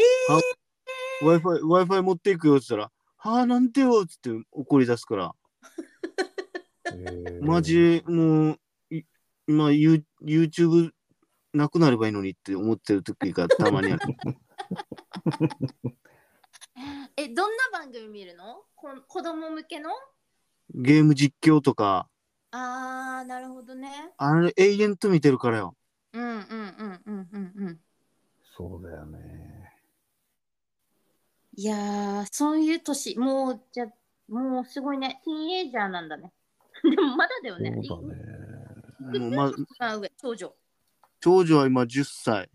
ー、!Wi-Fi、Wi-Fi 持っていくよって言ったら、はあ、なんでよっつって怒り出すから、マジ、もう、い今、ユ YouTube なくなればいいのにって思ってる時がたまにあ る。
え、どんな番組見るのこ子供向けの
ゲーム実況とか、
あー、なるほどね。
あれ、永遠と見てるからよ。
うんうんうんうんうんうん。
そうだよね。
いやー、そういう年、もう、じゃ
もうすごいね、ティーンエイジャーなんだ ね。でもまだだよね。
そうだね。
もうま、
あ、上、長女。
長女は今10歳。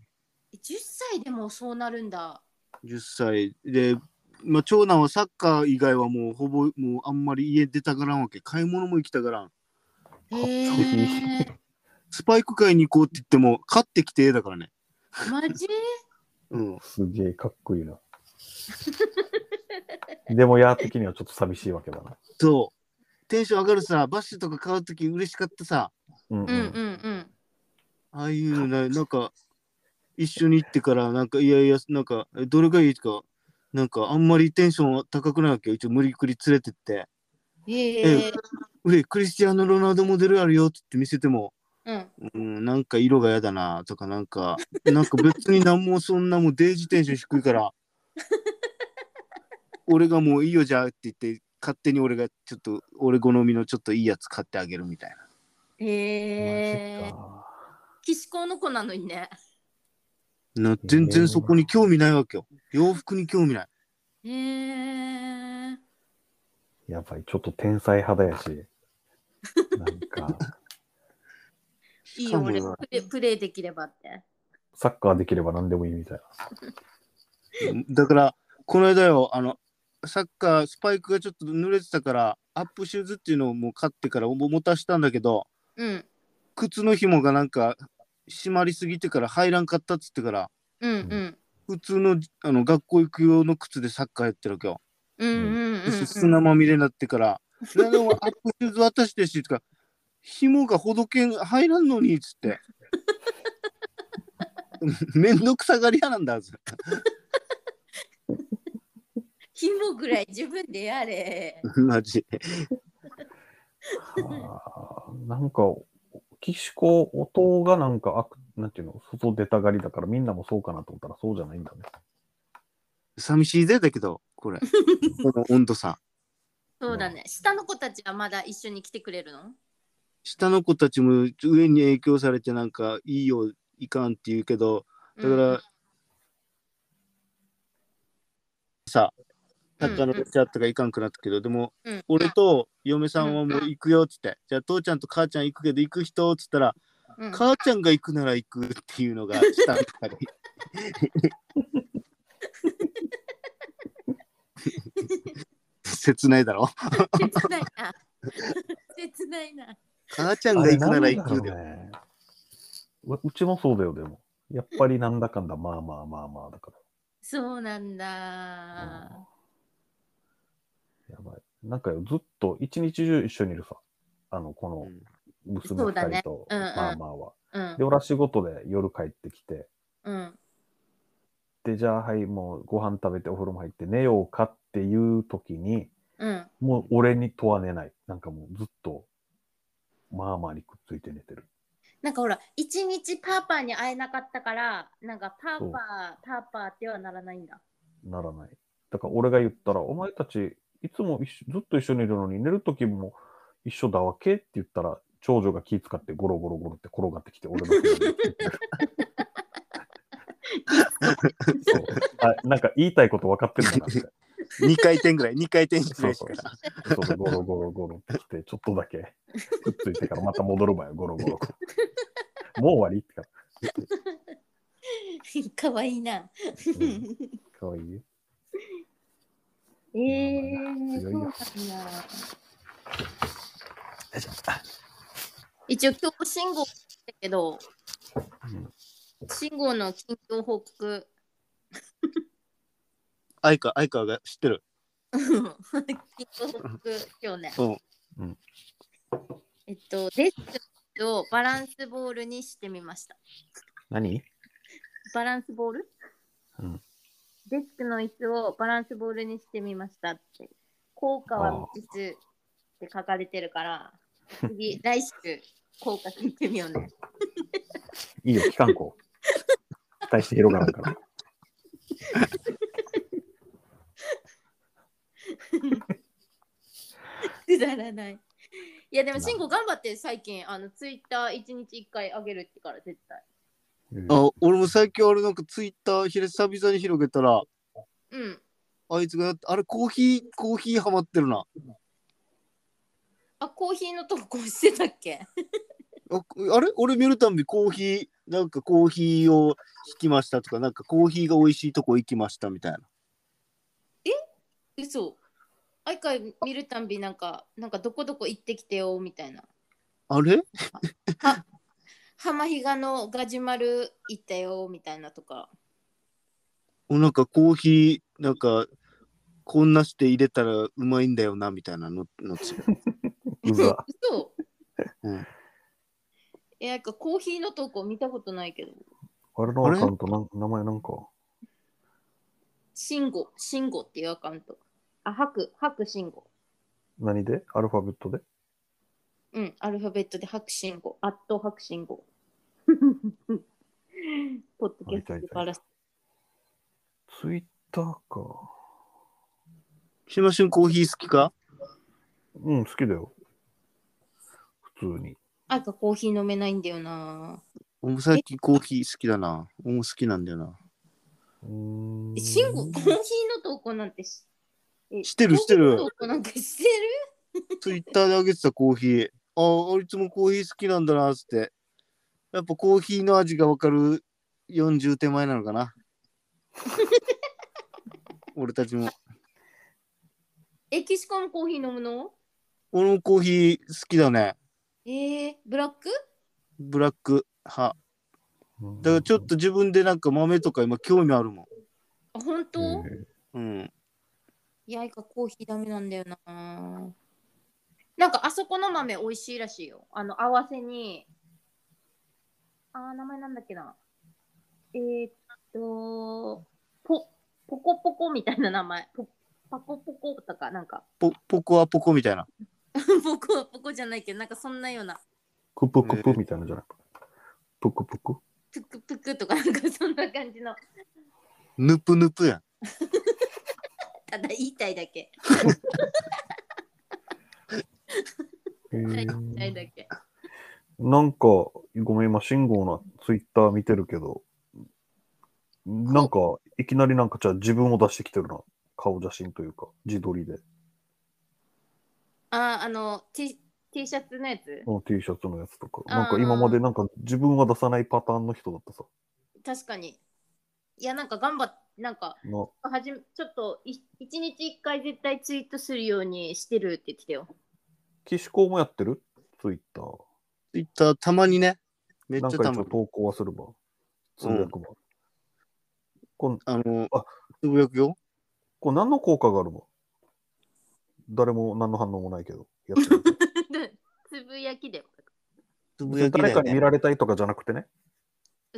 10歳でもそうなるんだ。
10歳で、まあ、長男はサッカー以外はもうほぼもうあんまり家出たがらんわけ買い物も行きたがらん
へ
い
ー、
スパイク買いに行こうって言っても買ってきてだからね
マジ
うん
すげえかっこいいな。でも、や的にはちょっと寂しいわけだな。
そうテンション上がるさバッシュとか買う時嬉しかったさ
う
う
ん
んうんうん。
ああいうのななんか一緒に行ってからなんかいやいやなんかえどれがいいかなんかあんまりテンション高くないわけよ一応無理くり連れてって
へ
え
ー、
「うえクリスティアーノ・ロナウドモデルあるよ」って言って見せても
うん。
うん、なんか色が嫌だなとか、なんか、なんか別になんもそんなもうデイジテンション低いから、俺がもういいよじゃあって言って、勝手に俺がちょっと、俺好みのちょっといいやつ買ってあげるみたいな。
へ
マ
ー
ジ。か
岸高の子なのにね。
な全然そこに興味ないわけよ。洋服に興味ない。
へえ。
やばい、ちょっと天才派だやし。なんか、
いい
か
よ、
も
俺
な
プレ、プレイできればって。
サッカーできれば何でもいいみたい
だから、この間よ、あの、サッカー、スパイクがちょっと濡れてたから、アップシューズっていうのをもう買ってからも持たしたんだけど、
うん、
靴の紐がなんか、締まりすぎてから入らんかったっつってから、
うん、うん。
普通のあの学校行く用の靴でサッカーやってるわけよ。
うん、うん、
そして砂まみれになってから、なんでもアップシューズ渡してし、とか、紐がほどけん、入らんのに、っつ って。めんどくさがり屋なんだ、ずっと
紐ぐらい自分でやれ。
マジで。
な。はあなんか、岸子、音がなんかアクなんていうの、外出たがりだからみんなもそうかなと思ったらそうじゃないんだね。
寂しいぜだけど、これ。この温度差。
そうだね。下の子たちはまだ一緒に来てくれるの
下の子たちも上に影響されてなんかいいよ、いかんって言うけど、だから、
うん
さ、
うん
高野チャットがいかんくなったけど、でも、
うん
俺と嫁さんはもう行くよっつって、じゃあ父ちゃんと母ちゃん行くけど行く人っつったら、
うん
母ちゃんが行くなら行くっていうのが下の二人切ないだろ
切ないな。切ないな。
母ちゃん
あ
が
れ
行くなら行く
ん
で
だろうねううちもそうだよ、でも。やっぱりなんだかんだ、まあまあまあまあだか
そうなん
ら。
だ。
うんやばい。なんかよ、ずっと一日中一緒にいるさ。あの、この
うん
娘
そうだ
二
ね
人と、
うんうん
まあまあは。
うん
で、。俺は仕事で夜帰ってきて、
うん。
で、じゃあはい、もうご飯食べてお風呂も入って寝ようかっていう時に、
うん。
もう俺に問わねない。なんかもうずっと、まあまあにくっついて寝てる。
なんかほら、一日パーパーに会えなかったから、なんかパーパ
そう
ー、パーパーってはならないんだ。
ならない。だから俺が言ったら、お前たち、いつも一緒ずっと一緒にいるのに、寝る時も一緒だわけって言ったら、長女が気使ってゴロゴロゴロって転がってきて、俺の部屋にそうあなんか言いたいこと分かってるんだなって。
2回転ぐらい2回 転して
そう
る
そ
か
う
ら。
そうそう、ゴロゴロゴロってきて、ちょっとだけくっついてからまた戻る前よ、ゴロゴロゴロ。もう終わりってか、
かわいいな。
うん、かわいいよ。
ええー、そ
強
う
いよ
なんだ。一応今日信号だけど、信号の近況報告。
相川相川が知ってる
近況報告今日ね。
うん
うん
えっと、デッスをバランスボールにしてみました。
何
バランスボール、
うん
デスクの椅子をバランスボールにしてみましたって。効果は3つって書かれてるから、次、来週、効果聞いてみようね。
いいよ、期間校。大して広がらんから。
くだらない。いや、でも、慎吾頑張って、最近、あの、ツイッター1日1回上げるってから、絶対。
あ俺も最近俺なんかツイッターひれ久々に広げたら
うん。
あいつがあれコーヒーコーヒーハマってるな
あ、コーヒーの投稿してたっけ
ああれ俺見るたんびコーヒーなんかコーヒーを引きましたとかなんかコーヒーが美味しいとこ行きましたみたいな
嘘。毎回見るたんび、なんか、なんか、どこどこ行ってきてよ、みたいな。
あれ
浜比嘉のガジュマル行ったよ、みたいなとか。
おなんかコーヒーなんかこんなして入れたらうまいんだよなみたいなののつ
うざ。
嘘
うん
え、なんかコーヒーの投稿見たことないけど。
俺のアカウントなん、名前なんか、
シンゴ、シンゴっていうアカウント。あ、ハク、ハクシンゴ。
何でアルファベットで
うん、アルファベットでハクシンゴ。アットハクシンゴ。 ポッドキャストでバラす。
ツイッターか。
しましゅんコーヒー好きか
うん、好きだよ。普通に。
なんかコーヒー飲めないんだよな。
俺も最近コーヒー好きだな俺も好きなんだよな
うーん
えシンゴ、コーヒーの投稿なんてしえ
してるしてる
コーヒーの投稿なんかしてる
ツイッターであげてたコーヒー。ああ、いつもコーヒー好きなんだな、つって。やっぱコーヒーの味がわかる40手前なのか な。俺たちも。
え、岸子もコーヒー飲むの
俺もコーヒー好きだね。
えー、ブラック
ブラック派。
うん
だからちょっと自分でなんか豆とか今興味あるも
あ、本当、
えー
ん。うん。
いや、いかコーヒーダメなんだよな。なんかあそこの豆美味しいらしいよ。あの合わせに。あー、名前なんだっけな。えー、っと、ポ、ポコポコみたいな名前。ポパコポコとか、なんか。
ポポコはポコみたいな。
ポコはポコじゃないけど、なんかそんなような。
クプクプみたいなのじゃなくて。プクプク
プクプクとかなんかそんな感じの
ぬぷぬぷやん。
ただ言いたいだけ
え
言い
ー
たいだけ
なんか、ごめん、今、信号のツイッター見てるけど、なんか、いきなりなんか、じゃあ自分を出してきてるな。顔写真というか、自撮りで。
ああの T, T シャツのやつ
この T シャツのやつとか。
あー
なんか今までなんか自分は出さないパターンの人だったさ。
確かにいやなんか頑張っなんか
な
はじめちょっとい一日一回絶対ツイートするようにしてるって言ってたよ
岸高もやってるツイッター。
ツイッターたまにね、めっ
なん
ちゃ
か
た
一
ま
応
に。
投稿はすれば。つぶやくば。こん
あの、
あ
つぶやくよ。
これ何の効果があるの誰も何の反応もないけど。やってる
つぶやきだよ
つぶやきだ
誰か
よ
に
ね
見。られたいとかじゃなくてね。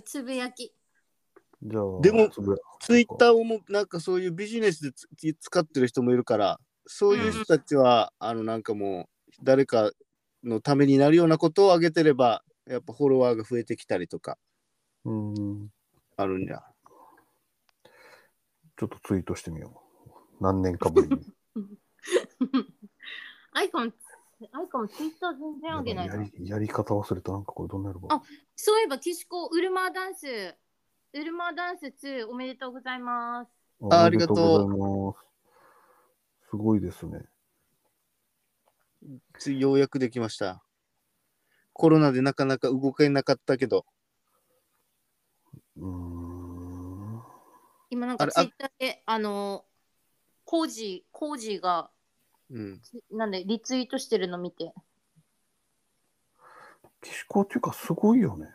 つぶや き
じゃあ、
でも
つぶや
ツイッターをもなんかそういうビジネスでつ使ってる人もいるから、そういう人たちは、あのなんかもう誰かのためになるようなことを上げてれば、やっぱフォロワーが増えてきたりとか
うん。
あるんじゃん。
ちょっとツイートしてみよう。何年かぶ りに。
アイコンアイコンツイッター全然上げない
や
な
りやり方忘れた。なんかこれどんなやれば。
あそういえば岸子ウルマーダンスウルマーダンス2おめでとうございます
あありがとう
おめでございます。すごいですね。
ついようやくできました。コロナでなかなか動けなかったけど、
うーん。
今なんか
あれ
ツイ
あ
ッターであのコージーコージーが
うん、
つなんでリツイートしてるの見て
岸子っていうかすごいよね。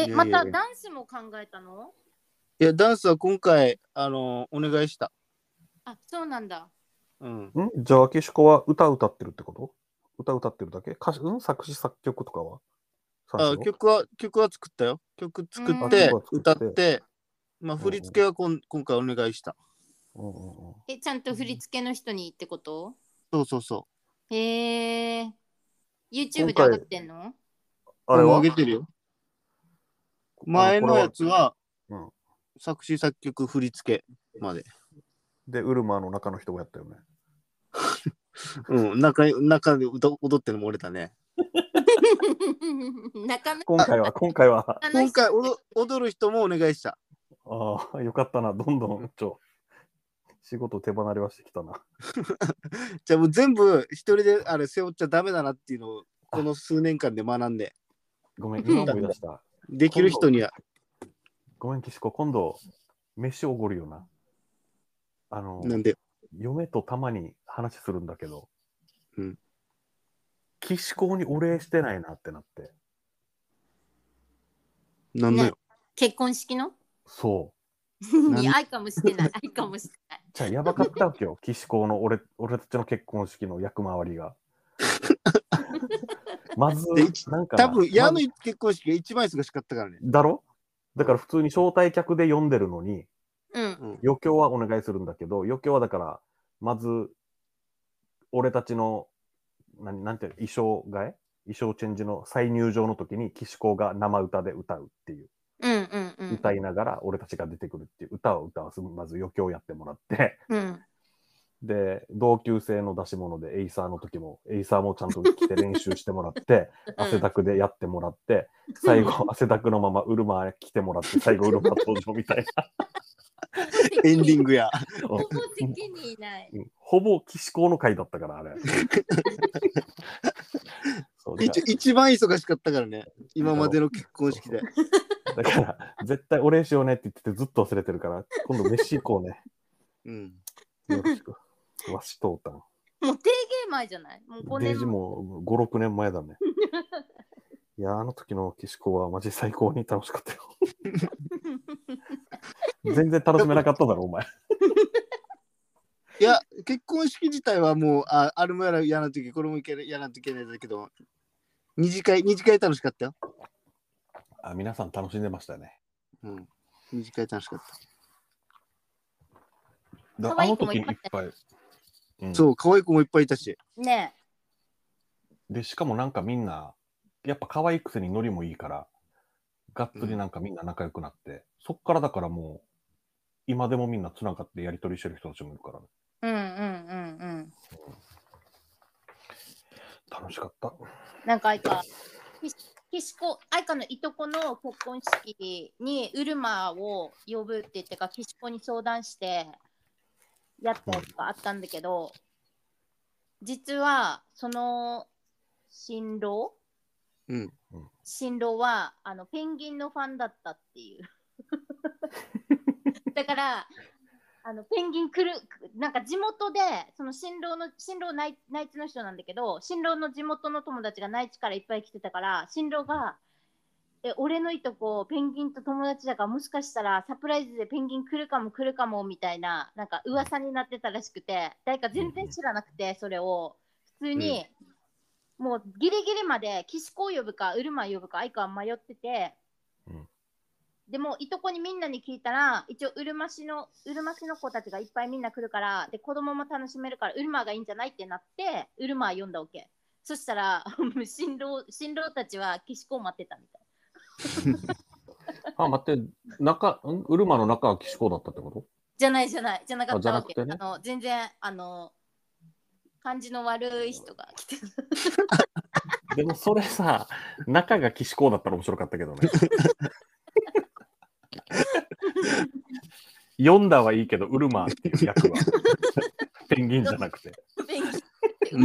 え
やいや
ま
いや
たダンスも考えたの
いや、ダンスは今回、あの、お願いした。
あそうなんだ
うん。
んじゃあ岸子は歌歌ってるってこと歌歌ってるだけ歌詞、うん作詞作曲とかは三
あ
四郎
曲は、曲は作ったよ。曲作
うんあ
って
曲は、作
歌
って
って、まあ、振り付けはこん今回お願いした。
うんうんうん
えちゃんと振り付けの人にってこと
そうそうそ
へえ YouTube で上
今回
がってんの
う。
あれは
もう上げてるよ。前のやつは、
うん
作詞作曲振り付けまで。
で、ウルマの中の人がやったよね。
うん、中、中で歌踊ってるのも俺だね。
中野
今 回は、今回は。
あの
今
人
回踊踊る人もお願いした。
あ あ、よかったな。どんどん、ちょ、仕事手離れはしてきたな。
じゃあもう全部一人であれ背負っちゃダメだなっていうのをこの数年間で学んで
ごめん、今思い出した。
できる人には
ごめん、岸子、今度、飯おごるよな。あの、
なんで
嫁とたまに話するんだけど、
うん。
岸子にお礼してないなってなって。
なんだよ。
結婚式の
そう。
なん
いや愛かもしれない愛かもしれない
じゃあやばかったわけ よ、岸子の俺俺たちの結婚式の役回りが。まず
で、
なんかな、
多分矢の
まず
結婚式が一番忙しかったからね。
だろだから普通に招待客で呼んでるのに、
うん
余興はお願いするんだけど、余興はだから、まず、俺たちの、なんなんていうの衣装替え衣装チェンジの再入場の時に、岸子が生歌で歌うっていう、
うんうんうん
歌いながら俺たちが出てくるっていう、歌を歌わす、まず余興をやってもらって。
うん
で、同級生の出し物でエイサーの時も、エイサーもちゃんと来て練習しても らって、汗だくでやってもらって、最後、汗だくのままウルマ来てもらって、最後ウルマ登場みたいな。
エンディング や。
ほぼ責任いない
うんほぼ岸高の回だっ たから、あれ。そうだか
一一番忙しかったからね。今までの結婚式で。
ら、だから絶対お礼しようねって言っててずっと忘れてるから、今度飯行こ うね。
うん。
よろしく。わしとうたん。
もう定芸前じゃないもう5
デイ
年
ジも5、6年前だ ね。いや、あの時の岸子はマジ最高に楽し かったよ。全然楽しめなかっただろ、お前。
いや、結婚式自体はもう、ああれもやらやらなきゃいけない、これもいけないやらなきゃいけないんだけど、二次会、二次会楽しかったよ。
あ皆さん楽しんでましたね。
うん。二次会楽しかった。
可
だあ
愛
の
い子も
時
い
い
っ
っ
ぱい
ぱい。うん
そう、可愛い子もいっぱいいたし。
ね
で、しかもなんかみんな、やっぱ可愛いくせにノリもいいから、がっつりなんかみんな仲良くなって、そっからだからもう、今でもみんな繋がってやり取りしてる人たちもいるからね。
うんうんうんうん。
楽しかった。
なんか愛花、き岸子、愛花のいとこの結婚式にウルマを呼ぶって言ってか、岸子に相談してやったやつがあったんだけど、実はその新郎、
うん
新郎はあのペンギンのファンだったっていう。だからあのペンギン来るなんか地元でその新郎の新郎内内地の人なんだけど新郎の地元の友達が内地からいっぱい来てたから新郎が「え俺のいとこペンギンと友達だからもしかしたらサプライズでペンギン来るかも来るかも」みたいななんか噂になってたらしくて誰か全然知らなくてそれを普通に、もうギリギリまで岸子を呼ぶかウルマを呼ぶか相川迷ってて。でもいとこにみんなに聞いたら一応うるま市のうるま市の子たちがいっぱいみんな来るからで子供も楽しめるからうるまがいいんじゃないってなってうるま読んだわけそしたら 新郎新郎たちは岸子を待ってたみたい
あ、待って、中、んウルマの中は岸子だったってこと
じゃないじゃないじゃなかったわけ
あじゃ
あ、
なくて
の全然あの感じの悪い人が来て る
でもそれさ、中が岸子だったら面白かったけどね。 読んだはいいけど、ウルマっていう役 は。ペンギンじゃなくて。
ペンギ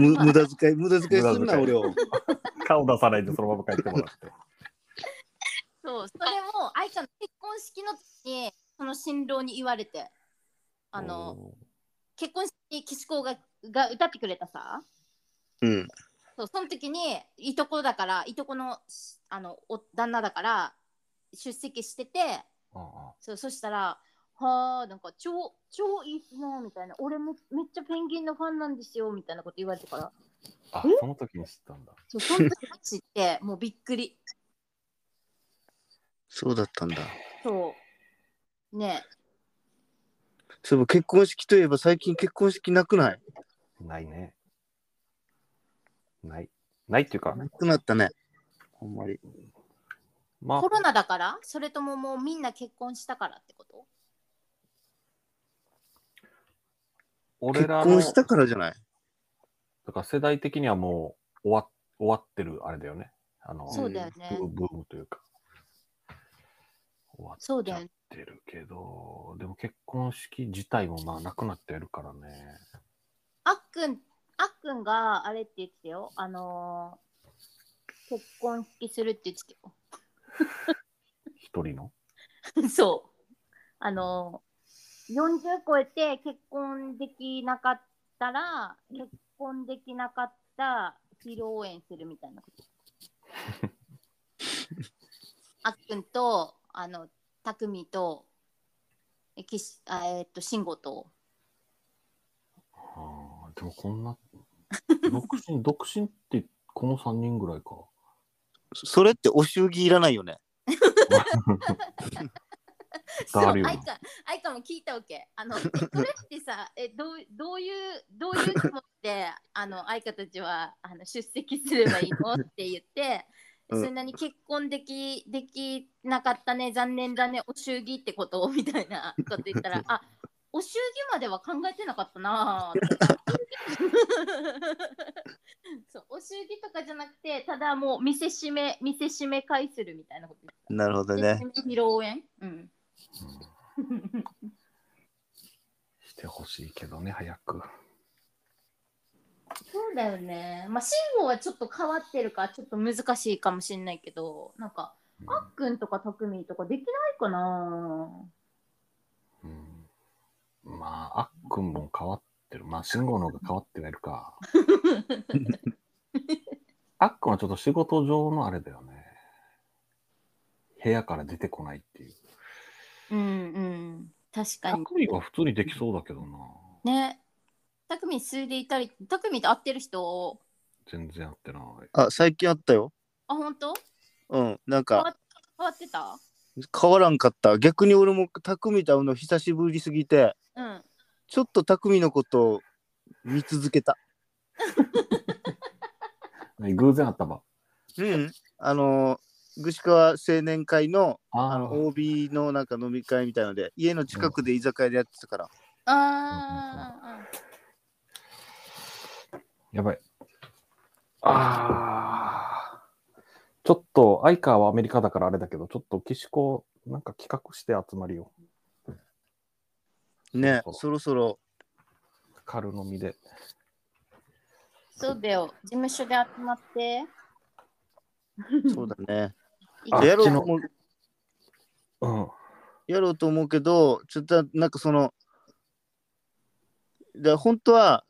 ン
む無駄遣い、無駄遣いす
無駄遣
るない俺を。
顔出さないでそのまま帰ってもらって。
そうそれも愛ちゃんの結婚式の時にその新郎に言われてあの結婚式に岸子がが歌ってくれたさ
うん。
そうその時にいとこだからいとこのしあのお旦那だから出席してて
おー、あ
そうそしたら「はあなんか超超いいっすね」みたいな「俺めめっちゃペンギンのファンなんですよ」みたいなこと言われてから
ああ、その時に知ったんだ。
そうその時知ってもうびっくり
そうだったんだ。
そうねえ
そういえば結婚式といえば最近結婚式なくない
ないね。ない。ないっていうか、
なくなったね。あんまり。
まあ
コ、ロナだからそれとももうみんな結婚したからってこと
俺
結
らの、
婚した
だ
からじゃない
から世代的にはもう終わ終わってるあれだよね。あの、
そうだよね
ブブームというか。終わっ
そうだよね
てるけど、でも結婚式自体もまあなくなってるからね。
あっくん、あっくんがあれって言ってたよ。あのー結婚式するって言ってた
一人の。
よ。 そう。あのー、40超えて結婚できなかったら、結婚できなかった披露宴するみたいなこと。あっくんと、あの、たくみと、えきしあえーっと、しんごと、
ああ、でもこんな、独身、独身ってこの3人ぐらいか。
そそれってお祝儀いらないよね。
そう、
あ
ア
る
イ
よ
カ
ね
アイカも聞いたわけ。 あの、えこれってさ、え、どう、どういう、どういうつもりで、あの、アイカたちは、あの、出席すればいいのって言って。
うん
そんなに結婚でき、できなかったね、残念だね、お祝儀ってことみたいなこと言った ら、あ。お祝儀までは考えてなかったなぁ。 そう、お祝儀とかじゃなくて、ただもう見せしめ、見せしめ会するみたいなこと言ってた。
なるほどね。
披露宴うん。
してほしいけどね、早く。
そうだよね。まあ、慎吾はちょっと変わってるから、ちょっと難しいかもしれないけど、なんか、あっくんとかたくみとかできないかな
うんまあ、あっくんも変わってる。まあ、慎吾の方が変わってはいるか。あっくんはちょっと仕事上のあれだよね。部屋から出てこないっていう。
うんうん。確か
あ
に。
くみは普通にできそうだけどな。
ね。たくみ数でいたり、たくみと会ってる人、
全然合ってない。
あ、最近あったよ。
あ、本当
うん。なん
変
か
わっ変わってた
変わらんかった。逆に俺も匠と会うの久しぶりすぎて、
うん。
ちょっと匠のことを見続けた。
ね偶然あったば。
うん。あの具志川青年会の
あの
OB のなんか飲み会みたいので、家の近くで居酒屋でやってたから、
あー
やばい。ああ。ちょっと、相川はアメリカだからあれだけど、ちょっと岸子、なんか企画して集まりを。
ね
そうそう
そろそろ
軽飲みで。
そうだよ。事務所で集まって。
そうだね
い
あ
く
やろう
っち
と
の
思う
うん。
やろうと思うけどちょっとなんかそので本当は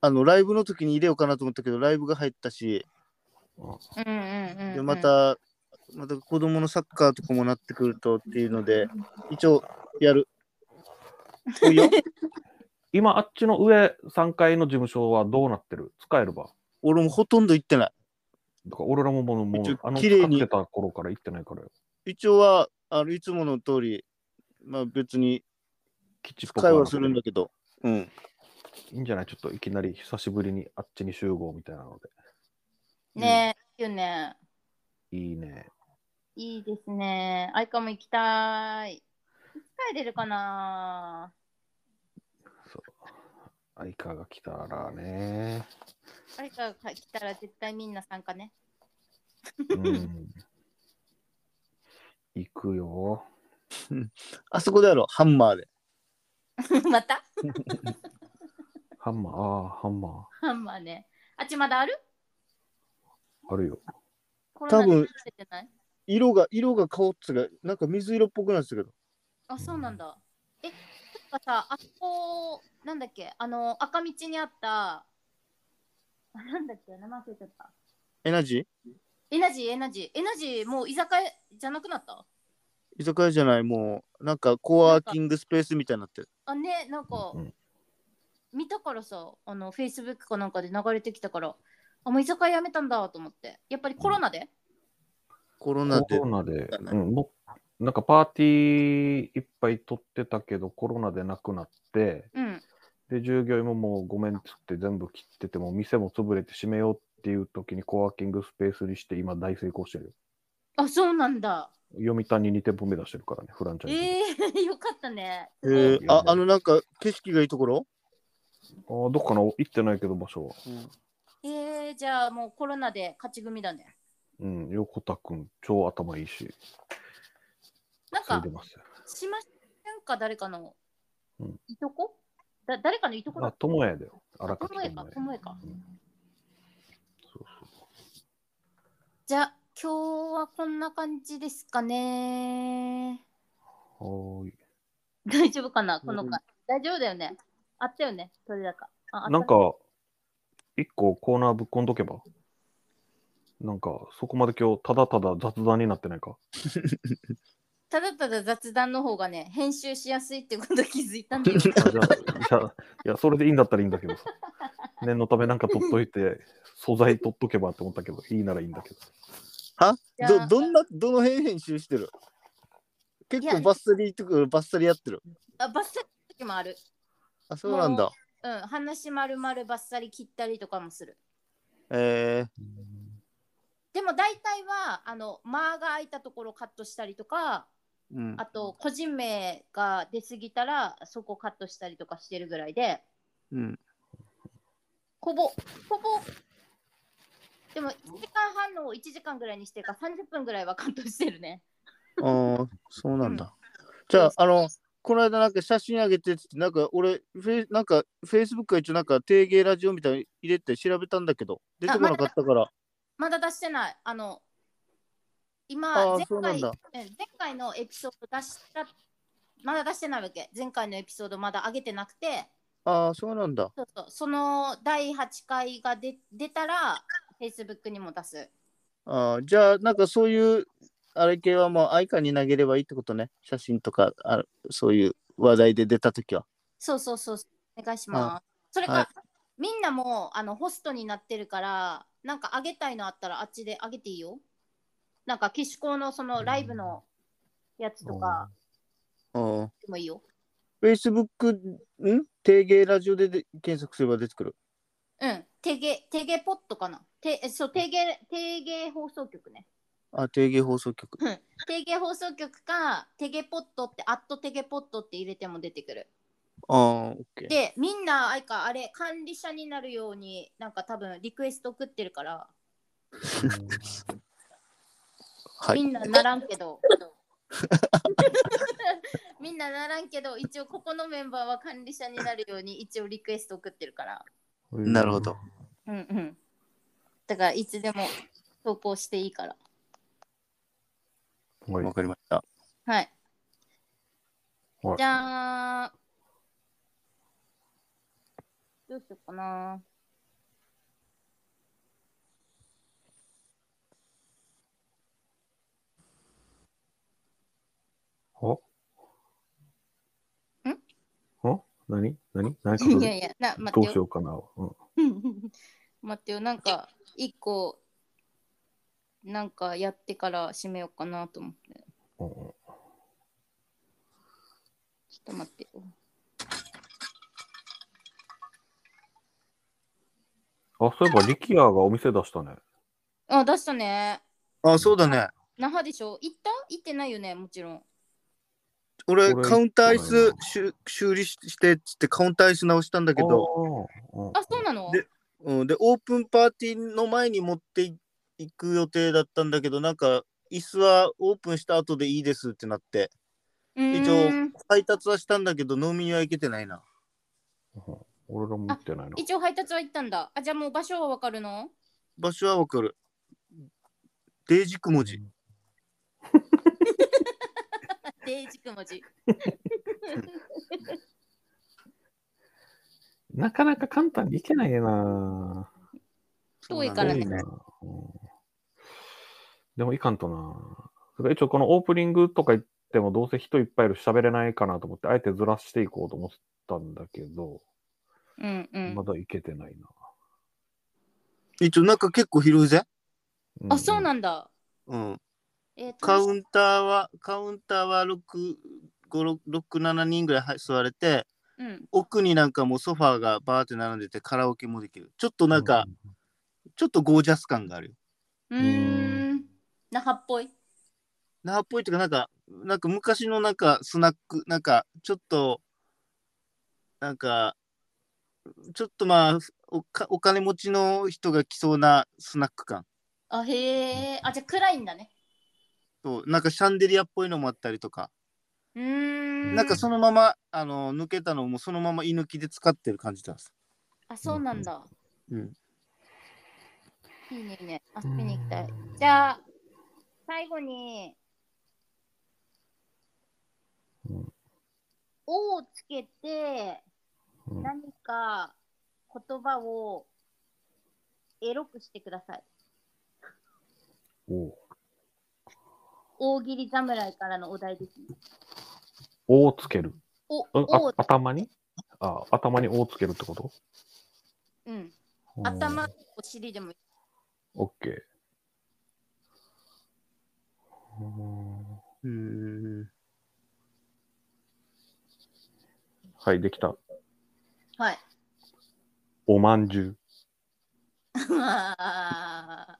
あのライブの時に入れようかなと思ったけどライブが入ったし
うんうんうん、
でま。たまた子供のサッカーとかもなってくるとっていうので一応やる来いよ
今、あっちの上3階の事務所はどうなってる使えれば。
俺もほとんど行ってない
だから俺らももう、も
一応
う、あの、
綺麗
使っ
に
てた頃から行ってないからよ。
一応はあのいつもの通りまあ別に
基地っぽく
会
な
話
って
するんだけどうん
いいんじゃないちょっといきなり久しぶりにあっちに集合みたいなの
ねえ、いいよね。
で。いいね。
いいですね。アイカも行きたい。いつ帰れるかな
そう。相川が来たらね。
誰かが来たら絶対みんな参加ね。
うん。行くよ。
あそこでやろうハンマーで
また
ハンマー、ああ、ハンマ
ハンマーね。あっちまだある
ー、あるよ。
コロナで
多分
離れてない
色が色が顔っつがなんか水色っぽくなってたけど
あ、そうなんだ。え、なんかさ、あそこ、なんだっけ、あの、赤道にあった、あなんだっけ、名前忘れちゃった。
エナジー
エナジー、エナジー、エナジー、もう居酒屋じゃなくなった
居酒屋じゃないもうなんかコワーキングスペースみたいになってる
あ、ね、なんか
う、ん、
見たからさ、あの、Facebook かなんかで流れてきたから、あ、もう居酒屋やめたんだと思って。やっぱりコロナで、
コロナ
コ
で
ロナで、
だね
うん、もうなんかパーティーいっぱい取ってたけど、コロナでなくなって、
うん、
で、従業員ももうごめんっつって全部切ってて、もう店も潰れて閉めようっていう時にコワーキングスペースにして、今大成功してるよ。
あ、そうなんだ。
読谷に2店舗目出してるからね、フランチャイズで。
えー、 よかったね。
えーああのなんか景色がいいところ、
ああ、どっかな行ってないけど、場所は。
えー、じゃあもうコロナで勝ち組だね。
うん、横田くん、超頭いいし、
なん
つい
か
て、ますよ。
島なんか誰かの
うん
いとこ、だ誰かのいとこだ
あ、友也だよ。荒
と
垣
もえか、と
友
も
也。
えか。
そうそう。
じゃあ、今日はこんな感じですかね。
はーい。
大丈夫かな、この回。大丈夫だよね。あったよね、取れ高。ああった
なんか、一個コーナーぶっこんどけば。なんか、そこまで今日、ただただ雑談になってないか。
ただただ雑談の方がね、編集しやすいってこと気づいたんだ
あ
よ。
じゃあ、いや、いや、それでいいんだったらいいんだけどさ。念のためなんか取っといて、素材取っとけばって思ったけど、いいならいいんだけど。
じゃあ
どどんなどの辺編集してる結
いや
構バッサリとかバッサリやってる
あバッサリの時もある。
あそうなん
も
だ
うん、話まるまるバッサリ切ったりとかもする。
え
でも大体は、あの、間が空いたところカットしたりとか、
ーうん
あと個人名が出過ぎたらそこカットしたりとかしてるぐらいで
うん
ほぼほぼでも1時間半の1時間ぐらいにしてか30分ぐらいはカットしてるね
あーそうなんだ、じゃああのこの間なんか写真あげてっつってなんか俺フェイなんかフェイスブックが一応なんか定芸ラジオみたいに入れて調べたんだけど出てこなかったから
まだ出してないあの今
あー
前
そうな
回
ん
うん
だ
前回のエピソード出したまだ出してないわけ前回のエピソードまだ上げてなくて
ああそうなんだ
そうそうその第8回が出出たら Facebook にも出す
あーじゃあなんかそういうあれ系はもう相川に投げればいいってことね写真とかあそういう話題で出た時は
そうそうそう、お願いします。それか、
はい
みんなもあのホストになってるから、なんかあげたいのあったらあっちであげていいよ。なんか、岸高のそのライブのやつとか
うん
でもいいよ。
Facebook ん定芸ラジオでで検索すれば出てくる
うん、手芸、手芸ポットかな。てえそう、手芸、手芸放送局ね。
あ、定義放送局。
定芸放送局か、テゲポットって、アットテゲポットって入れても出てくる。
ああ、OK。
で、みんな、あいか、あれ、管理者になるように、なんか多分リクエスト送ってるから、
は
み
い。
んなならんけど。 みんなならんけど、一応ここのメンバーは管理者になるように、一応リクエスト送ってるから。
なるほど。
うんうん。だから、いつでも投稿していいから。
はい
わ。かりました。
はい。
はい
じゃあ、どうしようかな。
お
ん
お何何何か
いやいや、な待
ど
っ
う
て
し
よ。
ようかな。うん、
待ってよ、なんか、一個、なんかやってから締めようかなと思って。
うんうん
ちょっと待ってよ。
あ、そういえば、リキアがお店出したね。
あ、出したね。
あ、そうだね。
那覇でしょ行った行ってないよね、もちろん。
俺、
俺
カウンター椅
行っ
子修修理してっつってカウンター椅子直したんだけど、
あー、うん
あ、そうなの
でうん、で、オープンパーティーの前に持ってい行く予定だったんだけど、なんか、椅子はオープンした後でいいですってなって、
うーん
一応配達はしたんだけど、飲みには行けてないな。
うん俺らも行ってないな。
一応配達は行ったんだ。あ、じゃあもう場所はわかるの
場所はわかる。デイジク文字。
デイジク文字。
なかなか簡単に行けないな。
遠いから
多
ね
いな。うんでもいかんとな。それ一応このオープニングとか言ってもどうせ人いっぱいいるし喋れないかなと思って、あえてずらしていこうと思ったんだけど、
うんうん
ま。だ行けてないな。
一応、なんか結構広いぜ。
うん
あ、そうなんだ。
うん。
えー、
カウ
ン
ンターは、カウンターは6、5、6、7人ぐらいは座れて、
うん。
奥になんかもうソファーがバーって並んでてカラオケもできる。ちょっとなんか、、ちょっとゴージャス感があるよ。
うーん。那覇っぽい。
那覇っぽいというか、なんか、なんか昔のなんかスナック、なんかちょっと、なんか、ちょっとまあ、おかお金持ちの人が来そうなスナック感
あ、へえ。あ、じゃあ暗いんだね。
と、なんかシャンデリアっぽいのもあったりとか、
うーん。
なんかそのまま、あの、抜けたのもそのまま居抜きで使ってる感じなんです。
あ、そうなんだ。
うん。
いいね、いいね。遊びに行きたい。じゃあ、最後に
うん、
「お」をつけて
うん
何か言葉をエロくしてください。
うんお
大喜利侍からのお題ですね。
おをつける。
お、
うん
お
あ
を、
頭にあ頭におをつけるってこと
うん。頭、お尻でもいい。
オッケー。うん
うーん。
はい、できた。
はい。
おまんじゅう。っ
あ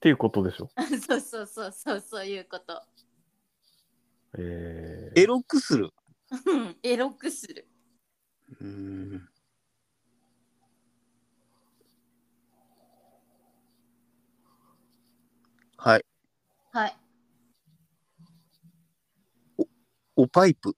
ていうことでしょ。
ーそうそうそうそう、そういうこと。
えー、
エロくする。
うんエロくする。
うん。はい。
はい。
おパイプ。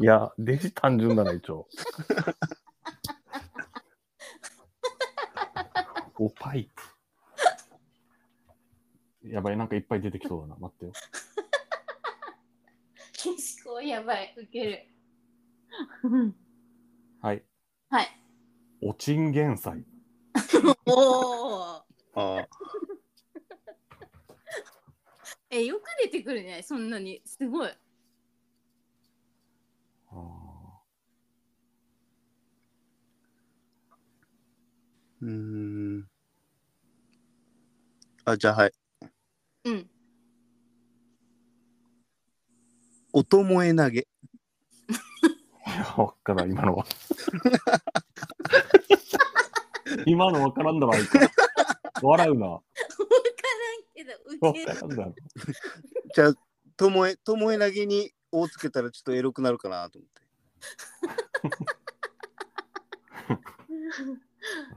いや、デジ単純だな、一応。 おパイプ。やばい、なんかいっぱい出てきそうだな。待ってよ。
結構やばい、ウケる。
はい。
はい。
おちんげんさい。
おお。
あ
え、よく出てくるね、そんなに。すごい。
あ
うん。あ、じゃあはい。
うん。
おともえ投げ。
ーいや、わっからん、今のは。今のわからんだろ、あいつ。笑うな。
けど、ウ
わ
ケ
か
る。
らんだろ。
じゃあ、ともえ、ともえ投げに、をつけたらちょっとエロくなるかなと思って。
あー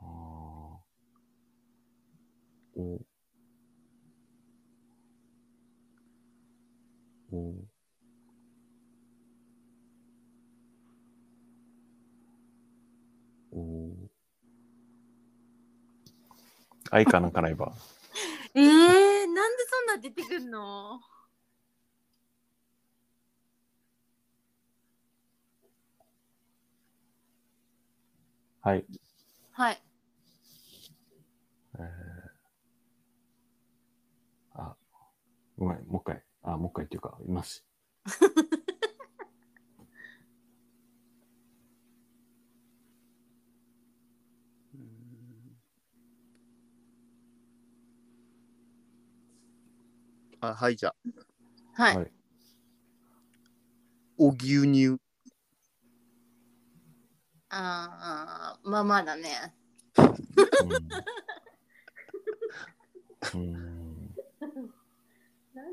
あー。お。お。お。愛かなかないば。
ええー、なんでそんな出てくんの
はい。
はい。
えーあ、ごめん、もう一回。あ、もう一回っていうか、います。
あ、はい、じゃあ。
はい。
はい
お牛乳。
ああ、まあまあだね。
うんうん
なん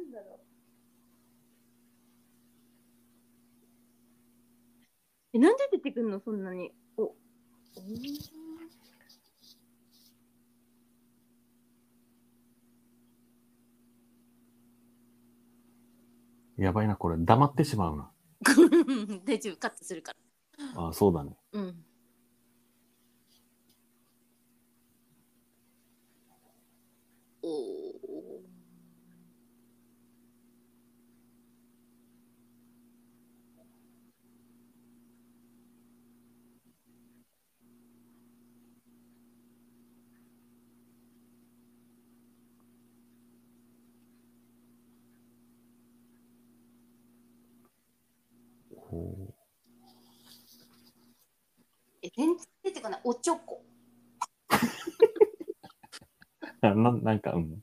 だろう。え、なんで出てくんのそんなに。お。
やばいな、これ、黙ってしまうな。
大丈夫、カットするか
あ、そうだね。
ら。うん。おー
ほ
え、全然出てこない。おちょこ。
うななんか、うん。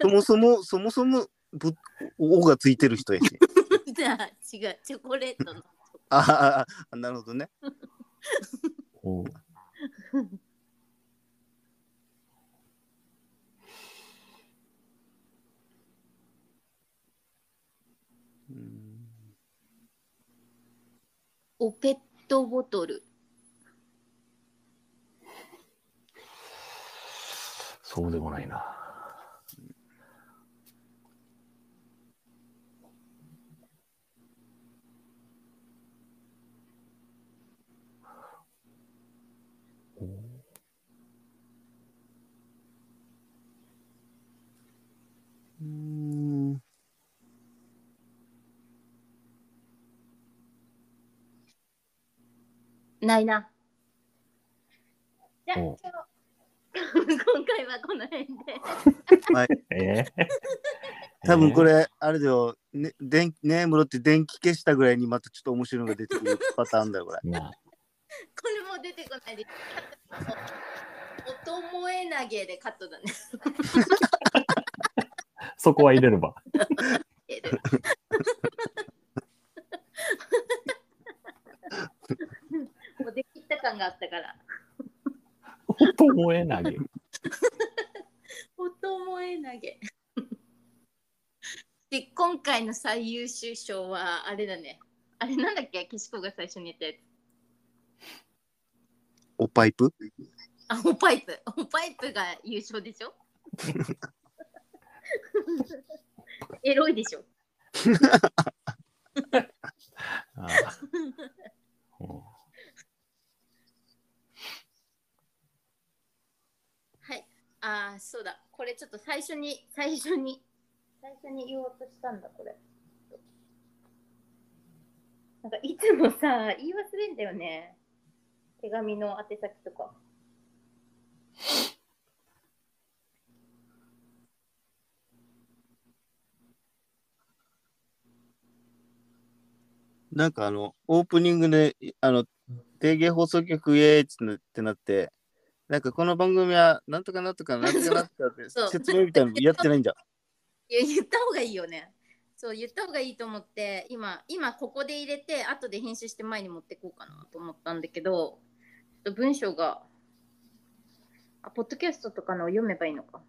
そもそも、そもそも、ぶ、おがついてる人やし。
じ ゃあ、違う。チョコレートの。
あああ、なるほどね。
ほう。
おペットボトル。
そうでもないな。
うん。
ないな。じゃあ、
お
今日今回はこの辺で。
えー、
多分こ
れ。
れ、あれだよ、ね、電ね、室って電気消したぐらいにまたちょっと面白いのが出てくるパターンだよ、これ。
な
これもう出てこないです。おともえ投げでカットだね。
そこは入れれば。
もうできた感があったから。
と思え投げ。
おともえ投げ。で、今回の最優秀賞はあれだね。あれなんだっけ岸子が最初に言ったやつ。
おパイプ
あ、おパイプ。おパイプが優勝でしょ エロいでしょ
あーうん
はい。ああ、そうだ。これちょっと最初に、最初に。最初に言おうとしたんだ、これ。なんかいつもさ、言い忘れんだよね。手紙の宛先とか。
なんかあの、オープニングで、あの、定芸放送局イエーイってなってなって、なんかこの番組は、なんとか なんとかなんとかなんとかって
そう
説明みたいなのやってないんだ。
いや、言った方がいいよね。そう言った方がいいと思って今今ここで入れて後で編集して前に持ってこうかなと思ったんだけどちょっと文章があポッドキャストとかのを読めばいいのか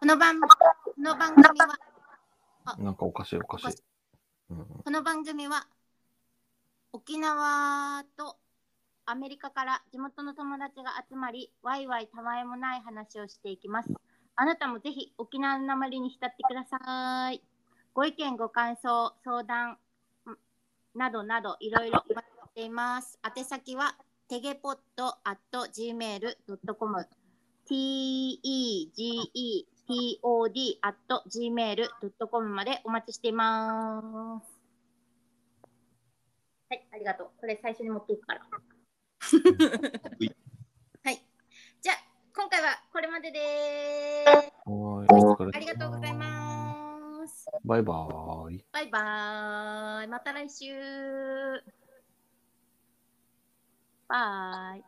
この番この番組は
なんかおかしいおかしい。うん、
この番組は沖縄とアメリカから地元の友達が集まりワイワイたわいもない話をしていきますあなたもぜひ沖縄のまりに浸ってくださいご意見ご感想相談んなどなどいろいろお待ちしています宛先はてげぽっと at gmail.com tegepod at gmail.com までお待ちしていますはい、ありがとう。これ最初に持っていくから。はい。じゃあ、今回はこれまでです。
はーいお疲れ様
ありがとうございます。
バイバーイ。
バイバーイ。また来週。バイ。